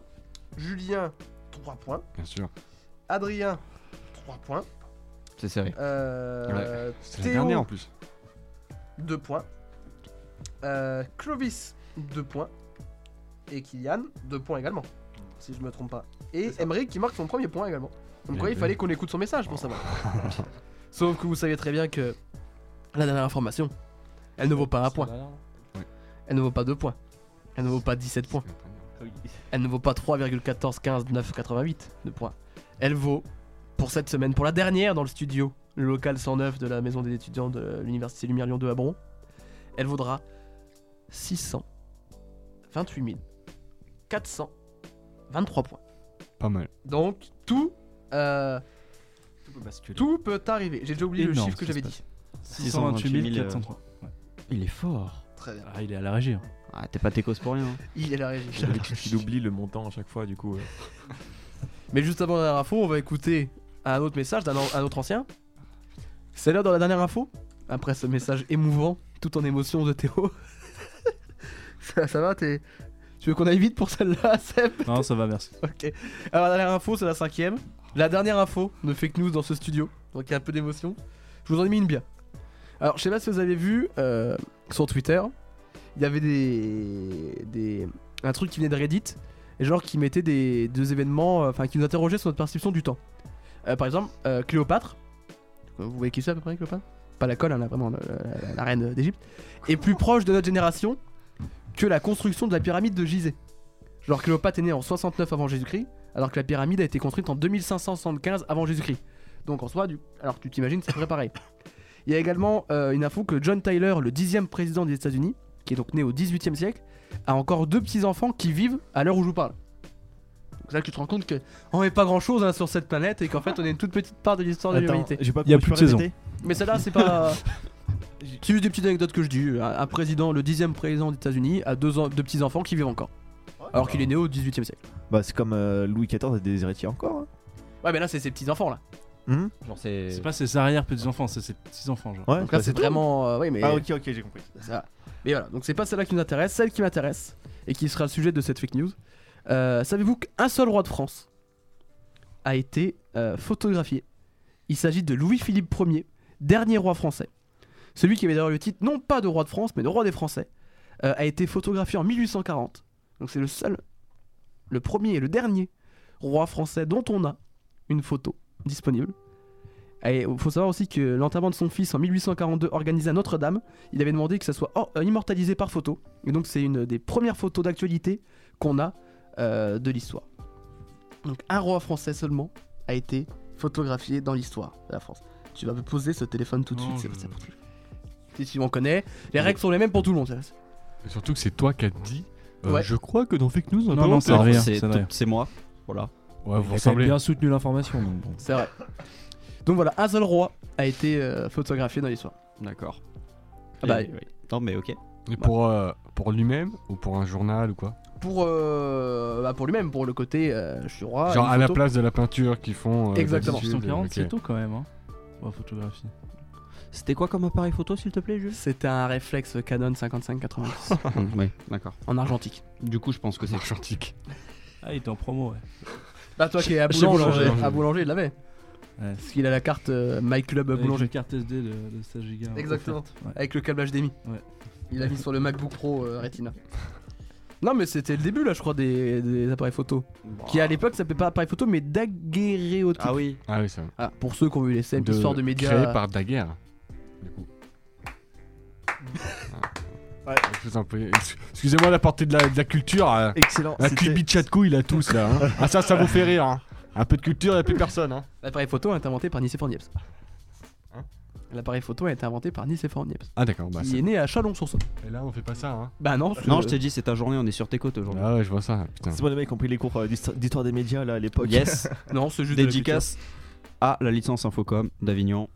[SPEAKER 3] Julien 3 points,
[SPEAKER 7] Bien sûr.
[SPEAKER 3] Adrien 3 points,
[SPEAKER 10] C'est serré.
[SPEAKER 3] euh,
[SPEAKER 7] C'est la
[SPEAKER 3] Théo
[SPEAKER 7] dernière en plus.
[SPEAKER 3] 2 points, euh, Clovis 2 points et Kylian 2 points également. si je me trompe pas. Et Emery qui marque son premier point également. Donc quoi, il fallait qu'on écoute son message pour savoir. Sauf que vous savez très bien que la dernière information, elle ne vaut pas un point. Elle ne vaut pas deux points. Elle ne vaut pas 17 points. Elle ne vaut pas 3,1415,988 de points. Elle vaut, pour cette semaine, pour la dernière dans le studio, le local 109 de la maison des étudiants de l'Université Lumière Lyon 2 à Bron, elle vaudra 628 423 points.
[SPEAKER 7] Pas mal.
[SPEAKER 3] Donc tout, euh, tout peut arriver. J'ai déjà oublié le
[SPEAKER 6] Énorme,
[SPEAKER 3] chiffre que
[SPEAKER 6] ce qui
[SPEAKER 3] j'avais
[SPEAKER 6] se
[SPEAKER 3] dit.
[SPEAKER 6] passe. 628 403.
[SPEAKER 10] Il est fort.
[SPEAKER 3] Très bien.
[SPEAKER 10] Ah, il est à la
[SPEAKER 5] hein.
[SPEAKER 10] régie. Ah, t'es pas techos pour rien. hein.
[SPEAKER 3] Il est à la régie.
[SPEAKER 8] Il oublie le montant à chaque fois, du coup. euh.
[SPEAKER 3] Mais juste avant la dernière info, on va écouter un autre message d'un an- un autre ancien. C'est là dans la dernière info. Après ce message émouvant, tout en émotion de Théo. ça, ça va, t'es. Tu veux qu'on aille vite pour celle-là, Seb
[SPEAKER 6] Non, ça va, merci.
[SPEAKER 3] Ok. Alors, la dernière info, c'est la cinquième. La dernière info de fake news dans ce studio. Donc, il y a un peu d'émotion. Je vous en ai mis une bien. Alors, je sais pas si vous avez vu euh, sur Twitter, il y avait des, des. un truc qui venait de Reddit, et genre qui mettait des, des événements, euh, enfin qui nous interrogeait sur notre perception du temps. Euh, par exemple, euh, Cléopâtre. Vous voyez qui c'est à peu près, Cléopâtre Pas la colle, hein, là, vraiment, le- la, la- la reine d'Égypte. Est plus proche de notre génération que la construction de la pyramide de Gizeh. Genre Cléopâtre est né en 69 avant Jésus-Christ, alors que la pyramide a été construite en 2575 avant Jésus-Christ. Donc en soi, du... alors tu t'imagines, c'est très pareil. Il y a également euh, une info que John Tyler, le dixième président des États-Unis, qui est donc né au 18e siècle, a encore deux petits-enfants qui vivent à l'heure où je vous parle. Donc c'est là que tu te rends compte qu'on n'est pas grand-chose hein, sur cette planète et qu'en fait on est une toute petite part de l'histoire de
[SPEAKER 4] Attends,
[SPEAKER 3] l'humanité.
[SPEAKER 4] j'ai pas compris, Y a plus tu peux de saison. répéter
[SPEAKER 3] Mais celle-là, c'est pas. C'est juste des petites anecdotes que je dis. Un un président, le dixième président des États-Unis, a deux, en- deux petits-enfants qui vivent encore. Alors qu'il est né au 18e siècle.
[SPEAKER 4] Bah, c'est comme euh, Louis XIV a des héritiers encore. hein.
[SPEAKER 3] Ouais, mais là, c'est ses petits-enfants là.
[SPEAKER 4] Hmm
[SPEAKER 3] Genre, c'est-
[SPEAKER 6] C'est pas ses arrière-petits-enfants, c'est ses petits-enfants. Genre.
[SPEAKER 4] Ouais,
[SPEAKER 3] Donc là, c'est vraiment. euh, oui, mais...
[SPEAKER 4] Ah, ok, ok, j'ai compris.
[SPEAKER 3] Ça. Mais voilà, donc c'est pas celle-là qui nous intéresse, celle qui m'intéresse et qui sera le sujet de cette fake news. Euh, Savez-vous qu'un seul roi de France a été euh, photographié Il s'agit de Louis-Philippe Ier, dernier roi français. Celui qui avait d'ailleurs le titre non pas de roi de France, mais de roi des Français, euh, a été photographié en 1840. Donc c'est le seul, le premier et le dernier roi français dont on a une photo disponible. Et faut savoir aussi que l'enterrement de son fils en 1842 organisé à Notre-Dame, il avait demandé que ça soit or- euh, immortalisé par photo. Et donc c'est une des premières photos d'actualité qu'on a euh, de l'histoire. Donc un roi français seulement a été photographié dans l'histoire de la France. Tu vas me poser ce téléphone tout de suite, c'est- c'est pour toi. Si tu m'en connais, les règles sont les mêmes pour tout le monde. ça.
[SPEAKER 7] Et Surtout que c'est toi qui as dit. euh,
[SPEAKER 3] Ouais.
[SPEAKER 7] Je crois que dans Fake News, on a
[SPEAKER 6] Non,
[SPEAKER 7] pas
[SPEAKER 6] non,
[SPEAKER 7] menté.
[SPEAKER 6] c'est rien.
[SPEAKER 10] C'est-
[SPEAKER 6] vrai.
[SPEAKER 10] C'est moi. Voilà.
[SPEAKER 7] Ouais, vous
[SPEAKER 6] Il a quand même
[SPEAKER 7] ressemblez.
[SPEAKER 6] bien soutenu l'information. donc bon.
[SPEAKER 3] C'est vrai. Donc voilà, un seul roi a été euh, photographié dans l'histoire.
[SPEAKER 10] D'accord.
[SPEAKER 3] Ah bah,
[SPEAKER 10] Et- Non, mais ok.
[SPEAKER 7] Et pour, euh, pour lui-même ou pour un journal ou quoi
[SPEAKER 3] Pour, euh, bah, pour lui-même, pour le côté euh, je suis roi.
[SPEAKER 7] Genre
[SPEAKER 3] une
[SPEAKER 7] à la
[SPEAKER 3] photo.
[SPEAKER 7] place de la peinture qu'ils font. euh,
[SPEAKER 3] Exactement.
[SPEAKER 7] d'habitude,
[SPEAKER 6] 640,
[SPEAKER 7] ok.
[SPEAKER 6] c'est tôt quand même. Hein. pour la photographie.
[SPEAKER 10] C'était quoi comme appareil photo, s'il te plaît, Jules
[SPEAKER 3] C'était un réflexe Canon 5590
[SPEAKER 10] Oui, d'accord.
[SPEAKER 3] en argentique.
[SPEAKER 10] Du coup, je pense que c'est.
[SPEAKER 7] Argentique.
[SPEAKER 6] Ah, il était en promo, ouais.
[SPEAKER 3] Bah toi qui es à
[SPEAKER 6] Chez Boulanger.
[SPEAKER 3] Boulanger, à Boulanger, il l'avait.
[SPEAKER 6] Ouais.
[SPEAKER 3] Parce qu'il a la carte euh, My Club
[SPEAKER 6] Avec
[SPEAKER 3] Boulanger.
[SPEAKER 6] une carte SD de, de 16 gigas.
[SPEAKER 3] Exactement.
[SPEAKER 6] offerte. Ouais.
[SPEAKER 3] Avec le câblage d'Emi.
[SPEAKER 6] Ouais.
[SPEAKER 3] Il a mis sur le MacBook Pro euh, Retina. Non mais c'était le début là je crois des, des appareils photo. Qui à l'époque s'appelait pas appareil photo mais daguerréotype.
[SPEAKER 10] Ah oui.
[SPEAKER 7] Ah oui, ça.
[SPEAKER 3] Ah, pour ceux qui ont vu les scènes d'histoire de médias.
[SPEAKER 7] Créé par Daguerre. Du coup.
[SPEAKER 3] Ouais.
[SPEAKER 7] Je vous en prie. Ex- Excusez-moi d'apporter de la, de la culture. euh,
[SPEAKER 4] Excellent.
[SPEAKER 7] La
[SPEAKER 4] c'était-
[SPEAKER 7] clip Chatco, il a tous là. hein. Ah, ça, ça vous fait rire. hein. Un peu de culture, il a plus personne. Hein.
[SPEAKER 3] L'appareil photo a été inventé par Nicéphore Niepce.
[SPEAKER 7] Hein
[SPEAKER 3] L'appareil photo a été inventé par Nicéphore Niepce.
[SPEAKER 7] Ah, d'accord. Bah,
[SPEAKER 3] Il
[SPEAKER 7] c'est-
[SPEAKER 3] est né à Chalon-sur-Saône.
[SPEAKER 7] Et là, on fait pas ça. Hein.
[SPEAKER 3] Bah non, parce que-
[SPEAKER 10] Ah, Non, je t'ai dit, c'est ta journée, on est sur tes côtes aujourd'hui.
[SPEAKER 7] Ah, ouais, je vois ça. Putain.
[SPEAKER 4] C'est moi les mecs qui ont pris les cours euh, d'histoire d'histoire des médias là à l'époque.
[SPEAKER 10] Yes.
[SPEAKER 3] non, c'est juste de la
[SPEAKER 10] Dédicace à la licence Infocom d'Avignon.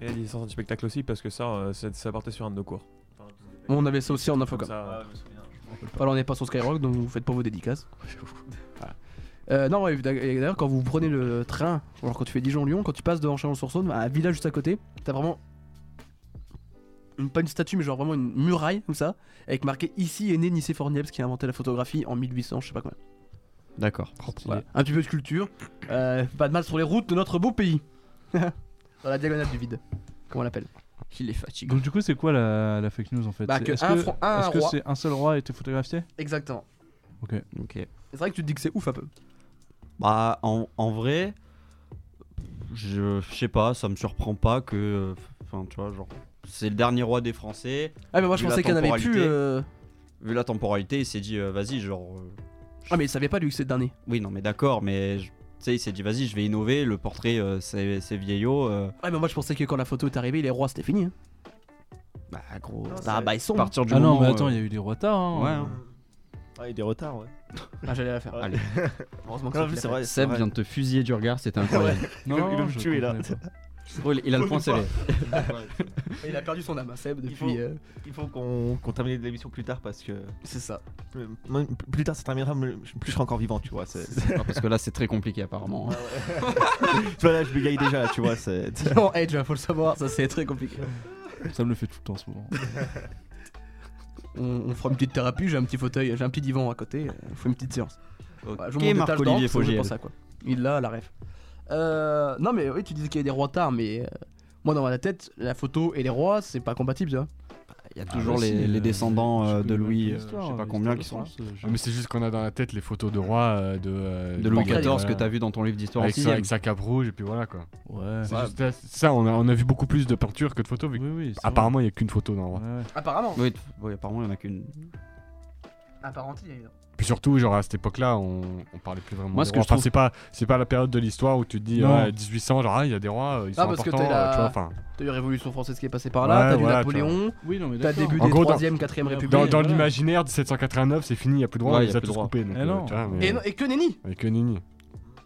[SPEAKER 8] Et la licence du spectacle aussi, parce que ça, euh, ça ça partait sur un de nos cours.
[SPEAKER 3] culture. On avait ça aussi en infocom.
[SPEAKER 8] Comme ça, euh,
[SPEAKER 3] Alors on n'est pas sur Skyrock donc vous faites pas vos dédicaces. Voilà. Euh, non, ouais, d'a- et d'ailleurs, quand vous prenez le train, genre quand tu fais Dijon-Lyon, quand tu passes devant Chalon-sur-Saône, à un village juste à côté, t'as vraiment. une- pas une statue, mais genre vraiment une muraille comme ça, avec marqué Ici est né Nicéphore Niepce qui a inventé la photographie en 1800, je sais pas quoi.
[SPEAKER 10] D'accord.
[SPEAKER 3] Voilà. Un petit peu de culture, euh, pas de mal sur les routes de notre beau pays. Dans la diagonale du vide, comme on l'appelle.
[SPEAKER 10] Il est fatigué.
[SPEAKER 6] Donc, du coup, c'est quoi la, la fake news en fait
[SPEAKER 3] Bah,
[SPEAKER 6] C'est-
[SPEAKER 3] que
[SPEAKER 6] Est-ce
[SPEAKER 3] un
[SPEAKER 6] que,
[SPEAKER 3] fran- un
[SPEAKER 6] est-ce que
[SPEAKER 3] roi-
[SPEAKER 6] c'est un seul roi a été photographié
[SPEAKER 3] Exactement.
[SPEAKER 6] Ok.
[SPEAKER 10] Ok.
[SPEAKER 3] C'est vrai que tu te dis que c'est ouf un peu.
[SPEAKER 10] Bah, en, en vrai, je je sais pas, ça me surprend pas que. Enfin, tu vois, genre, c'est le dernier roi des Français.
[SPEAKER 3] Ah, mais moi, je
[SPEAKER 10] Vu la
[SPEAKER 3] pensais qu'il y en avait
[SPEAKER 10] temporalité-
[SPEAKER 3] plus, euh.
[SPEAKER 10] Vu la temporalité, il s'est dit, euh, vas-y, genre. euh,
[SPEAKER 3] Ah, mais il savait pas lui que c'est le dernier.
[SPEAKER 10] Oui, non, mais d'accord, mais je- tu sais, il s'est dit, vas-y, je vais innover. Le portrait, euh, c'est c'est vieillot. euh,
[SPEAKER 3] Ouais, Ah, mais moi, je pensais que quand la photo est arrivée, les rois, c'était fini. hein.
[SPEAKER 10] bah, gros.
[SPEAKER 3] Ah, bah, ils sont.
[SPEAKER 10] À partir du
[SPEAKER 6] Ah non,
[SPEAKER 10] moment,
[SPEAKER 6] mais attends,
[SPEAKER 10] euh,
[SPEAKER 6] il y a eu des retards. Hein,
[SPEAKER 10] Ouais, hein.
[SPEAKER 4] Ah, il y a des retards, ouais.
[SPEAKER 3] Ah, j'allais la faire.
[SPEAKER 4] Ouais.
[SPEAKER 3] Allez. Heureusement que
[SPEAKER 4] Non,
[SPEAKER 3] c'est
[SPEAKER 4] c'est
[SPEAKER 3] fait.
[SPEAKER 4] vrai, c'est
[SPEAKER 10] Seb
[SPEAKER 4] vrai.
[SPEAKER 10] vient de te fusiller du regard, c'était incroyable.
[SPEAKER 4] Il veut- il veut me
[SPEAKER 6] je
[SPEAKER 4] tuer, là.
[SPEAKER 6] comprenais pas.
[SPEAKER 10] Gros, il- il a le point serré.
[SPEAKER 3] Il a perdu son âme, hein, Seb, depuis.
[SPEAKER 4] faut-
[SPEAKER 3] euh,
[SPEAKER 4] Il faut qu'on qu'on termine l'émission plus tard parce que.
[SPEAKER 3] C'est ça.
[SPEAKER 4] euh, moi, p- Plus tard, ça terminera, mais je- plus je serai encore vivant, tu vois. c'est-
[SPEAKER 10] Non, parce que là, c'est très compliqué apparemment. hein.
[SPEAKER 4] tu vois, là, je bégaye déjà, là, tu vois. c'est-
[SPEAKER 3] Non, Edge, hein, faut le savoir, ça c'est très compliqué.
[SPEAKER 6] Ça me le fait tout le temps en ce moment.
[SPEAKER 3] On, on fera une petite thérapie, j'ai un petit fauteuil, j'ai un petit divan à côté, euh, on fait une petite séance. Voilà,
[SPEAKER 10] Ok,
[SPEAKER 3] montre des tâches
[SPEAKER 10] Marc-Olivier
[SPEAKER 3] d'encre, c'est
[SPEAKER 10] Fogiel.
[SPEAKER 3] pour ça, quoi. Il l'a, la ref. Euh, non, mais oui, tu disais qu'il y a des rois tards, mais euh, moi dans ma tête, la photo et les rois, c'est pas compatible, tu vois.
[SPEAKER 10] Il y a
[SPEAKER 6] Ah,
[SPEAKER 10] toujours
[SPEAKER 6] bah,
[SPEAKER 10] les,
[SPEAKER 6] si,
[SPEAKER 10] les
[SPEAKER 6] euh,
[SPEAKER 10] descendants
[SPEAKER 6] je
[SPEAKER 10] euh,
[SPEAKER 6] connais
[SPEAKER 10] de
[SPEAKER 6] même
[SPEAKER 10] Louis,
[SPEAKER 6] plus
[SPEAKER 10] euh,
[SPEAKER 6] l'histoire,
[SPEAKER 10] je sais
[SPEAKER 6] euh,
[SPEAKER 10] pas combien qui
[SPEAKER 6] l'histoire
[SPEAKER 10] sont.
[SPEAKER 6] de France, euh, je-
[SPEAKER 7] Ah, mais c'est juste qu'on a dans la tête les photos de rois euh, de, euh,
[SPEAKER 10] De Louis
[SPEAKER 7] Portrait,
[SPEAKER 10] XIV que
[SPEAKER 7] voilà.
[SPEAKER 10] t'as vu dans ton livre d'histoire
[SPEAKER 7] avec, sa-
[SPEAKER 10] ancienne.
[SPEAKER 7] avec sa cape rouge et puis voilà quoi.
[SPEAKER 6] Ouais.
[SPEAKER 7] C'est juste là- ça, on a, on a vu beaucoup plus de peintures que de photos. Vu que
[SPEAKER 6] Oui, oui. c'est
[SPEAKER 7] apparemment, il n'y a qu'une photo d'un roi.
[SPEAKER 6] vrai. Ouais, ouais.
[SPEAKER 3] Apparemment.
[SPEAKER 10] Oui, t- oui, apparemment, il n'y en a qu'une.
[SPEAKER 3] Apparenti, il y a eu-
[SPEAKER 7] Puis surtout, genre à cette époque-là, on, on parlait plus vraiment.
[SPEAKER 10] Moi,
[SPEAKER 7] des
[SPEAKER 10] ce que
[SPEAKER 7] rois.
[SPEAKER 10] je
[SPEAKER 7] Enfin,
[SPEAKER 10] trouve-
[SPEAKER 7] c'est pas, c'est pas la période de l'histoire où tu te dis
[SPEAKER 6] Non.
[SPEAKER 7] ouais, 1800, genre ah, il y a des rois, euh, ils
[SPEAKER 3] Ah,
[SPEAKER 7] sont
[SPEAKER 3] parce que
[SPEAKER 7] importants,
[SPEAKER 3] t'as la-
[SPEAKER 7] euh, tu vois. Enfin,
[SPEAKER 3] T'as eu la Révolution française qui est passée par là,
[SPEAKER 7] Ouais,
[SPEAKER 3] t'as eu
[SPEAKER 7] voilà,
[SPEAKER 3] Napoléon,
[SPEAKER 6] Oui, non, mais
[SPEAKER 3] t'as
[SPEAKER 6] d'accord.
[SPEAKER 3] début
[SPEAKER 7] En
[SPEAKER 3] des
[SPEAKER 7] gros, dans-
[SPEAKER 3] 3ème, 4ème
[SPEAKER 6] Ouais,
[SPEAKER 3] République.
[SPEAKER 7] dans,
[SPEAKER 6] Oui,
[SPEAKER 7] dans
[SPEAKER 6] voilà.
[SPEAKER 7] l'imaginaire, 1789, c'est fini, il n'y a plus de rois,
[SPEAKER 10] Ouais,
[SPEAKER 7] on
[SPEAKER 10] il y
[SPEAKER 7] les
[SPEAKER 10] a
[SPEAKER 7] a
[SPEAKER 10] plus
[SPEAKER 7] tous
[SPEAKER 10] de rois.
[SPEAKER 7] coupés. donc,
[SPEAKER 6] Eh
[SPEAKER 7] euh,
[SPEAKER 6] non.
[SPEAKER 7] tu vois, mais-
[SPEAKER 3] Et, non- et que nenni,
[SPEAKER 7] Avec le nini.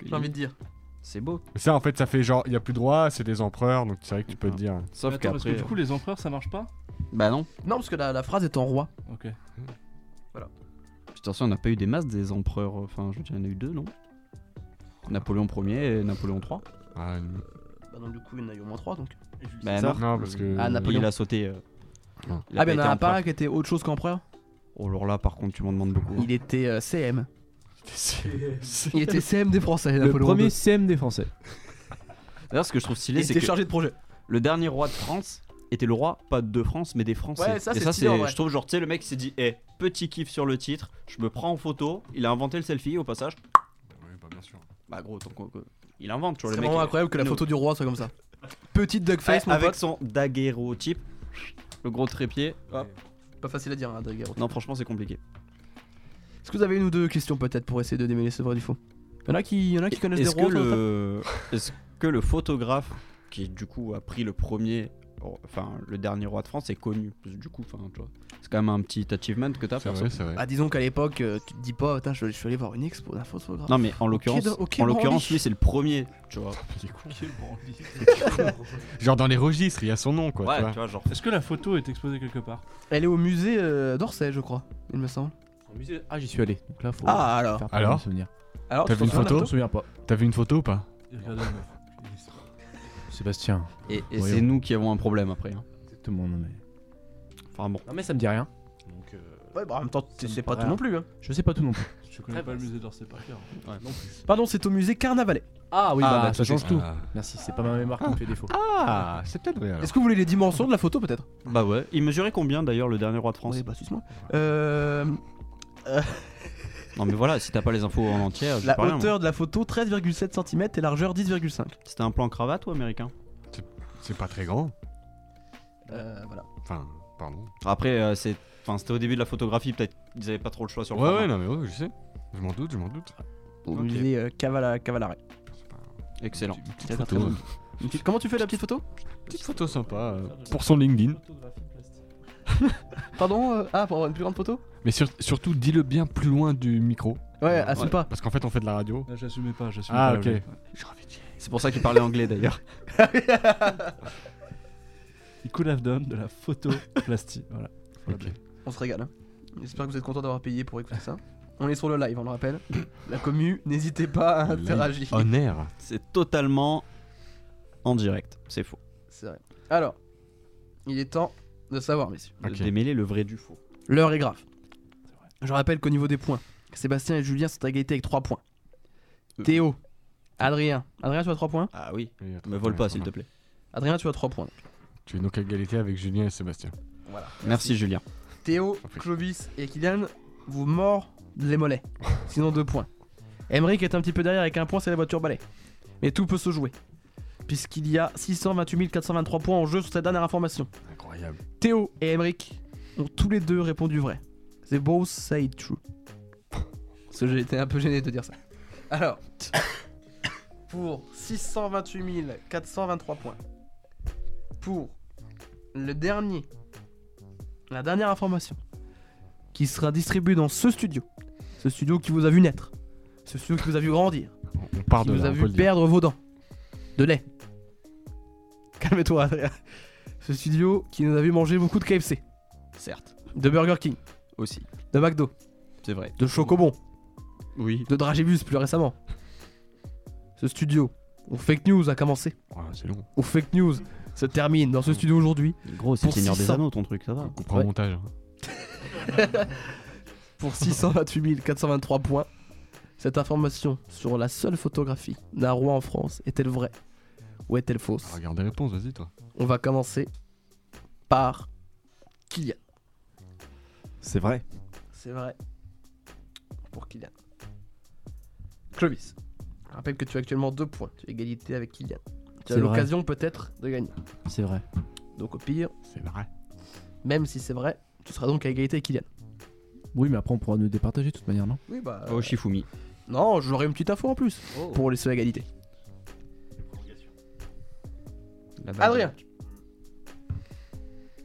[SPEAKER 3] j'ai envie de dire.
[SPEAKER 10] C'est beau.
[SPEAKER 7] Mais ça, en fait, ça fait genre, il n'y a plus de rois, c'est des empereurs, donc c'est vrai que tu peux te dire.
[SPEAKER 10] Sauf
[SPEAKER 6] Attends, parce que
[SPEAKER 10] qu'après.
[SPEAKER 6] du coup, les empereurs, ça marche pas
[SPEAKER 10] Bah non.
[SPEAKER 3] Non, parce que la, la phrase est en roi.
[SPEAKER 6] Ok.
[SPEAKER 10] Puis, attention, on n'a pas eu des masses des empereurs. euh, Enfin, je veux dire, il y en a eu deux, non Napoléon Ier et Napoléon III.
[SPEAKER 7] Ah,
[SPEAKER 3] Bah donc du coup, il y en a eu au moins 3 donc.
[SPEAKER 10] Bah
[SPEAKER 4] ça.
[SPEAKER 10] non.
[SPEAKER 7] non, parce que.
[SPEAKER 3] Ah, Napoléon.
[SPEAKER 10] Il a sauté. euh,
[SPEAKER 7] Non.
[SPEAKER 10] il a
[SPEAKER 3] Ah, ben il y
[SPEAKER 10] été
[SPEAKER 3] en a un
[SPEAKER 10] empereur.
[SPEAKER 3] par là qui était autre chose qu'empereur.
[SPEAKER 10] Oh, alors là, par contre, tu m'en demandes beaucoup.
[SPEAKER 3] Il était euh, CM.
[SPEAKER 7] C'est-
[SPEAKER 3] Il était CM des Français,
[SPEAKER 5] Le
[SPEAKER 3] Napoléon
[SPEAKER 5] premier
[SPEAKER 3] II.
[SPEAKER 5] CM des Français.
[SPEAKER 10] D'ailleurs, ce que je trouve
[SPEAKER 3] Il
[SPEAKER 10] stylé, c'est
[SPEAKER 3] était
[SPEAKER 10] que
[SPEAKER 3] chargé de projet.
[SPEAKER 10] le dernier roi de France était le roi, pas de France, mais des Français.
[SPEAKER 3] Ouais, ça,
[SPEAKER 10] et
[SPEAKER 3] c'est
[SPEAKER 10] ça,
[SPEAKER 3] stylé, en vrai.
[SPEAKER 10] je trouve, genre, tu sais, le mec s'est dit, hé, petit kiff sur le titre, je me prends en photo, il a inventé le selfie au passage.
[SPEAKER 7] Oui, bah, bien sûr.
[SPEAKER 10] Bah, gros, tant qu'on- que- il invente, tu
[SPEAKER 3] C'est
[SPEAKER 10] vois, le mec.
[SPEAKER 3] vraiment incroyable que la
[SPEAKER 10] nous.
[SPEAKER 3] photo du roi soit comme ça. Petite
[SPEAKER 10] Ouais,
[SPEAKER 3] duckface, mon
[SPEAKER 10] avec
[SPEAKER 3] pote.
[SPEAKER 10] son daguerreau type, le gros trépied. hop.
[SPEAKER 3] Pas facile à dire, hein, Daguerre.
[SPEAKER 10] Non, franchement, c'est compliqué.
[SPEAKER 3] Est-ce que vous avez une ou deux questions peut-être pour essayer de démêler ce vrai du faux Y'en a qui, y en a qui connaissent des
[SPEAKER 10] Est-ce
[SPEAKER 3] rois
[SPEAKER 10] que,
[SPEAKER 3] autour de la table
[SPEAKER 10] le... est que le photographe qui du coup a pris le premier, enfin le dernier roi de France est connu Parce que, Du coup, enfin, tu vois, c'est quand même un petit achievement que t'as
[SPEAKER 7] C'est
[SPEAKER 10] perso.
[SPEAKER 7] vrai, c'est vrai.
[SPEAKER 3] Bah disons qu'à l'époque, euh, tu te dis pas, putain, je, je suis allé voir une expo d'un photographe.
[SPEAKER 10] Non mais en l'occurrence,
[SPEAKER 3] Quai- au Quai
[SPEAKER 10] en l'occurrence,
[SPEAKER 3] Branly.
[SPEAKER 10] lui c'est le premier, tu vois.
[SPEAKER 7] Genre dans les registres, il y a son nom, quoi.
[SPEAKER 10] ouais,
[SPEAKER 7] tu vois.
[SPEAKER 10] tu vois, genre.
[SPEAKER 6] Est-ce que la photo est exposée quelque part
[SPEAKER 3] Elle est au musée euh, d'Orsay, je crois, il me semble.
[SPEAKER 5] Ah, j'y suis allé. Donc là, faut.
[SPEAKER 3] Ah alors.
[SPEAKER 5] faire
[SPEAKER 7] Alors
[SPEAKER 5] me souvenir.
[SPEAKER 3] Alors,
[SPEAKER 7] T'as
[SPEAKER 3] tu
[SPEAKER 7] vu une
[SPEAKER 10] Ah,
[SPEAKER 3] t'en souviens,
[SPEAKER 7] photo
[SPEAKER 5] Je me souviens pas.
[SPEAKER 7] T'as vu une photo ou pas
[SPEAKER 5] Sébastien.
[SPEAKER 10] Et, et
[SPEAKER 5] Voyons.
[SPEAKER 10] c'est nous qui avons un problème après. hein.
[SPEAKER 5] Exactement, non mais.
[SPEAKER 10] Enfin bon.
[SPEAKER 5] Non mais ça me dit rien.
[SPEAKER 3] Nathan Ouais, bah en même temps, t'es-
[SPEAKER 5] me
[SPEAKER 3] c'est pas
[SPEAKER 5] paraît
[SPEAKER 3] tout non plus. hein.
[SPEAKER 5] Je sais pas tout non plus.
[SPEAKER 6] Je connais pas le musée d'Orsay par cœur.
[SPEAKER 3] Pardon, c'est au musée Carnavalet.
[SPEAKER 5] Ah oui,
[SPEAKER 10] Ah,
[SPEAKER 5] bah,
[SPEAKER 10] bah,
[SPEAKER 5] ça change tout.
[SPEAKER 7] Ah.
[SPEAKER 5] Merci, c'est pas ma mémoire qui me fait défaut.
[SPEAKER 7] Ah, c'est peut-être vrai alors.
[SPEAKER 3] Est-ce que vous voulez les dimensions de la photo peut-être
[SPEAKER 10] Bah ouais. Il mesurait combien d'ailleurs le dernier roi de France
[SPEAKER 3] Ouais, bah suce-moi. Euh,
[SPEAKER 10] Non mais voilà, si t'as pas les infos en entier, je
[SPEAKER 3] la
[SPEAKER 10] sais pas rien,
[SPEAKER 3] hauteur de la photo 13,7 cm et largeur 10,5.
[SPEAKER 10] moi. C'était un plan cravate ou américain
[SPEAKER 7] C'est pas très grand.
[SPEAKER 3] Euh, voilà.
[SPEAKER 7] Enfin, pardon.
[SPEAKER 10] Après, euh, c'est, enfin c'était au début de la photographie, peut-être ils avaient pas trop le choix sur
[SPEAKER 7] Ouais,
[SPEAKER 10] le
[SPEAKER 7] ouais,
[SPEAKER 10] format.
[SPEAKER 7] non mais ouais, je sais. Je m'en doute, je m'en doute.
[SPEAKER 3] Au
[SPEAKER 10] Ok.
[SPEAKER 3] musée euh, Cavala- Cavalaret.
[SPEAKER 10] Excellent.
[SPEAKER 3] Très,
[SPEAKER 7] photo. euh,
[SPEAKER 3] très bon. Une petite- Comment tu fais la petite photo
[SPEAKER 7] Petite photo sympa euh, pour son LinkedIn.
[SPEAKER 3] Pardon euh, Ah, pour avoir une plus grande photo
[SPEAKER 7] Mais sur- surtout, dis-le bien plus loin du micro.
[SPEAKER 3] Ouais, assume
[SPEAKER 10] ouais.
[SPEAKER 3] pas.
[SPEAKER 7] Parce qu'en fait, on fait de la radio.
[SPEAKER 6] Ah, j'assumais pas, j'assumais
[SPEAKER 7] Ah,
[SPEAKER 6] pas.
[SPEAKER 7] ok.
[SPEAKER 6] le-
[SPEAKER 10] C'est pour ça qu'il parlait anglais d'ailleurs.
[SPEAKER 6] Il could have done de la photoplastie. voilà.
[SPEAKER 7] Ok.
[SPEAKER 3] On se régale. hein. J'espère que vous êtes content d'avoir payé pour écouter ça. On est sur le live, on le rappelle. La commu, n'hésitez pas à interagir.
[SPEAKER 7] En air.
[SPEAKER 10] C'est totalement en direct. C'est faux.
[SPEAKER 3] C'est vrai. Alors, il est temps de savoir, messieurs.
[SPEAKER 10] De
[SPEAKER 7] Ok.
[SPEAKER 10] Démêler le vrai du faux.
[SPEAKER 3] L'heure est grave. Je rappelle qu'au niveau des points, Sébastien et Julien sont à égalité avec 3 points.
[SPEAKER 10] Euh.
[SPEAKER 3] Théo, Adrien. Adrien, tu as 3 points
[SPEAKER 10] Ah oui.
[SPEAKER 7] Oui, attends,
[SPEAKER 10] Me vole
[SPEAKER 7] ouais,
[SPEAKER 10] pas s'il
[SPEAKER 7] attends.
[SPEAKER 10] te plaît.
[SPEAKER 3] Adrien, tu as 3 points.
[SPEAKER 7] Tu es donc à égalité avec Julien et Sébastien.
[SPEAKER 10] Merci Julien.
[SPEAKER 3] Théo,
[SPEAKER 7] Parfait.
[SPEAKER 3] Clovis et Kylian, vous mord les mollets. Sinon deux points. Emmerich est un petit peu derrière avec un point, c'est la voiture balai. Mais tout peut se jouer. Puisqu'il y a 628 423 points en jeu sur cette dernière information.
[SPEAKER 7] Incroyable.
[SPEAKER 3] Théo et Emmerich ont tous les deux répondu vrai. They both say true. Parce que j'étais un peu gêné de dire ça. Alors, pour 628 423 points, pour le dernier, la dernière information qui sera distribuée dans ce studio, ce studio qui vous a vu naître, ce studio qui vous a vu grandir,
[SPEAKER 7] On part
[SPEAKER 3] qui
[SPEAKER 7] de
[SPEAKER 3] vous
[SPEAKER 7] là,
[SPEAKER 3] a
[SPEAKER 7] on
[SPEAKER 3] vu
[SPEAKER 7] peut le dire.
[SPEAKER 3] perdre vos dents, de lait. Calme-toi, Adrien. Ce studio qui nous a vu manger beaucoup de KFC,
[SPEAKER 10] Certes.
[SPEAKER 3] de Burger King,
[SPEAKER 10] Aussi.
[SPEAKER 3] de McDo,
[SPEAKER 10] C'est vrai.
[SPEAKER 3] de Chocobon,
[SPEAKER 10] Oui.
[SPEAKER 3] de Dragibus plus récemment. Ce studio où Fake News a commencé,
[SPEAKER 7] Ouais, c'est long.
[SPEAKER 3] où Fake News se termine dans ce studio aujourd'hui
[SPEAKER 10] Gros, c'est
[SPEAKER 3] Pour
[SPEAKER 10] Seigneur des
[SPEAKER 3] 600.
[SPEAKER 10] Anneaux ton truc, ça va.
[SPEAKER 7] On comprend
[SPEAKER 3] Ouais.
[SPEAKER 7] le montage. hein.
[SPEAKER 3] pour 628 423 points. Cette information sur la seule photographie d'un roi en France est-elle vraie ou est-elle fausse
[SPEAKER 7] Ah, Regarde les réponses, vas-y toi.
[SPEAKER 3] On va commencer par Kylian.
[SPEAKER 4] C'est vrai.
[SPEAKER 3] C'est vrai. Pour Kylian. Clovis. Je rappelle que tu as actuellement deux points. Tu es égalité avec Kylian. Tu as
[SPEAKER 5] C'est vrai.
[SPEAKER 3] l'occasion peut-être de gagner.
[SPEAKER 5] C'est vrai.
[SPEAKER 3] Donc au pire,
[SPEAKER 7] C'est vrai.
[SPEAKER 3] même si c'est vrai, tu seras donc à égalité avec Kylian.
[SPEAKER 5] Oui, mais après, on pourra nous départager de toute manière, non
[SPEAKER 3] Oui bah.
[SPEAKER 10] Oh, Shifumi.
[SPEAKER 3] Non, j'aurais une petite info en plus pour laisser l'égalité.
[SPEAKER 10] La balle.
[SPEAKER 3] Adrien,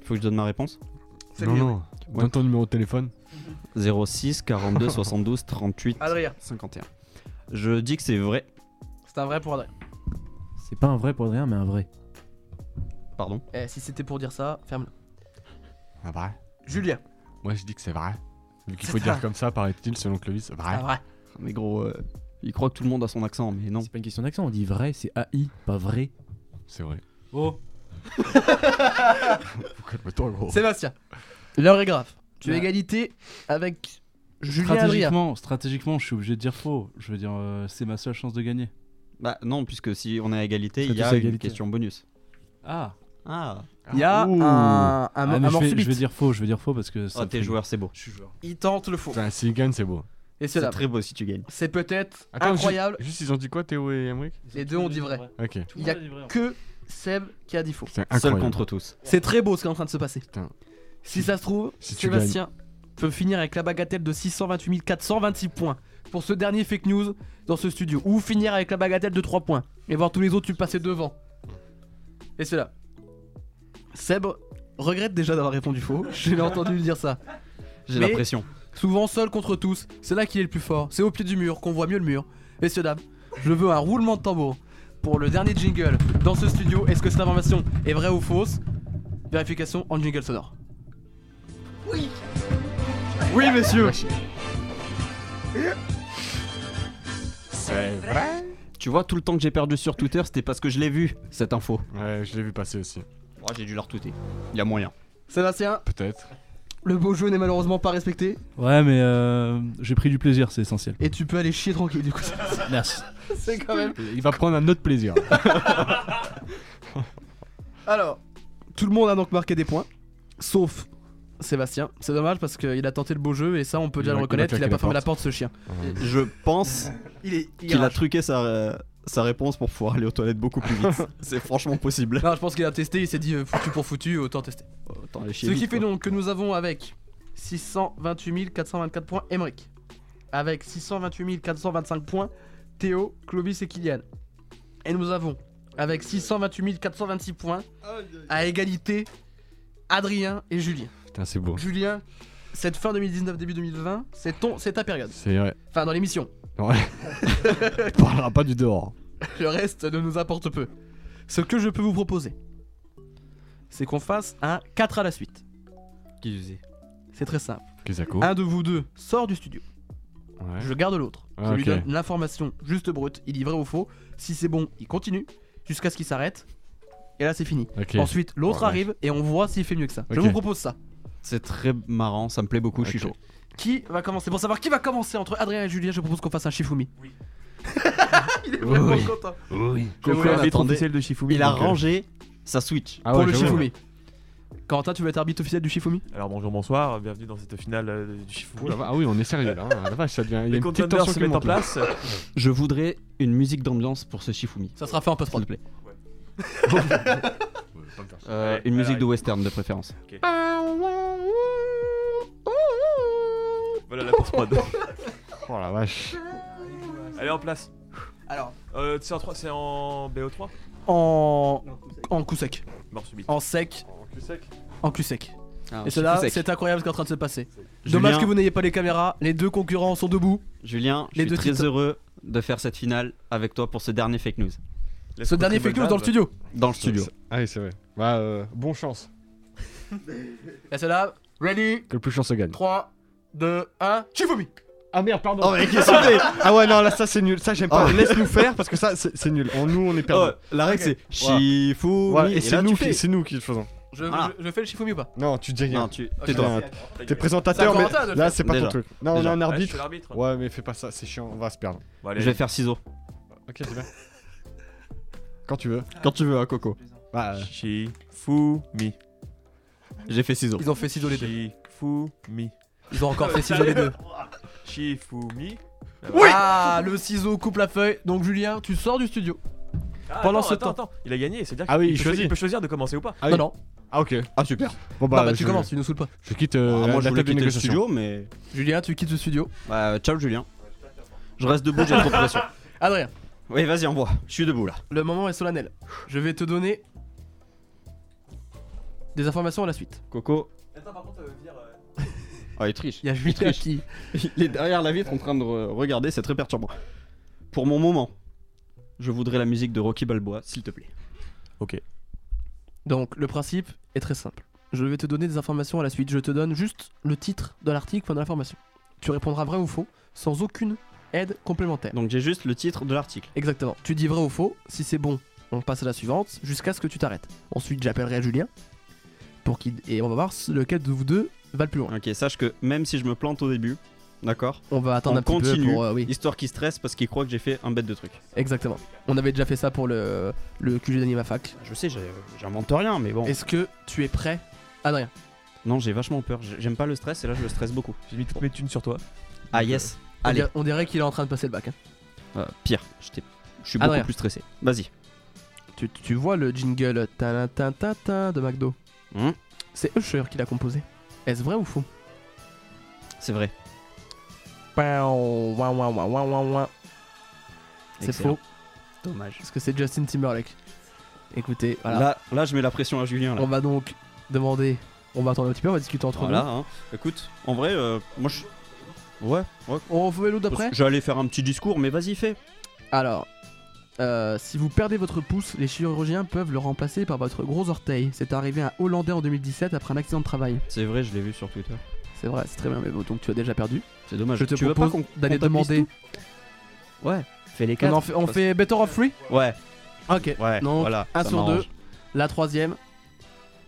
[SPEAKER 10] Faut que je donne ma réponse
[SPEAKER 3] c'est
[SPEAKER 7] non,
[SPEAKER 3] lui.
[SPEAKER 7] non. Donne ton numéro de téléphone.
[SPEAKER 10] 06 42 72 38
[SPEAKER 3] Adrien,
[SPEAKER 10] 51. Je dis que c'est vrai.
[SPEAKER 3] c'est un vrai pour Adrien.
[SPEAKER 5] C'est pas un vrai pour rien, mais un vrai.
[SPEAKER 10] Pardon.
[SPEAKER 3] Eh, si c'était pour dire ça, ferme-le.
[SPEAKER 7] Ah, vrai.
[SPEAKER 3] Julien,
[SPEAKER 7] Moi je dis que c'est vrai. Vu
[SPEAKER 3] C'est
[SPEAKER 7] qu'il
[SPEAKER 3] Ah.
[SPEAKER 7] faut dire
[SPEAKER 3] vrai.
[SPEAKER 7] comme ça, paraît-il, selon Clovis.
[SPEAKER 3] c'est
[SPEAKER 6] Ah.
[SPEAKER 7] Vrai.
[SPEAKER 3] un vrai.
[SPEAKER 10] Mais gros, euh, il croit que tout le monde a son accent, mais non.
[SPEAKER 5] C'est pas une question d'accent, on dit vrai, c'est AI, pas vrai.
[SPEAKER 7] C'est vrai.
[SPEAKER 6] Oh,
[SPEAKER 7] Faut Calme-toi, gros.
[SPEAKER 3] Sébastien, l'heure est grave. Tu es
[SPEAKER 6] Bah.
[SPEAKER 3] égalité avec Julien Adrien.
[SPEAKER 6] stratégiquement, stratégiquement, je suis obligé de dire faux. Je veux dire, euh, c'est ma seule chance de gagner.
[SPEAKER 10] Bah non, puisque si on est à égalité,
[SPEAKER 5] C'est
[SPEAKER 10] il y
[SPEAKER 5] tous
[SPEAKER 10] a
[SPEAKER 5] à
[SPEAKER 10] une
[SPEAKER 5] égalité.
[SPEAKER 10] question bonus.
[SPEAKER 6] Ah,
[SPEAKER 10] Ah,
[SPEAKER 3] Il y a
[SPEAKER 6] Ouh.
[SPEAKER 3] un, un,
[SPEAKER 6] Ah,
[SPEAKER 3] un
[SPEAKER 6] mais je,
[SPEAKER 3] mort
[SPEAKER 6] vais,
[SPEAKER 3] subite.
[SPEAKER 6] je vais dire faux, je vais dire faux parce que ça
[SPEAKER 10] oh,
[SPEAKER 6] me
[SPEAKER 10] t'es
[SPEAKER 6] fait-
[SPEAKER 10] joueur, c'est beau.
[SPEAKER 6] Je suis joueur.
[SPEAKER 3] Il tente le faux.
[SPEAKER 7] Putain, s'il gagne, c'est beau.
[SPEAKER 3] Et
[SPEAKER 10] C'est
[SPEAKER 3] cela,
[SPEAKER 10] très beau si tu gagnes.
[SPEAKER 3] c'est peut-être
[SPEAKER 6] Ah,
[SPEAKER 7] Attends, ju-
[SPEAKER 3] incroyable.
[SPEAKER 7] Juste, ils ont dit quoi, Théo et Emmerich
[SPEAKER 3] Les deux ont dit vrai.
[SPEAKER 7] Ok.
[SPEAKER 3] Il y a que Seb qui a dit faux.
[SPEAKER 7] C'est
[SPEAKER 10] Seul
[SPEAKER 7] incroyable.
[SPEAKER 10] contre tous.
[SPEAKER 3] C'est très beau ce qui est en train de se passer.
[SPEAKER 7] Putain.
[SPEAKER 3] Si ça se trouve,
[SPEAKER 7] Si tu
[SPEAKER 3] Sébastien peut finir avec la bagatelle de 628 426 points pour ce dernier fake news dans ce studio. Ou finir avec la bagatelle de 3 points et voir tous les autres tu passer devant. Et cela. Seb regrette déjà d'avoir répondu faux. Je l'ai entendu lui dire ça.
[SPEAKER 10] J'ai
[SPEAKER 3] Mais-
[SPEAKER 10] la pression.
[SPEAKER 3] Souvent seul contre tous, c'est là qu'il est le plus fort. C'est au pied du mur qu'on voit mieux le mur. Messieurs, dames, je veux un roulement de tambour pour le dernier jingle dans ce studio. Est-ce que cette information est vraie ou fausse Vérification en jingle sonore. Oui Oui, messieurs
[SPEAKER 7] C'est vrai
[SPEAKER 10] Tu vois, tout le temps que j'ai perdu sur Twitter, c'était parce que je l'ai vu, cette info.
[SPEAKER 7] Ouais, je l'ai vu passer aussi.
[SPEAKER 10] Oh, j'ai dû la retweeter. Il y a moyen.
[SPEAKER 3] Sébastien,
[SPEAKER 7] Peut-être.
[SPEAKER 3] le beau jeu n'est malheureusement pas respecté
[SPEAKER 6] Ouais, mais euh, j'ai pris du plaisir, c'est essentiel.
[SPEAKER 3] et tu peux aller chier tranquille du coup.
[SPEAKER 6] Merci.
[SPEAKER 3] c'est quand même.
[SPEAKER 7] Il va prendre un autre plaisir.
[SPEAKER 3] Alors, tout le monde a donc marqué des points, sauf. Sébastien, c'est dommage parce qu'il a tenté le beau jeu et ça on peut
[SPEAKER 7] Il
[SPEAKER 3] déjà
[SPEAKER 7] a-
[SPEAKER 3] le
[SPEAKER 7] il a
[SPEAKER 3] reconnaître, il a
[SPEAKER 7] claqué
[SPEAKER 3] pas
[SPEAKER 7] la
[SPEAKER 3] fermé la
[SPEAKER 7] porte.
[SPEAKER 3] porte ce chien.
[SPEAKER 10] Je pense
[SPEAKER 3] Il est
[SPEAKER 10] qu'il a truqué sa, euh, sa réponse pour pouvoir aller aux toilettes beaucoup plus vite. c'est franchement possible.
[SPEAKER 3] Non, je pense qu'il a testé, il s'est dit euh, foutu pour foutu, autant tester.
[SPEAKER 10] Autant aller chez
[SPEAKER 3] Ce
[SPEAKER 10] lui,
[SPEAKER 3] qui fait
[SPEAKER 10] quoi.
[SPEAKER 3] donc que nous avons avec 628 424 points Emric, avec 628 425 points Théo, Clovis et Kylian. Et nous avons avec 628 426 points à égalité Adrien et Julien.
[SPEAKER 7] Putain, c'est beau.
[SPEAKER 3] Julien, cette fin 2019 début 2020, c'est ton c'est ta période.
[SPEAKER 7] C'est vrai.
[SPEAKER 3] Enfin dans l'émission.
[SPEAKER 7] On parlera pas du dehors.
[SPEAKER 3] Le reste ne nous apporte peu. Ce que je peux vous proposer, c'est qu'on fasse un 4 à la suite.
[SPEAKER 10] Qui faisait
[SPEAKER 3] C'est très simple.
[SPEAKER 7] Kisako.
[SPEAKER 3] Un de vous deux sort du studio.
[SPEAKER 7] Ouais.
[SPEAKER 3] Je garde l'autre. Je
[SPEAKER 7] Ah,
[SPEAKER 3] lui
[SPEAKER 7] ok.
[SPEAKER 3] donne l'information juste brute. Il dit vrai ou faux. Si c'est bon, il continue jusqu'à ce qu'il s'arrête. Et là, c'est fini.
[SPEAKER 7] Ok.
[SPEAKER 3] Ensuite, l'autre
[SPEAKER 7] Ouais, ouais.
[SPEAKER 3] arrive et on voit s'il fait mieux que ça. Je
[SPEAKER 7] Ok.
[SPEAKER 3] vous propose ça.
[SPEAKER 10] C'est très marrant, ça me plaît beaucoup, je suis
[SPEAKER 7] Ok.
[SPEAKER 10] chaud.
[SPEAKER 3] Qui va commencer Pour savoir qui va commencer entre Adrien et Julien, je propose qu'on fasse un Shifumi. il est vraiment
[SPEAKER 7] Oui.
[SPEAKER 3] content.
[SPEAKER 7] Oui.
[SPEAKER 10] Coco,
[SPEAKER 8] Coco, l'arbitre
[SPEAKER 10] attendez.
[SPEAKER 8] officiel de Shifumi.
[SPEAKER 10] Il a
[SPEAKER 8] donc, euh,
[SPEAKER 10] rangé sa Switch.
[SPEAKER 7] Ah
[SPEAKER 3] Pour
[SPEAKER 7] ouais,
[SPEAKER 3] le
[SPEAKER 7] j'avoue.
[SPEAKER 3] Shifumi. Quentin, tu veux être arbitre officiel du Shifumi
[SPEAKER 8] Alors bonjour, bonsoir, bienvenue dans cette finale euh, du Shifu.
[SPEAKER 7] Oh la va- ah oui, on est sérieux là. hein. La vache, ça devient. Il y a
[SPEAKER 8] Les
[SPEAKER 7] une petite
[SPEAKER 8] contenders
[SPEAKER 7] tension
[SPEAKER 8] se
[SPEAKER 7] qui
[SPEAKER 8] mettent en
[SPEAKER 7] monte, là.
[SPEAKER 8] place.
[SPEAKER 10] Je voudrais une musique d'ambiance pour ce Shifumi.
[SPEAKER 3] Ça sera fait en
[SPEAKER 10] S'il
[SPEAKER 3] post-prod.
[SPEAKER 10] te plaît. Euh, une musique de western de préférence.
[SPEAKER 8] Voilà la post-prod.
[SPEAKER 7] Oh la vache.
[SPEAKER 8] Allez, en place.
[SPEAKER 3] Alors,
[SPEAKER 8] Euh, c'est en 3, c'est en BO3
[SPEAKER 3] en. En coup sec.
[SPEAKER 8] Mort subite.
[SPEAKER 3] En sec. En cul sec.
[SPEAKER 10] Ah,
[SPEAKER 3] Et
[SPEAKER 10] je
[SPEAKER 3] cela,
[SPEAKER 10] suis sec.
[SPEAKER 3] c'est incroyable ce qui est en train de se passer.
[SPEAKER 10] Julien-
[SPEAKER 3] Dommage que vous n'ayez pas les caméras. Les deux concurrents sont debout.
[SPEAKER 10] Julien, je
[SPEAKER 3] Les
[SPEAKER 10] suis
[SPEAKER 3] deux
[SPEAKER 10] très
[SPEAKER 3] titres.
[SPEAKER 10] heureux de faire cette finale avec toi pour ce dernier fake news
[SPEAKER 3] Ce dernier fake news dans le studio.
[SPEAKER 10] dans le studio.
[SPEAKER 7] Ah oui, c'est vrai. Bah, euh, bon chance.
[SPEAKER 3] Et cela, ready
[SPEAKER 7] Que le plus chance se gagne.
[SPEAKER 3] 3, 2, 1, Shifumi
[SPEAKER 7] Ah merde, pardon.
[SPEAKER 10] Oh, mais qu'est-ce que c'est
[SPEAKER 7] ah ouais, non, là, ça c'est nul. Ça, j'aime pas.
[SPEAKER 10] Oh.
[SPEAKER 7] Laisse-nous faire parce que ça, c'est c'est nul. On- Ah nous, on est perdus.
[SPEAKER 10] La règle c'est Shifumi.
[SPEAKER 7] Voilà, et
[SPEAKER 10] et là,
[SPEAKER 7] c'est nous,
[SPEAKER 10] tu
[SPEAKER 7] qui-
[SPEAKER 10] fais.
[SPEAKER 7] c'est nous qui le faisons.
[SPEAKER 3] je,
[SPEAKER 10] Voilà.
[SPEAKER 3] je, je fais le Shifumi ou pas
[SPEAKER 7] Non, tu dis rien.
[SPEAKER 10] Non, tu.
[SPEAKER 7] T'es
[SPEAKER 10] tais-toi.
[SPEAKER 7] dans- T'es
[SPEAKER 3] C'est à
[SPEAKER 7] présentateur, mais
[SPEAKER 3] Corentin de le
[SPEAKER 7] là,
[SPEAKER 3] faire.
[SPEAKER 7] c'est pas ton
[SPEAKER 10] Déjà.
[SPEAKER 7] truc. Non, on
[SPEAKER 10] Déjà.
[SPEAKER 7] a un
[SPEAKER 8] Ouais, je suis
[SPEAKER 7] arbitre.
[SPEAKER 8] l'arbitre.
[SPEAKER 7] Ouais, mais fais pas ça, c'est chiant. On va se perdre.
[SPEAKER 8] Bon, allez.
[SPEAKER 10] Je vais faire ciseaux.
[SPEAKER 7] Ok, c'est bien. Quand tu veux.
[SPEAKER 10] Quand tu veux, à Coco.
[SPEAKER 7] Bah, euh,
[SPEAKER 8] Shifumi.
[SPEAKER 10] J'ai fait ciseaux.
[SPEAKER 3] Ils ont fait ciseaux les deux.
[SPEAKER 8] Shifumi.
[SPEAKER 3] Ils ont encore fait ciseaux les deux.
[SPEAKER 8] Shifumi.
[SPEAKER 3] Ah, le ciseau coupe la feuille. Donc, Julien, tu sors du studio.
[SPEAKER 8] Ah,
[SPEAKER 3] Pendant
[SPEAKER 8] attends,
[SPEAKER 3] ce
[SPEAKER 8] attends, attends. Il a gagné, c'est-à-dire
[SPEAKER 7] Ah oui,
[SPEAKER 8] qu'il
[SPEAKER 7] il
[SPEAKER 8] peut
[SPEAKER 7] choisit.
[SPEAKER 8] cho- il peut choisir de commencer ou pas.
[SPEAKER 7] Ah
[SPEAKER 3] non,
[SPEAKER 7] oui.
[SPEAKER 3] non.
[SPEAKER 7] Ah, ok.
[SPEAKER 10] Ah, super.
[SPEAKER 7] Bon,
[SPEAKER 3] Bah,
[SPEAKER 7] bah,
[SPEAKER 3] bah,
[SPEAKER 7] je-
[SPEAKER 3] tu commences, tu nous saoules pas.
[SPEAKER 7] Je quitte euh,
[SPEAKER 10] Ah, moi, je voulais
[SPEAKER 7] la table de
[SPEAKER 10] quitter le
[SPEAKER 7] négociation.
[SPEAKER 10] studio, mais.
[SPEAKER 3] Julien, tu quittes le studio.
[SPEAKER 10] Bah, ciao, Julien. Je reste debout, j'ai trop de pression.
[SPEAKER 3] Adrien,
[SPEAKER 10] Oui, vas-y, envoie. Je suis debout là.
[SPEAKER 3] le moment est solennel. Je vais te donner des informations à la suite.
[SPEAKER 10] Coco.
[SPEAKER 8] Attends, par contre, dire.
[SPEAKER 10] Ah, il triche.
[SPEAKER 3] Il y a Julien qui.
[SPEAKER 10] Il est derrière la vitre en train de re- regarder, c'est très perturbant. Pour mon moment, je voudrais la musique de Rocky Balboa, s'il te plaît.
[SPEAKER 3] Donc, le principe est très simple. Je vais te donner des informations à la suite. Je te donne juste le titre de l'article pendant l'information. Tu répondras vrai ou faux, sans aucune aide complémentaire.
[SPEAKER 10] Donc j'ai juste le titre de l'article.
[SPEAKER 3] Exactement. Tu dis vrai ou faux. Si c'est bon, on passe à la suivante jusqu'à ce que tu t'arrêtes. Ensuite, j'appellerai Julien pour qu'il et on va voir lequel de vous deux va le plus loin.
[SPEAKER 10] Ok, sache que même si je me plante au début, d'accord
[SPEAKER 3] On va attendre
[SPEAKER 10] On
[SPEAKER 3] un petit
[SPEAKER 10] continue.
[SPEAKER 3] peu pour euh, oui.
[SPEAKER 10] Histoire qu'il stresse parce qu'il croit que j'ai fait un bête de truc.
[SPEAKER 3] Exactement. On avait déjà fait ça pour le le QG d'Animafac.
[SPEAKER 10] Je sais, j'ai- j'invente rien, mais bon.
[SPEAKER 3] Est-ce que tu es prêt, Adrien
[SPEAKER 10] Non, j'ai vachement peur. J'ai- J'aime pas le stress et là je le stresse beaucoup.
[SPEAKER 8] J'ai mis toutes mes thunes sur toi.
[SPEAKER 10] Ah yes,
[SPEAKER 3] on
[SPEAKER 10] allez.
[SPEAKER 3] dirait, on dirait qu'il est en train de passer le bac. hein.
[SPEAKER 10] Euh, pire, je t'ai- je suis
[SPEAKER 3] Ah,
[SPEAKER 10] beaucoup
[SPEAKER 3] ouais.
[SPEAKER 10] plus stressé. Vas-y.
[SPEAKER 3] Tu, tu vois le jingle ta ta ta ta de McDo
[SPEAKER 10] Hmm,
[SPEAKER 3] C'est Usher qui l'a composé. Est-ce vrai ou faux
[SPEAKER 10] c'est vrai.
[SPEAKER 3] Ouin, ouin, ouin, ouin, ouin, ouin. C'est
[SPEAKER 10] Excellent.
[SPEAKER 3] faux
[SPEAKER 10] Dommage.
[SPEAKER 3] parce que c'est Justin Timberlake. Écoutez, voilà.
[SPEAKER 10] Là, là, je mets la pression à Julien. Là.
[SPEAKER 3] On va donc demander. On va attendre un petit peu, on va discuter entre
[SPEAKER 10] Voilà, hein. Écoute, en vrai, euh, moi je. Ouais, ouais.
[SPEAKER 3] nous. On fait l'autre d'après
[SPEAKER 10] J'allais faire un petit discours, mais vas-y, fais.
[SPEAKER 3] Alors, euh, si vous perdez votre pouce, les chirurgiens peuvent le remplacer par votre gros orteil. C'est arrivé à un Hollandais en 2017 après un accident de travail.
[SPEAKER 10] C'est vrai, je l'ai vu sur Twitter.
[SPEAKER 3] C'est vrai, c'est très bien, mais bon, donc tu as déjà perdu.
[SPEAKER 10] C'est dommage.
[SPEAKER 3] Je te
[SPEAKER 10] Ah, tu veux pas
[SPEAKER 3] propose
[SPEAKER 10] qu'on
[SPEAKER 3] d'aller
[SPEAKER 10] comptabilise
[SPEAKER 3] demander.
[SPEAKER 10] tout Ouais, fais les
[SPEAKER 3] On,
[SPEAKER 10] quatre.
[SPEAKER 3] en fait, on fait Better of Free
[SPEAKER 10] Ouais,
[SPEAKER 3] Ok.
[SPEAKER 10] ouais.
[SPEAKER 3] Donc,
[SPEAKER 10] voilà,
[SPEAKER 3] Un
[SPEAKER 10] ça
[SPEAKER 3] sur deux.
[SPEAKER 10] m'arrange.
[SPEAKER 3] La troisième.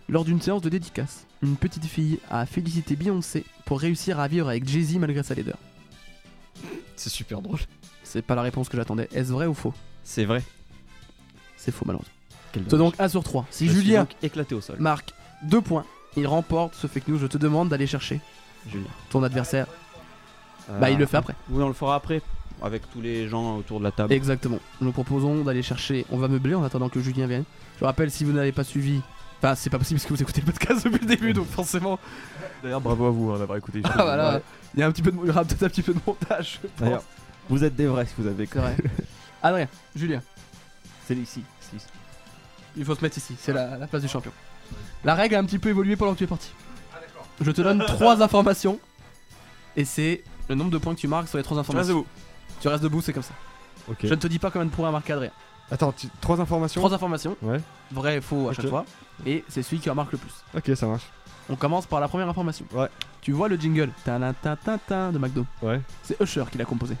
[SPEAKER 3] Lors d'une séance de dédicace, une petite fille a félicité Beyoncé pour réussir à vivre avec Jay-Z malgré sa laideur.
[SPEAKER 10] C'est super drôle.
[SPEAKER 3] C'est pas la réponse que j'attendais. Est-ce vrai ou faux
[SPEAKER 10] C'est vrai.
[SPEAKER 3] C'est faux, malheureusement.
[SPEAKER 10] Quel
[SPEAKER 3] C'est
[SPEAKER 10] dommage.
[SPEAKER 3] donc 1 sur 3. Si
[SPEAKER 10] Je suis
[SPEAKER 3] Julien
[SPEAKER 10] donc éclaté au sol.
[SPEAKER 3] marque 2 points, il remporte ce fake news. Je te demande d'aller chercher
[SPEAKER 10] Julien. Ah.
[SPEAKER 3] ton adversaire. Bah, il le fait après.
[SPEAKER 10] Oui, Euh, on le fera après. Avec tous les gens autour de la
[SPEAKER 4] Ah
[SPEAKER 10] table.
[SPEAKER 3] Exactement. Nous proposons d'aller chercher. On va meubler en attendant que Julien vienne. Je rappelle, si vous n'avez pas suivi. Enfin, c'est pas possible parce que vous écoutez le podcast depuis le début, donc forcément.
[SPEAKER 8] D'ailleurs, bravo à vous hein, d'avoir écouté.
[SPEAKER 3] Ah, voilà. Il y a un petit peu de, il y aura peut-être un petit peu de montage, je pense.
[SPEAKER 4] D'ailleurs, vous êtes des vrais si vous avez.
[SPEAKER 3] C'est vrai. Adrien, Julien,
[SPEAKER 4] C'est ici. c'est ici.
[SPEAKER 3] il faut se mettre ici, c'est la, la place du champion. La règle a un petit peu évolué pendant que tu es parti.
[SPEAKER 8] Ah,
[SPEAKER 3] Je te donne trois informations et c'est le nombre de points que tu marques sur les trois informations.
[SPEAKER 8] vous.
[SPEAKER 3] Tu restes debout, c'est comme ça.
[SPEAKER 7] Ok.
[SPEAKER 3] Je ne te dis pas combien de points a marqué Adrien.
[SPEAKER 7] Attends, tu- trois informations.
[SPEAKER 3] Trois informations,
[SPEAKER 7] Ouais.
[SPEAKER 3] vrai et faux à
[SPEAKER 7] Ok.
[SPEAKER 3] chaque fois, et c'est celui qui en marque le plus.
[SPEAKER 7] Ok, ça marche.
[SPEAKER 3] On commence par la première information.
[SPEAKER 7] Ouais.
[SPEAKER 3] Tu vois le jingle ta de McDo.
[SPEAKER 7] Ouais.
[SPEAKER 3] C'est Usher qui l'a composé.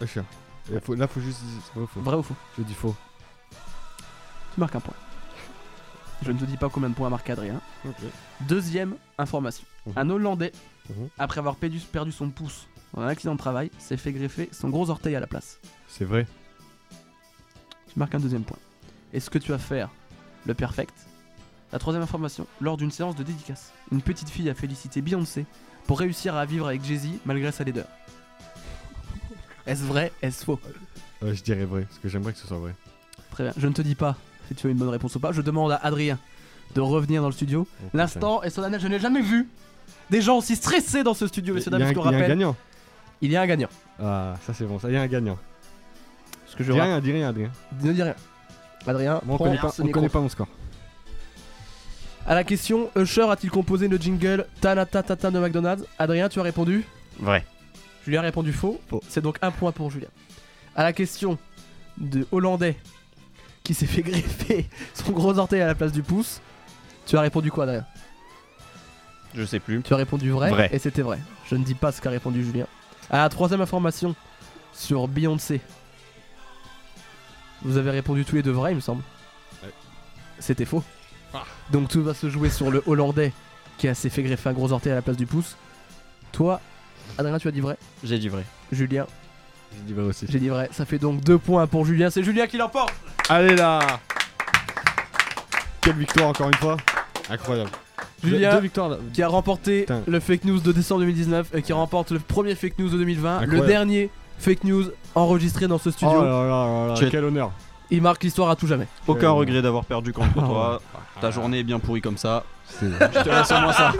[SPEAKER 7] Ah, chien. Et faut- là, faut juste. c'est pas faux.
[SPEAKER 3] Vrai ou faux
[SPEAKER 7] Je dis faux.
[SPEAKER 3] Tu marques un point. Je ne te dis pas combien de points a marqué Adrien. Deuxième information.
[SPEAKER 7] Mhm.
[SPEAKER 3] Un Hollandais,
[SPEAKER 7] Mhm.
[SPEAKER 3] après avoir perdu, perdu son pouce dans un accident de travail, s'est fait greffer son gros orteil à la place.
[SPEAKER 7] C'est vrai.
[SPEAKER 3] Tu marques un deuxième point. Est-ce que tu vas faire le perfect La troisième information, lors d'une séance de dédicace, une petite fille a félicité Beyoncé pour réussir à vivre avec Jay-Z malgré sa laideur. Est-ce vrai Est-ce faux
[SPEAKER 15] Euh, je dirais vrai, parce que j'aimerais que ce soit vrai.
[SPEAKER 3] Très bien. Je ne te dis pas si tu as une bonne réponse ou pas. Je demande à Adrien de revenir dans le studio. L'instant est solennel. Je n'ai jamais vu des gens aussi stressés dans ce studio, messieurs,
[SPEAKER 15] Il y
[SPEAKER 3] dames,
[SPEAKER 15] a un-
[SPEAKER 3] je te
[SPEAKER 15] il y a un
[SPEAKER 3] rappelle.
[SPEAKER 15] gagnant.
[SPEAKER 3] Il y a un gagnant.
[SPEAKER 15] Ah, ça c'est bon, ça. Il y a un gagnant.
[SPEAKER 3] Parce que je
[SPEAKER 15] dis
[SPEAKER 3] rap-
[SPEAKER 15] rien, dis rien, dis rien.
[SPEAKER 3] Ne dis rien. Adrien,
[SPEAKER 15] Moi, on
[SPEAKER 3] prends
[SPEAKER 15] connaît, pas,
[SPEAKER 3] ce
[SPEAKER 15] on
[SPEAKER 3] micro.
[SPEAKER 15] connaît pas mon score.
[SPEAKER 3] À la question, Usher a-t-il composé le jingle ta la ta ta ta de McDonald's Adrien, tu as répondu
[SPEAKER 15] Vrai.
[SPEAKER 3] Julien a répondu faux. C'est donc un point pour Julien. À la question de Hollandais qui s'est fait greffer son gros orteil à la place du pouce, tu as répondu quoi, Adrien
[SPEAKER 10] Je sais plus.
[SPEAKER 3] Tu as répondu vrai,
[SPEAKER 10] Vrai.
[SPEAKER 3] et c'était vrai. Je ne dis pas ce qu'a répondu Julien. À la troisième information sur Beyoncé. Vous avez répondu tous les deux vrai, il me semble. C'était faux.
[SPEAKER 15] Ah.
[SPEAKER 3] Donc tout va se jouer sur le Hollandais qui a s'est fait greffer un gros orteil à la place du pouce. Toi, Adrien, tu as dit vrai.
[SPEAKER 10] J'ai dit vrai.
[SPEAKER 3] Julien,
[SPEAKER 15] J'ai dit vrai aussi.
[SPEAKER 3] j'ai dit vrai. Ça fait donc deux points pour Julien. C'est Julien qui l'emporte.
[SPEAKER 15] Allez là Quelle victoire encore une fois Incroyable.
[SPEAKER 3] Julien
[SPEAKER 15] Deux victoires là.
[SPEAKER 3] qui a remporté le fake news de décembre 2019 et qui remporte le premier fake news de 2020, le
[SPEAKER 15] Incroyable.
[SPEAKER 3] dernier fake news enregistré dans ce studio.
[SPEAKER 15] Oh là là là là,
[SPEAKER 10] Tu es-
[SPEAKER 15] quel honneur.
[SPEAKER 3] Il marque l'histoire à tout jamais.
[SPEAKER 10] Aucun regret d'avoir perdu contre
[SPEAKER 3] Ah,
[SPEAKER 10] toi. Ta journée est bien pourrie comme ça. Je te laisse au moins ça.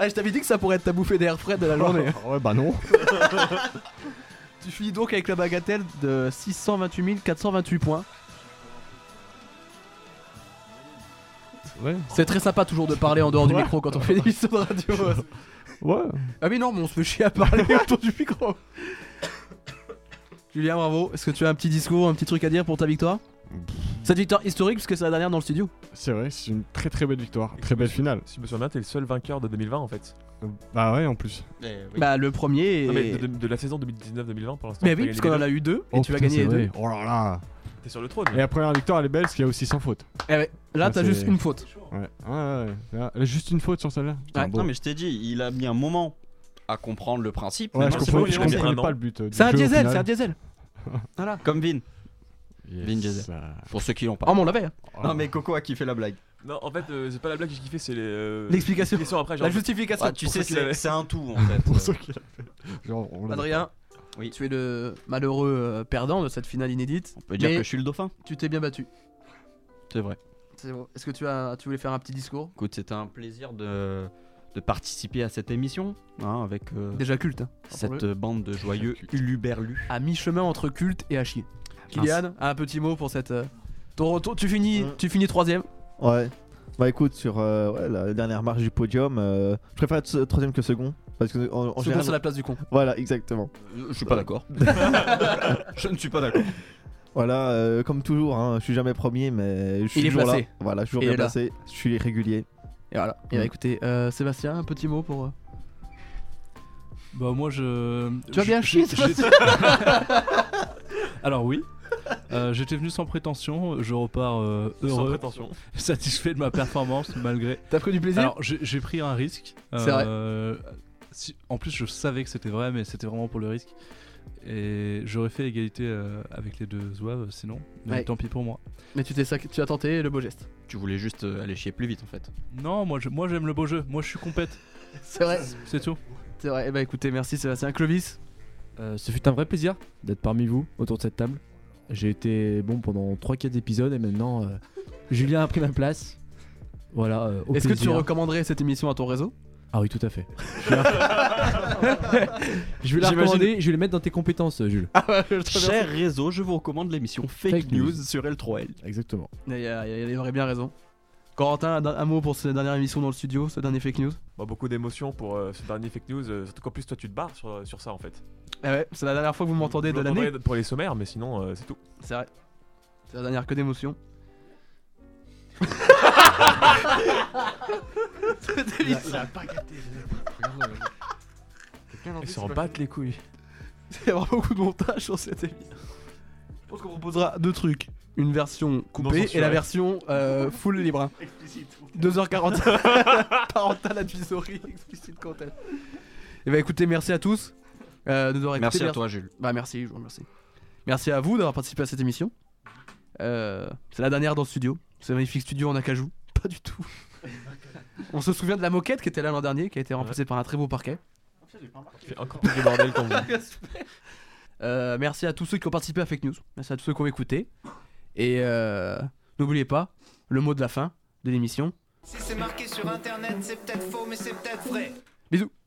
[SPEAKER 3] Ah, je t'avais dit que ça pourrait être ta bouffée d'air frais de la journée. hein.
[SPEAKER 15] ouais, bah non.
[SPEAKER 3] tu finis donc avec la bagatelle de 628 428 points.
[SPEAKER 15] Ouais.
[SPEAKER 3] C'est très sympa toujours de parler en dehors du
[SPEAKER 15] Ouais.
[SPEAKER 3] micro quand on fait des émissions de radio.
[SPEAKER 15] Ouais.
[SPEAKER 3] Ah mais non, mais on se fait chier à parler autour du micro. Julien, bravo. Est-ce que tu as un petit discours, un petit truc à dire pour ta victoire Cette victoire historique, puisque c'est la dernière dans le studio.
[SPEAKER 15] C'est vrai, c'est une très très belle victoire. Très belle finale.
[SPEAKER 8] Si je me souviens bien, t'es le seul vainqueur de 2020 en fait.
[SPEAKER 15] Bah ouais, en plus.
[SPEAKER 3] Bah le premier.
[SPEAKER 8] Non, mais
[SPEAKER 3] est-
[SPEAKER 8] de, de- de la saison 2019-2020 pour l'instant. t'as
[SPEAKER 3] Mais oui,
[SPEAKER 8] gagné
[SPEAKER 3] parce qu'on
[SPEAKER 8] les
[SPEAKER 3] en a eu deux et
[SPEAKER 15] Oh,
[SPEAKER 3] tu as
[SPEAKER 15] putain,
[SPEAKER 3] gagné les
[SPEAKER 15] c'est
[SPEAKER 3] deux.
[SPEAKER 15] vrai. Oh là là.
[SPEAKER 8] T'es sur le trône.
[SPEAKER 15] Et la première victoire elle est belle parce qu'il y a aussi sans faute.
[SPEAKER 3] Eh ouais, là, t'as
[SPEAKER 15] c'est-
[SPEAKER 3] juste une faute.
[SPEAKER 15] Ouais, ouais, ouais. ouais. Là, Juste une faute sur celle-là. Putain,
[SPEAKER 10] Non,
[SPEAKER 15] bon.
[SPEAKER 10] mais je t'ai dit, il a mis un moment à comprendre le principe.
[SPEAKER 15] Ouais,
[SPEAKER 10] mais
[SPEAKER 15] je
[SPEAKER 10] non, c'est
[SPEAKER 15] comprenais-
[SPEAKER 10] bon, il
[SPEAKER 15] je
[SPEAKER 10] est lancé.
[SPEAKER 15] comprenais pas le but, euh, du
[SPEAKER 3] C'est un
[SPEAKER 15] jeu au
[SPEAKER 3] diesel,
[SPEAKER 15] final.
[SPEAKER 3] c'est un diesel. Voilà.
[SPEAKER 10] Comme Vin.
[SPEAKER 15] Yes. Ah.
[SPEAKER 10] Vin Diesel. Pour ceux qui l'ont pas.
[SPEAKER 3] Oh, mais on l'avait. hein.
[SPEAKER 10] Non, mais Coco a kiffé la blague.
[SPEAKER 8] Non, en fait, euh, c'est pas la blague que j'ai kiffé, c'est les, euh,
[SPEAKER 3] L'explication.
[SPEAKER 8] les questions après,
[SPEAKER 3] La justification.
[SPEAKER 10] Ouais, Ah, tu
[SPEAKER 8] Pour
[SPEAKER 10] sais,
[SPEAKER 8] ceux qui l'avaient.
[SPEAKER 10] c'est c'est un tout en fait. Euh,
[SPEAKER 15] Pour ceux qui Genre, on l'a-
[SPEAKER 3] Adrien,
[SPEAKER 10] Oui.
[SPEAKER 3] tu es le malheureux euh, perdant de cette finale inédite.
[SPEAKER 10] On peut dire
[SPEAKER 3] mais
[SPEAKER 10] que je suis le dauphin.
[SPEAKER 3] Tu t'es bien battu.
[SPEAKER 10] C'est vrai.
[SPEAKER 3] C'est bon. Est-ce que tu, as, tu voulais faire un petit discours
[SPEAKER 10] Écoute, c'était un plaisir de, de participer à cette émission hein, avec euh,
[SPEAKER 3] Déjà culte. hein.
[SPEAKER 10] cette
[SPEAKER 3] Rappelons-le.
[SPEAKER 10] euh, bande de joyeux uluberlus.
[SPEAKER 3] À mi-chemin entre culte et à chier. Kylian, un petit mot pour cette. euh, Ton retour, tu finis, tu finis troisième.
[SPEAKER 4] Ouais. Bah écoute, sur euh, ouais, la dernière marche du podium, euh, je préfère être troisième que second. Parce que en, en
[SPEAKER 3] Second
[SPEAKER 4] général-
[SPEAKER 3] sur la place du con.
[SPEAKER 4] Voilà, exactement.
[SPEAKER 10] Euh, Je suis pas d'accord. je ne suis pas d'accord.
[SPEAKER 4] Voilà, euh, comme toujours, hein, je suis jamais premier, mais je suis
[SPEAKER 3] Il est
[SPEAKER 4] toujours
[SPEAKER 3] placé.
[SPEAKER 4] là. Voilà, je suis toujours
[SPEAKER 3] Il
[SPEAKER 4] bien
[SPEAKER 3] est là.
[SPEAKER 4] placé. Je suis régulier.
[SPEAKER 3] Et voilà. Et bah, écoutez, euh, Sébastien, un petit mot pour. euh,
[SPEAKER 6] Bah moi je.
[SPEAKER 3] Tu as bien
[SPEAKER 6] je-
[SPEAKER 3] chié,
[SPEAKER 6] je-
[SPEAKER 3] Sébastien.
[SPEAKER 6] Alors oui. Euh, J'étais venu sans prétention, je repars euh,
[SPEAKER 8] Sans
[SPEAKER 6] heureux,
[SPEAKER 8] prétention.
[SPEAKER 6] satisfait de ma performance malgré.
[SPEAKER 3] T'as pris du plaisir
[SPEAKER 6] Alors j'ai j'ai pris un risque.
[SPEAKER 3] C'est vrai.
[SPEAKER 6] Euh, si- en plus je savais que c'était vrai, mais c'était vraiment pour le risque. Et j'aurais fait égalité euh, avec les deux zouaves sinon. Mais
[SPEAKER 3] Ouais.
[SPEAKER 6] tant pis pour moi.
[SPEAKER 3] Mais tu t'es sac- tu as tenté le beau geste.
[SPEAKER 10] Tu voulais juste euh, aller chier plus vite en fait.
[SPEAKER 6] Non, moi je- moi, j'aime le beau jeu, moi je suis compète.
[SPEAKER 3] C'est vrai.
[SPEAKER 6] C'est tout.
[SPEAKER 3] C'est vrai. Et bah écoutez, merci Sébastien. Clovis.
[SPEAKER 5] Euh, ce fut un vrai plaisir d'être parmi vous autour de cette table. J'ai été bon pendant 3-4 épisodes et maintenant euh, Julien a pris ma place. Voilà, euh, au
[SPEAKER 3] Est-ce que tu
[SPEAKER 5] plaisir.
[SPEAKER 3] recommanderais cette émission à ton réseau
[SPEAKER 5] Ah oui, tout à fait. Je vais la- je vais la
[SPEAKER 3] J'imagine-
[SPEAKER 5] recommander, je vais le mettre dans tes compétences, euh, Jules.
[SPEAKER 10] Cher réseau, je vous recommande l'émission Fake,
[SPEAKER 5] Fake
[SPEAKER 10] News
[SPEAKER 5] News.
[SPEAKER 10] sur L3L.
[SPEAKER 5] Exactement.
[SPEAKER 3] Il, y a- il y a- il aurait bien raison. Corentin, un, un mot pour cette dernière émission dans le studio, ce dernier fake news
[SPEAKER 8] Bon, beaucoup d'émotions pour euh, ce dernier fake news, euh, surtout qu'en plus toi tu te barres sur, sur ça en fait.
[SPEAKER 3] Ah ouais, c'est la dernière fois que vous m'entendez
[SPEAKER 8] Vous
[SPEAKER 3] de l'année.
[SPEAKER 8] l'entendrez Pour les sommaires, mais sinon euh, c'est tout.
[SPEAKER 3] C'est vrai. C'est la dernière que d'émotion. Cette émission.
[SPEAKER 8] Ils s'en battent les couilles.
[SPEAKER 3] Il y a vraiment beaucoup de montage sur cette émission. Je pense qu'on proposera deux trucs. Une version coupée et
[SPEAKER 8] censurée.
[SPEAKER 3] la version euh, full libre. hein. 2h40 parental advisory explicite content. Et bah écoutez, merci à tous euh, de nous avoir écoutés.
[SPEAKER 10] Merci à toi, Jules.
[SPEAKER 3] Bah merci, je vous remercie. Merci à vous d'avoir participé à cette émission. Euh, c'est la dernière dans le studio. C'est un magnifique studio en acajou. Pas du tout. On se souvient de la moquette qui était là l'an dernier, qui a été remplacée par un très beau parquet.
[SPEAKER 8] Fait encore plus de bordel quand même.
[SPEAKER 3] Euh, merci à tous ceux qui ont participé à Fake News. Merci à tous ceux qui ont écouté. Et euh, n'oubliez pas le mot de la fin de l'émission.
[SPEAKER 16] Si c'est marqué sur internet, c'est peut-être faux, mais c'est peut-être vrai.
[SPEAKER 3] Bisous.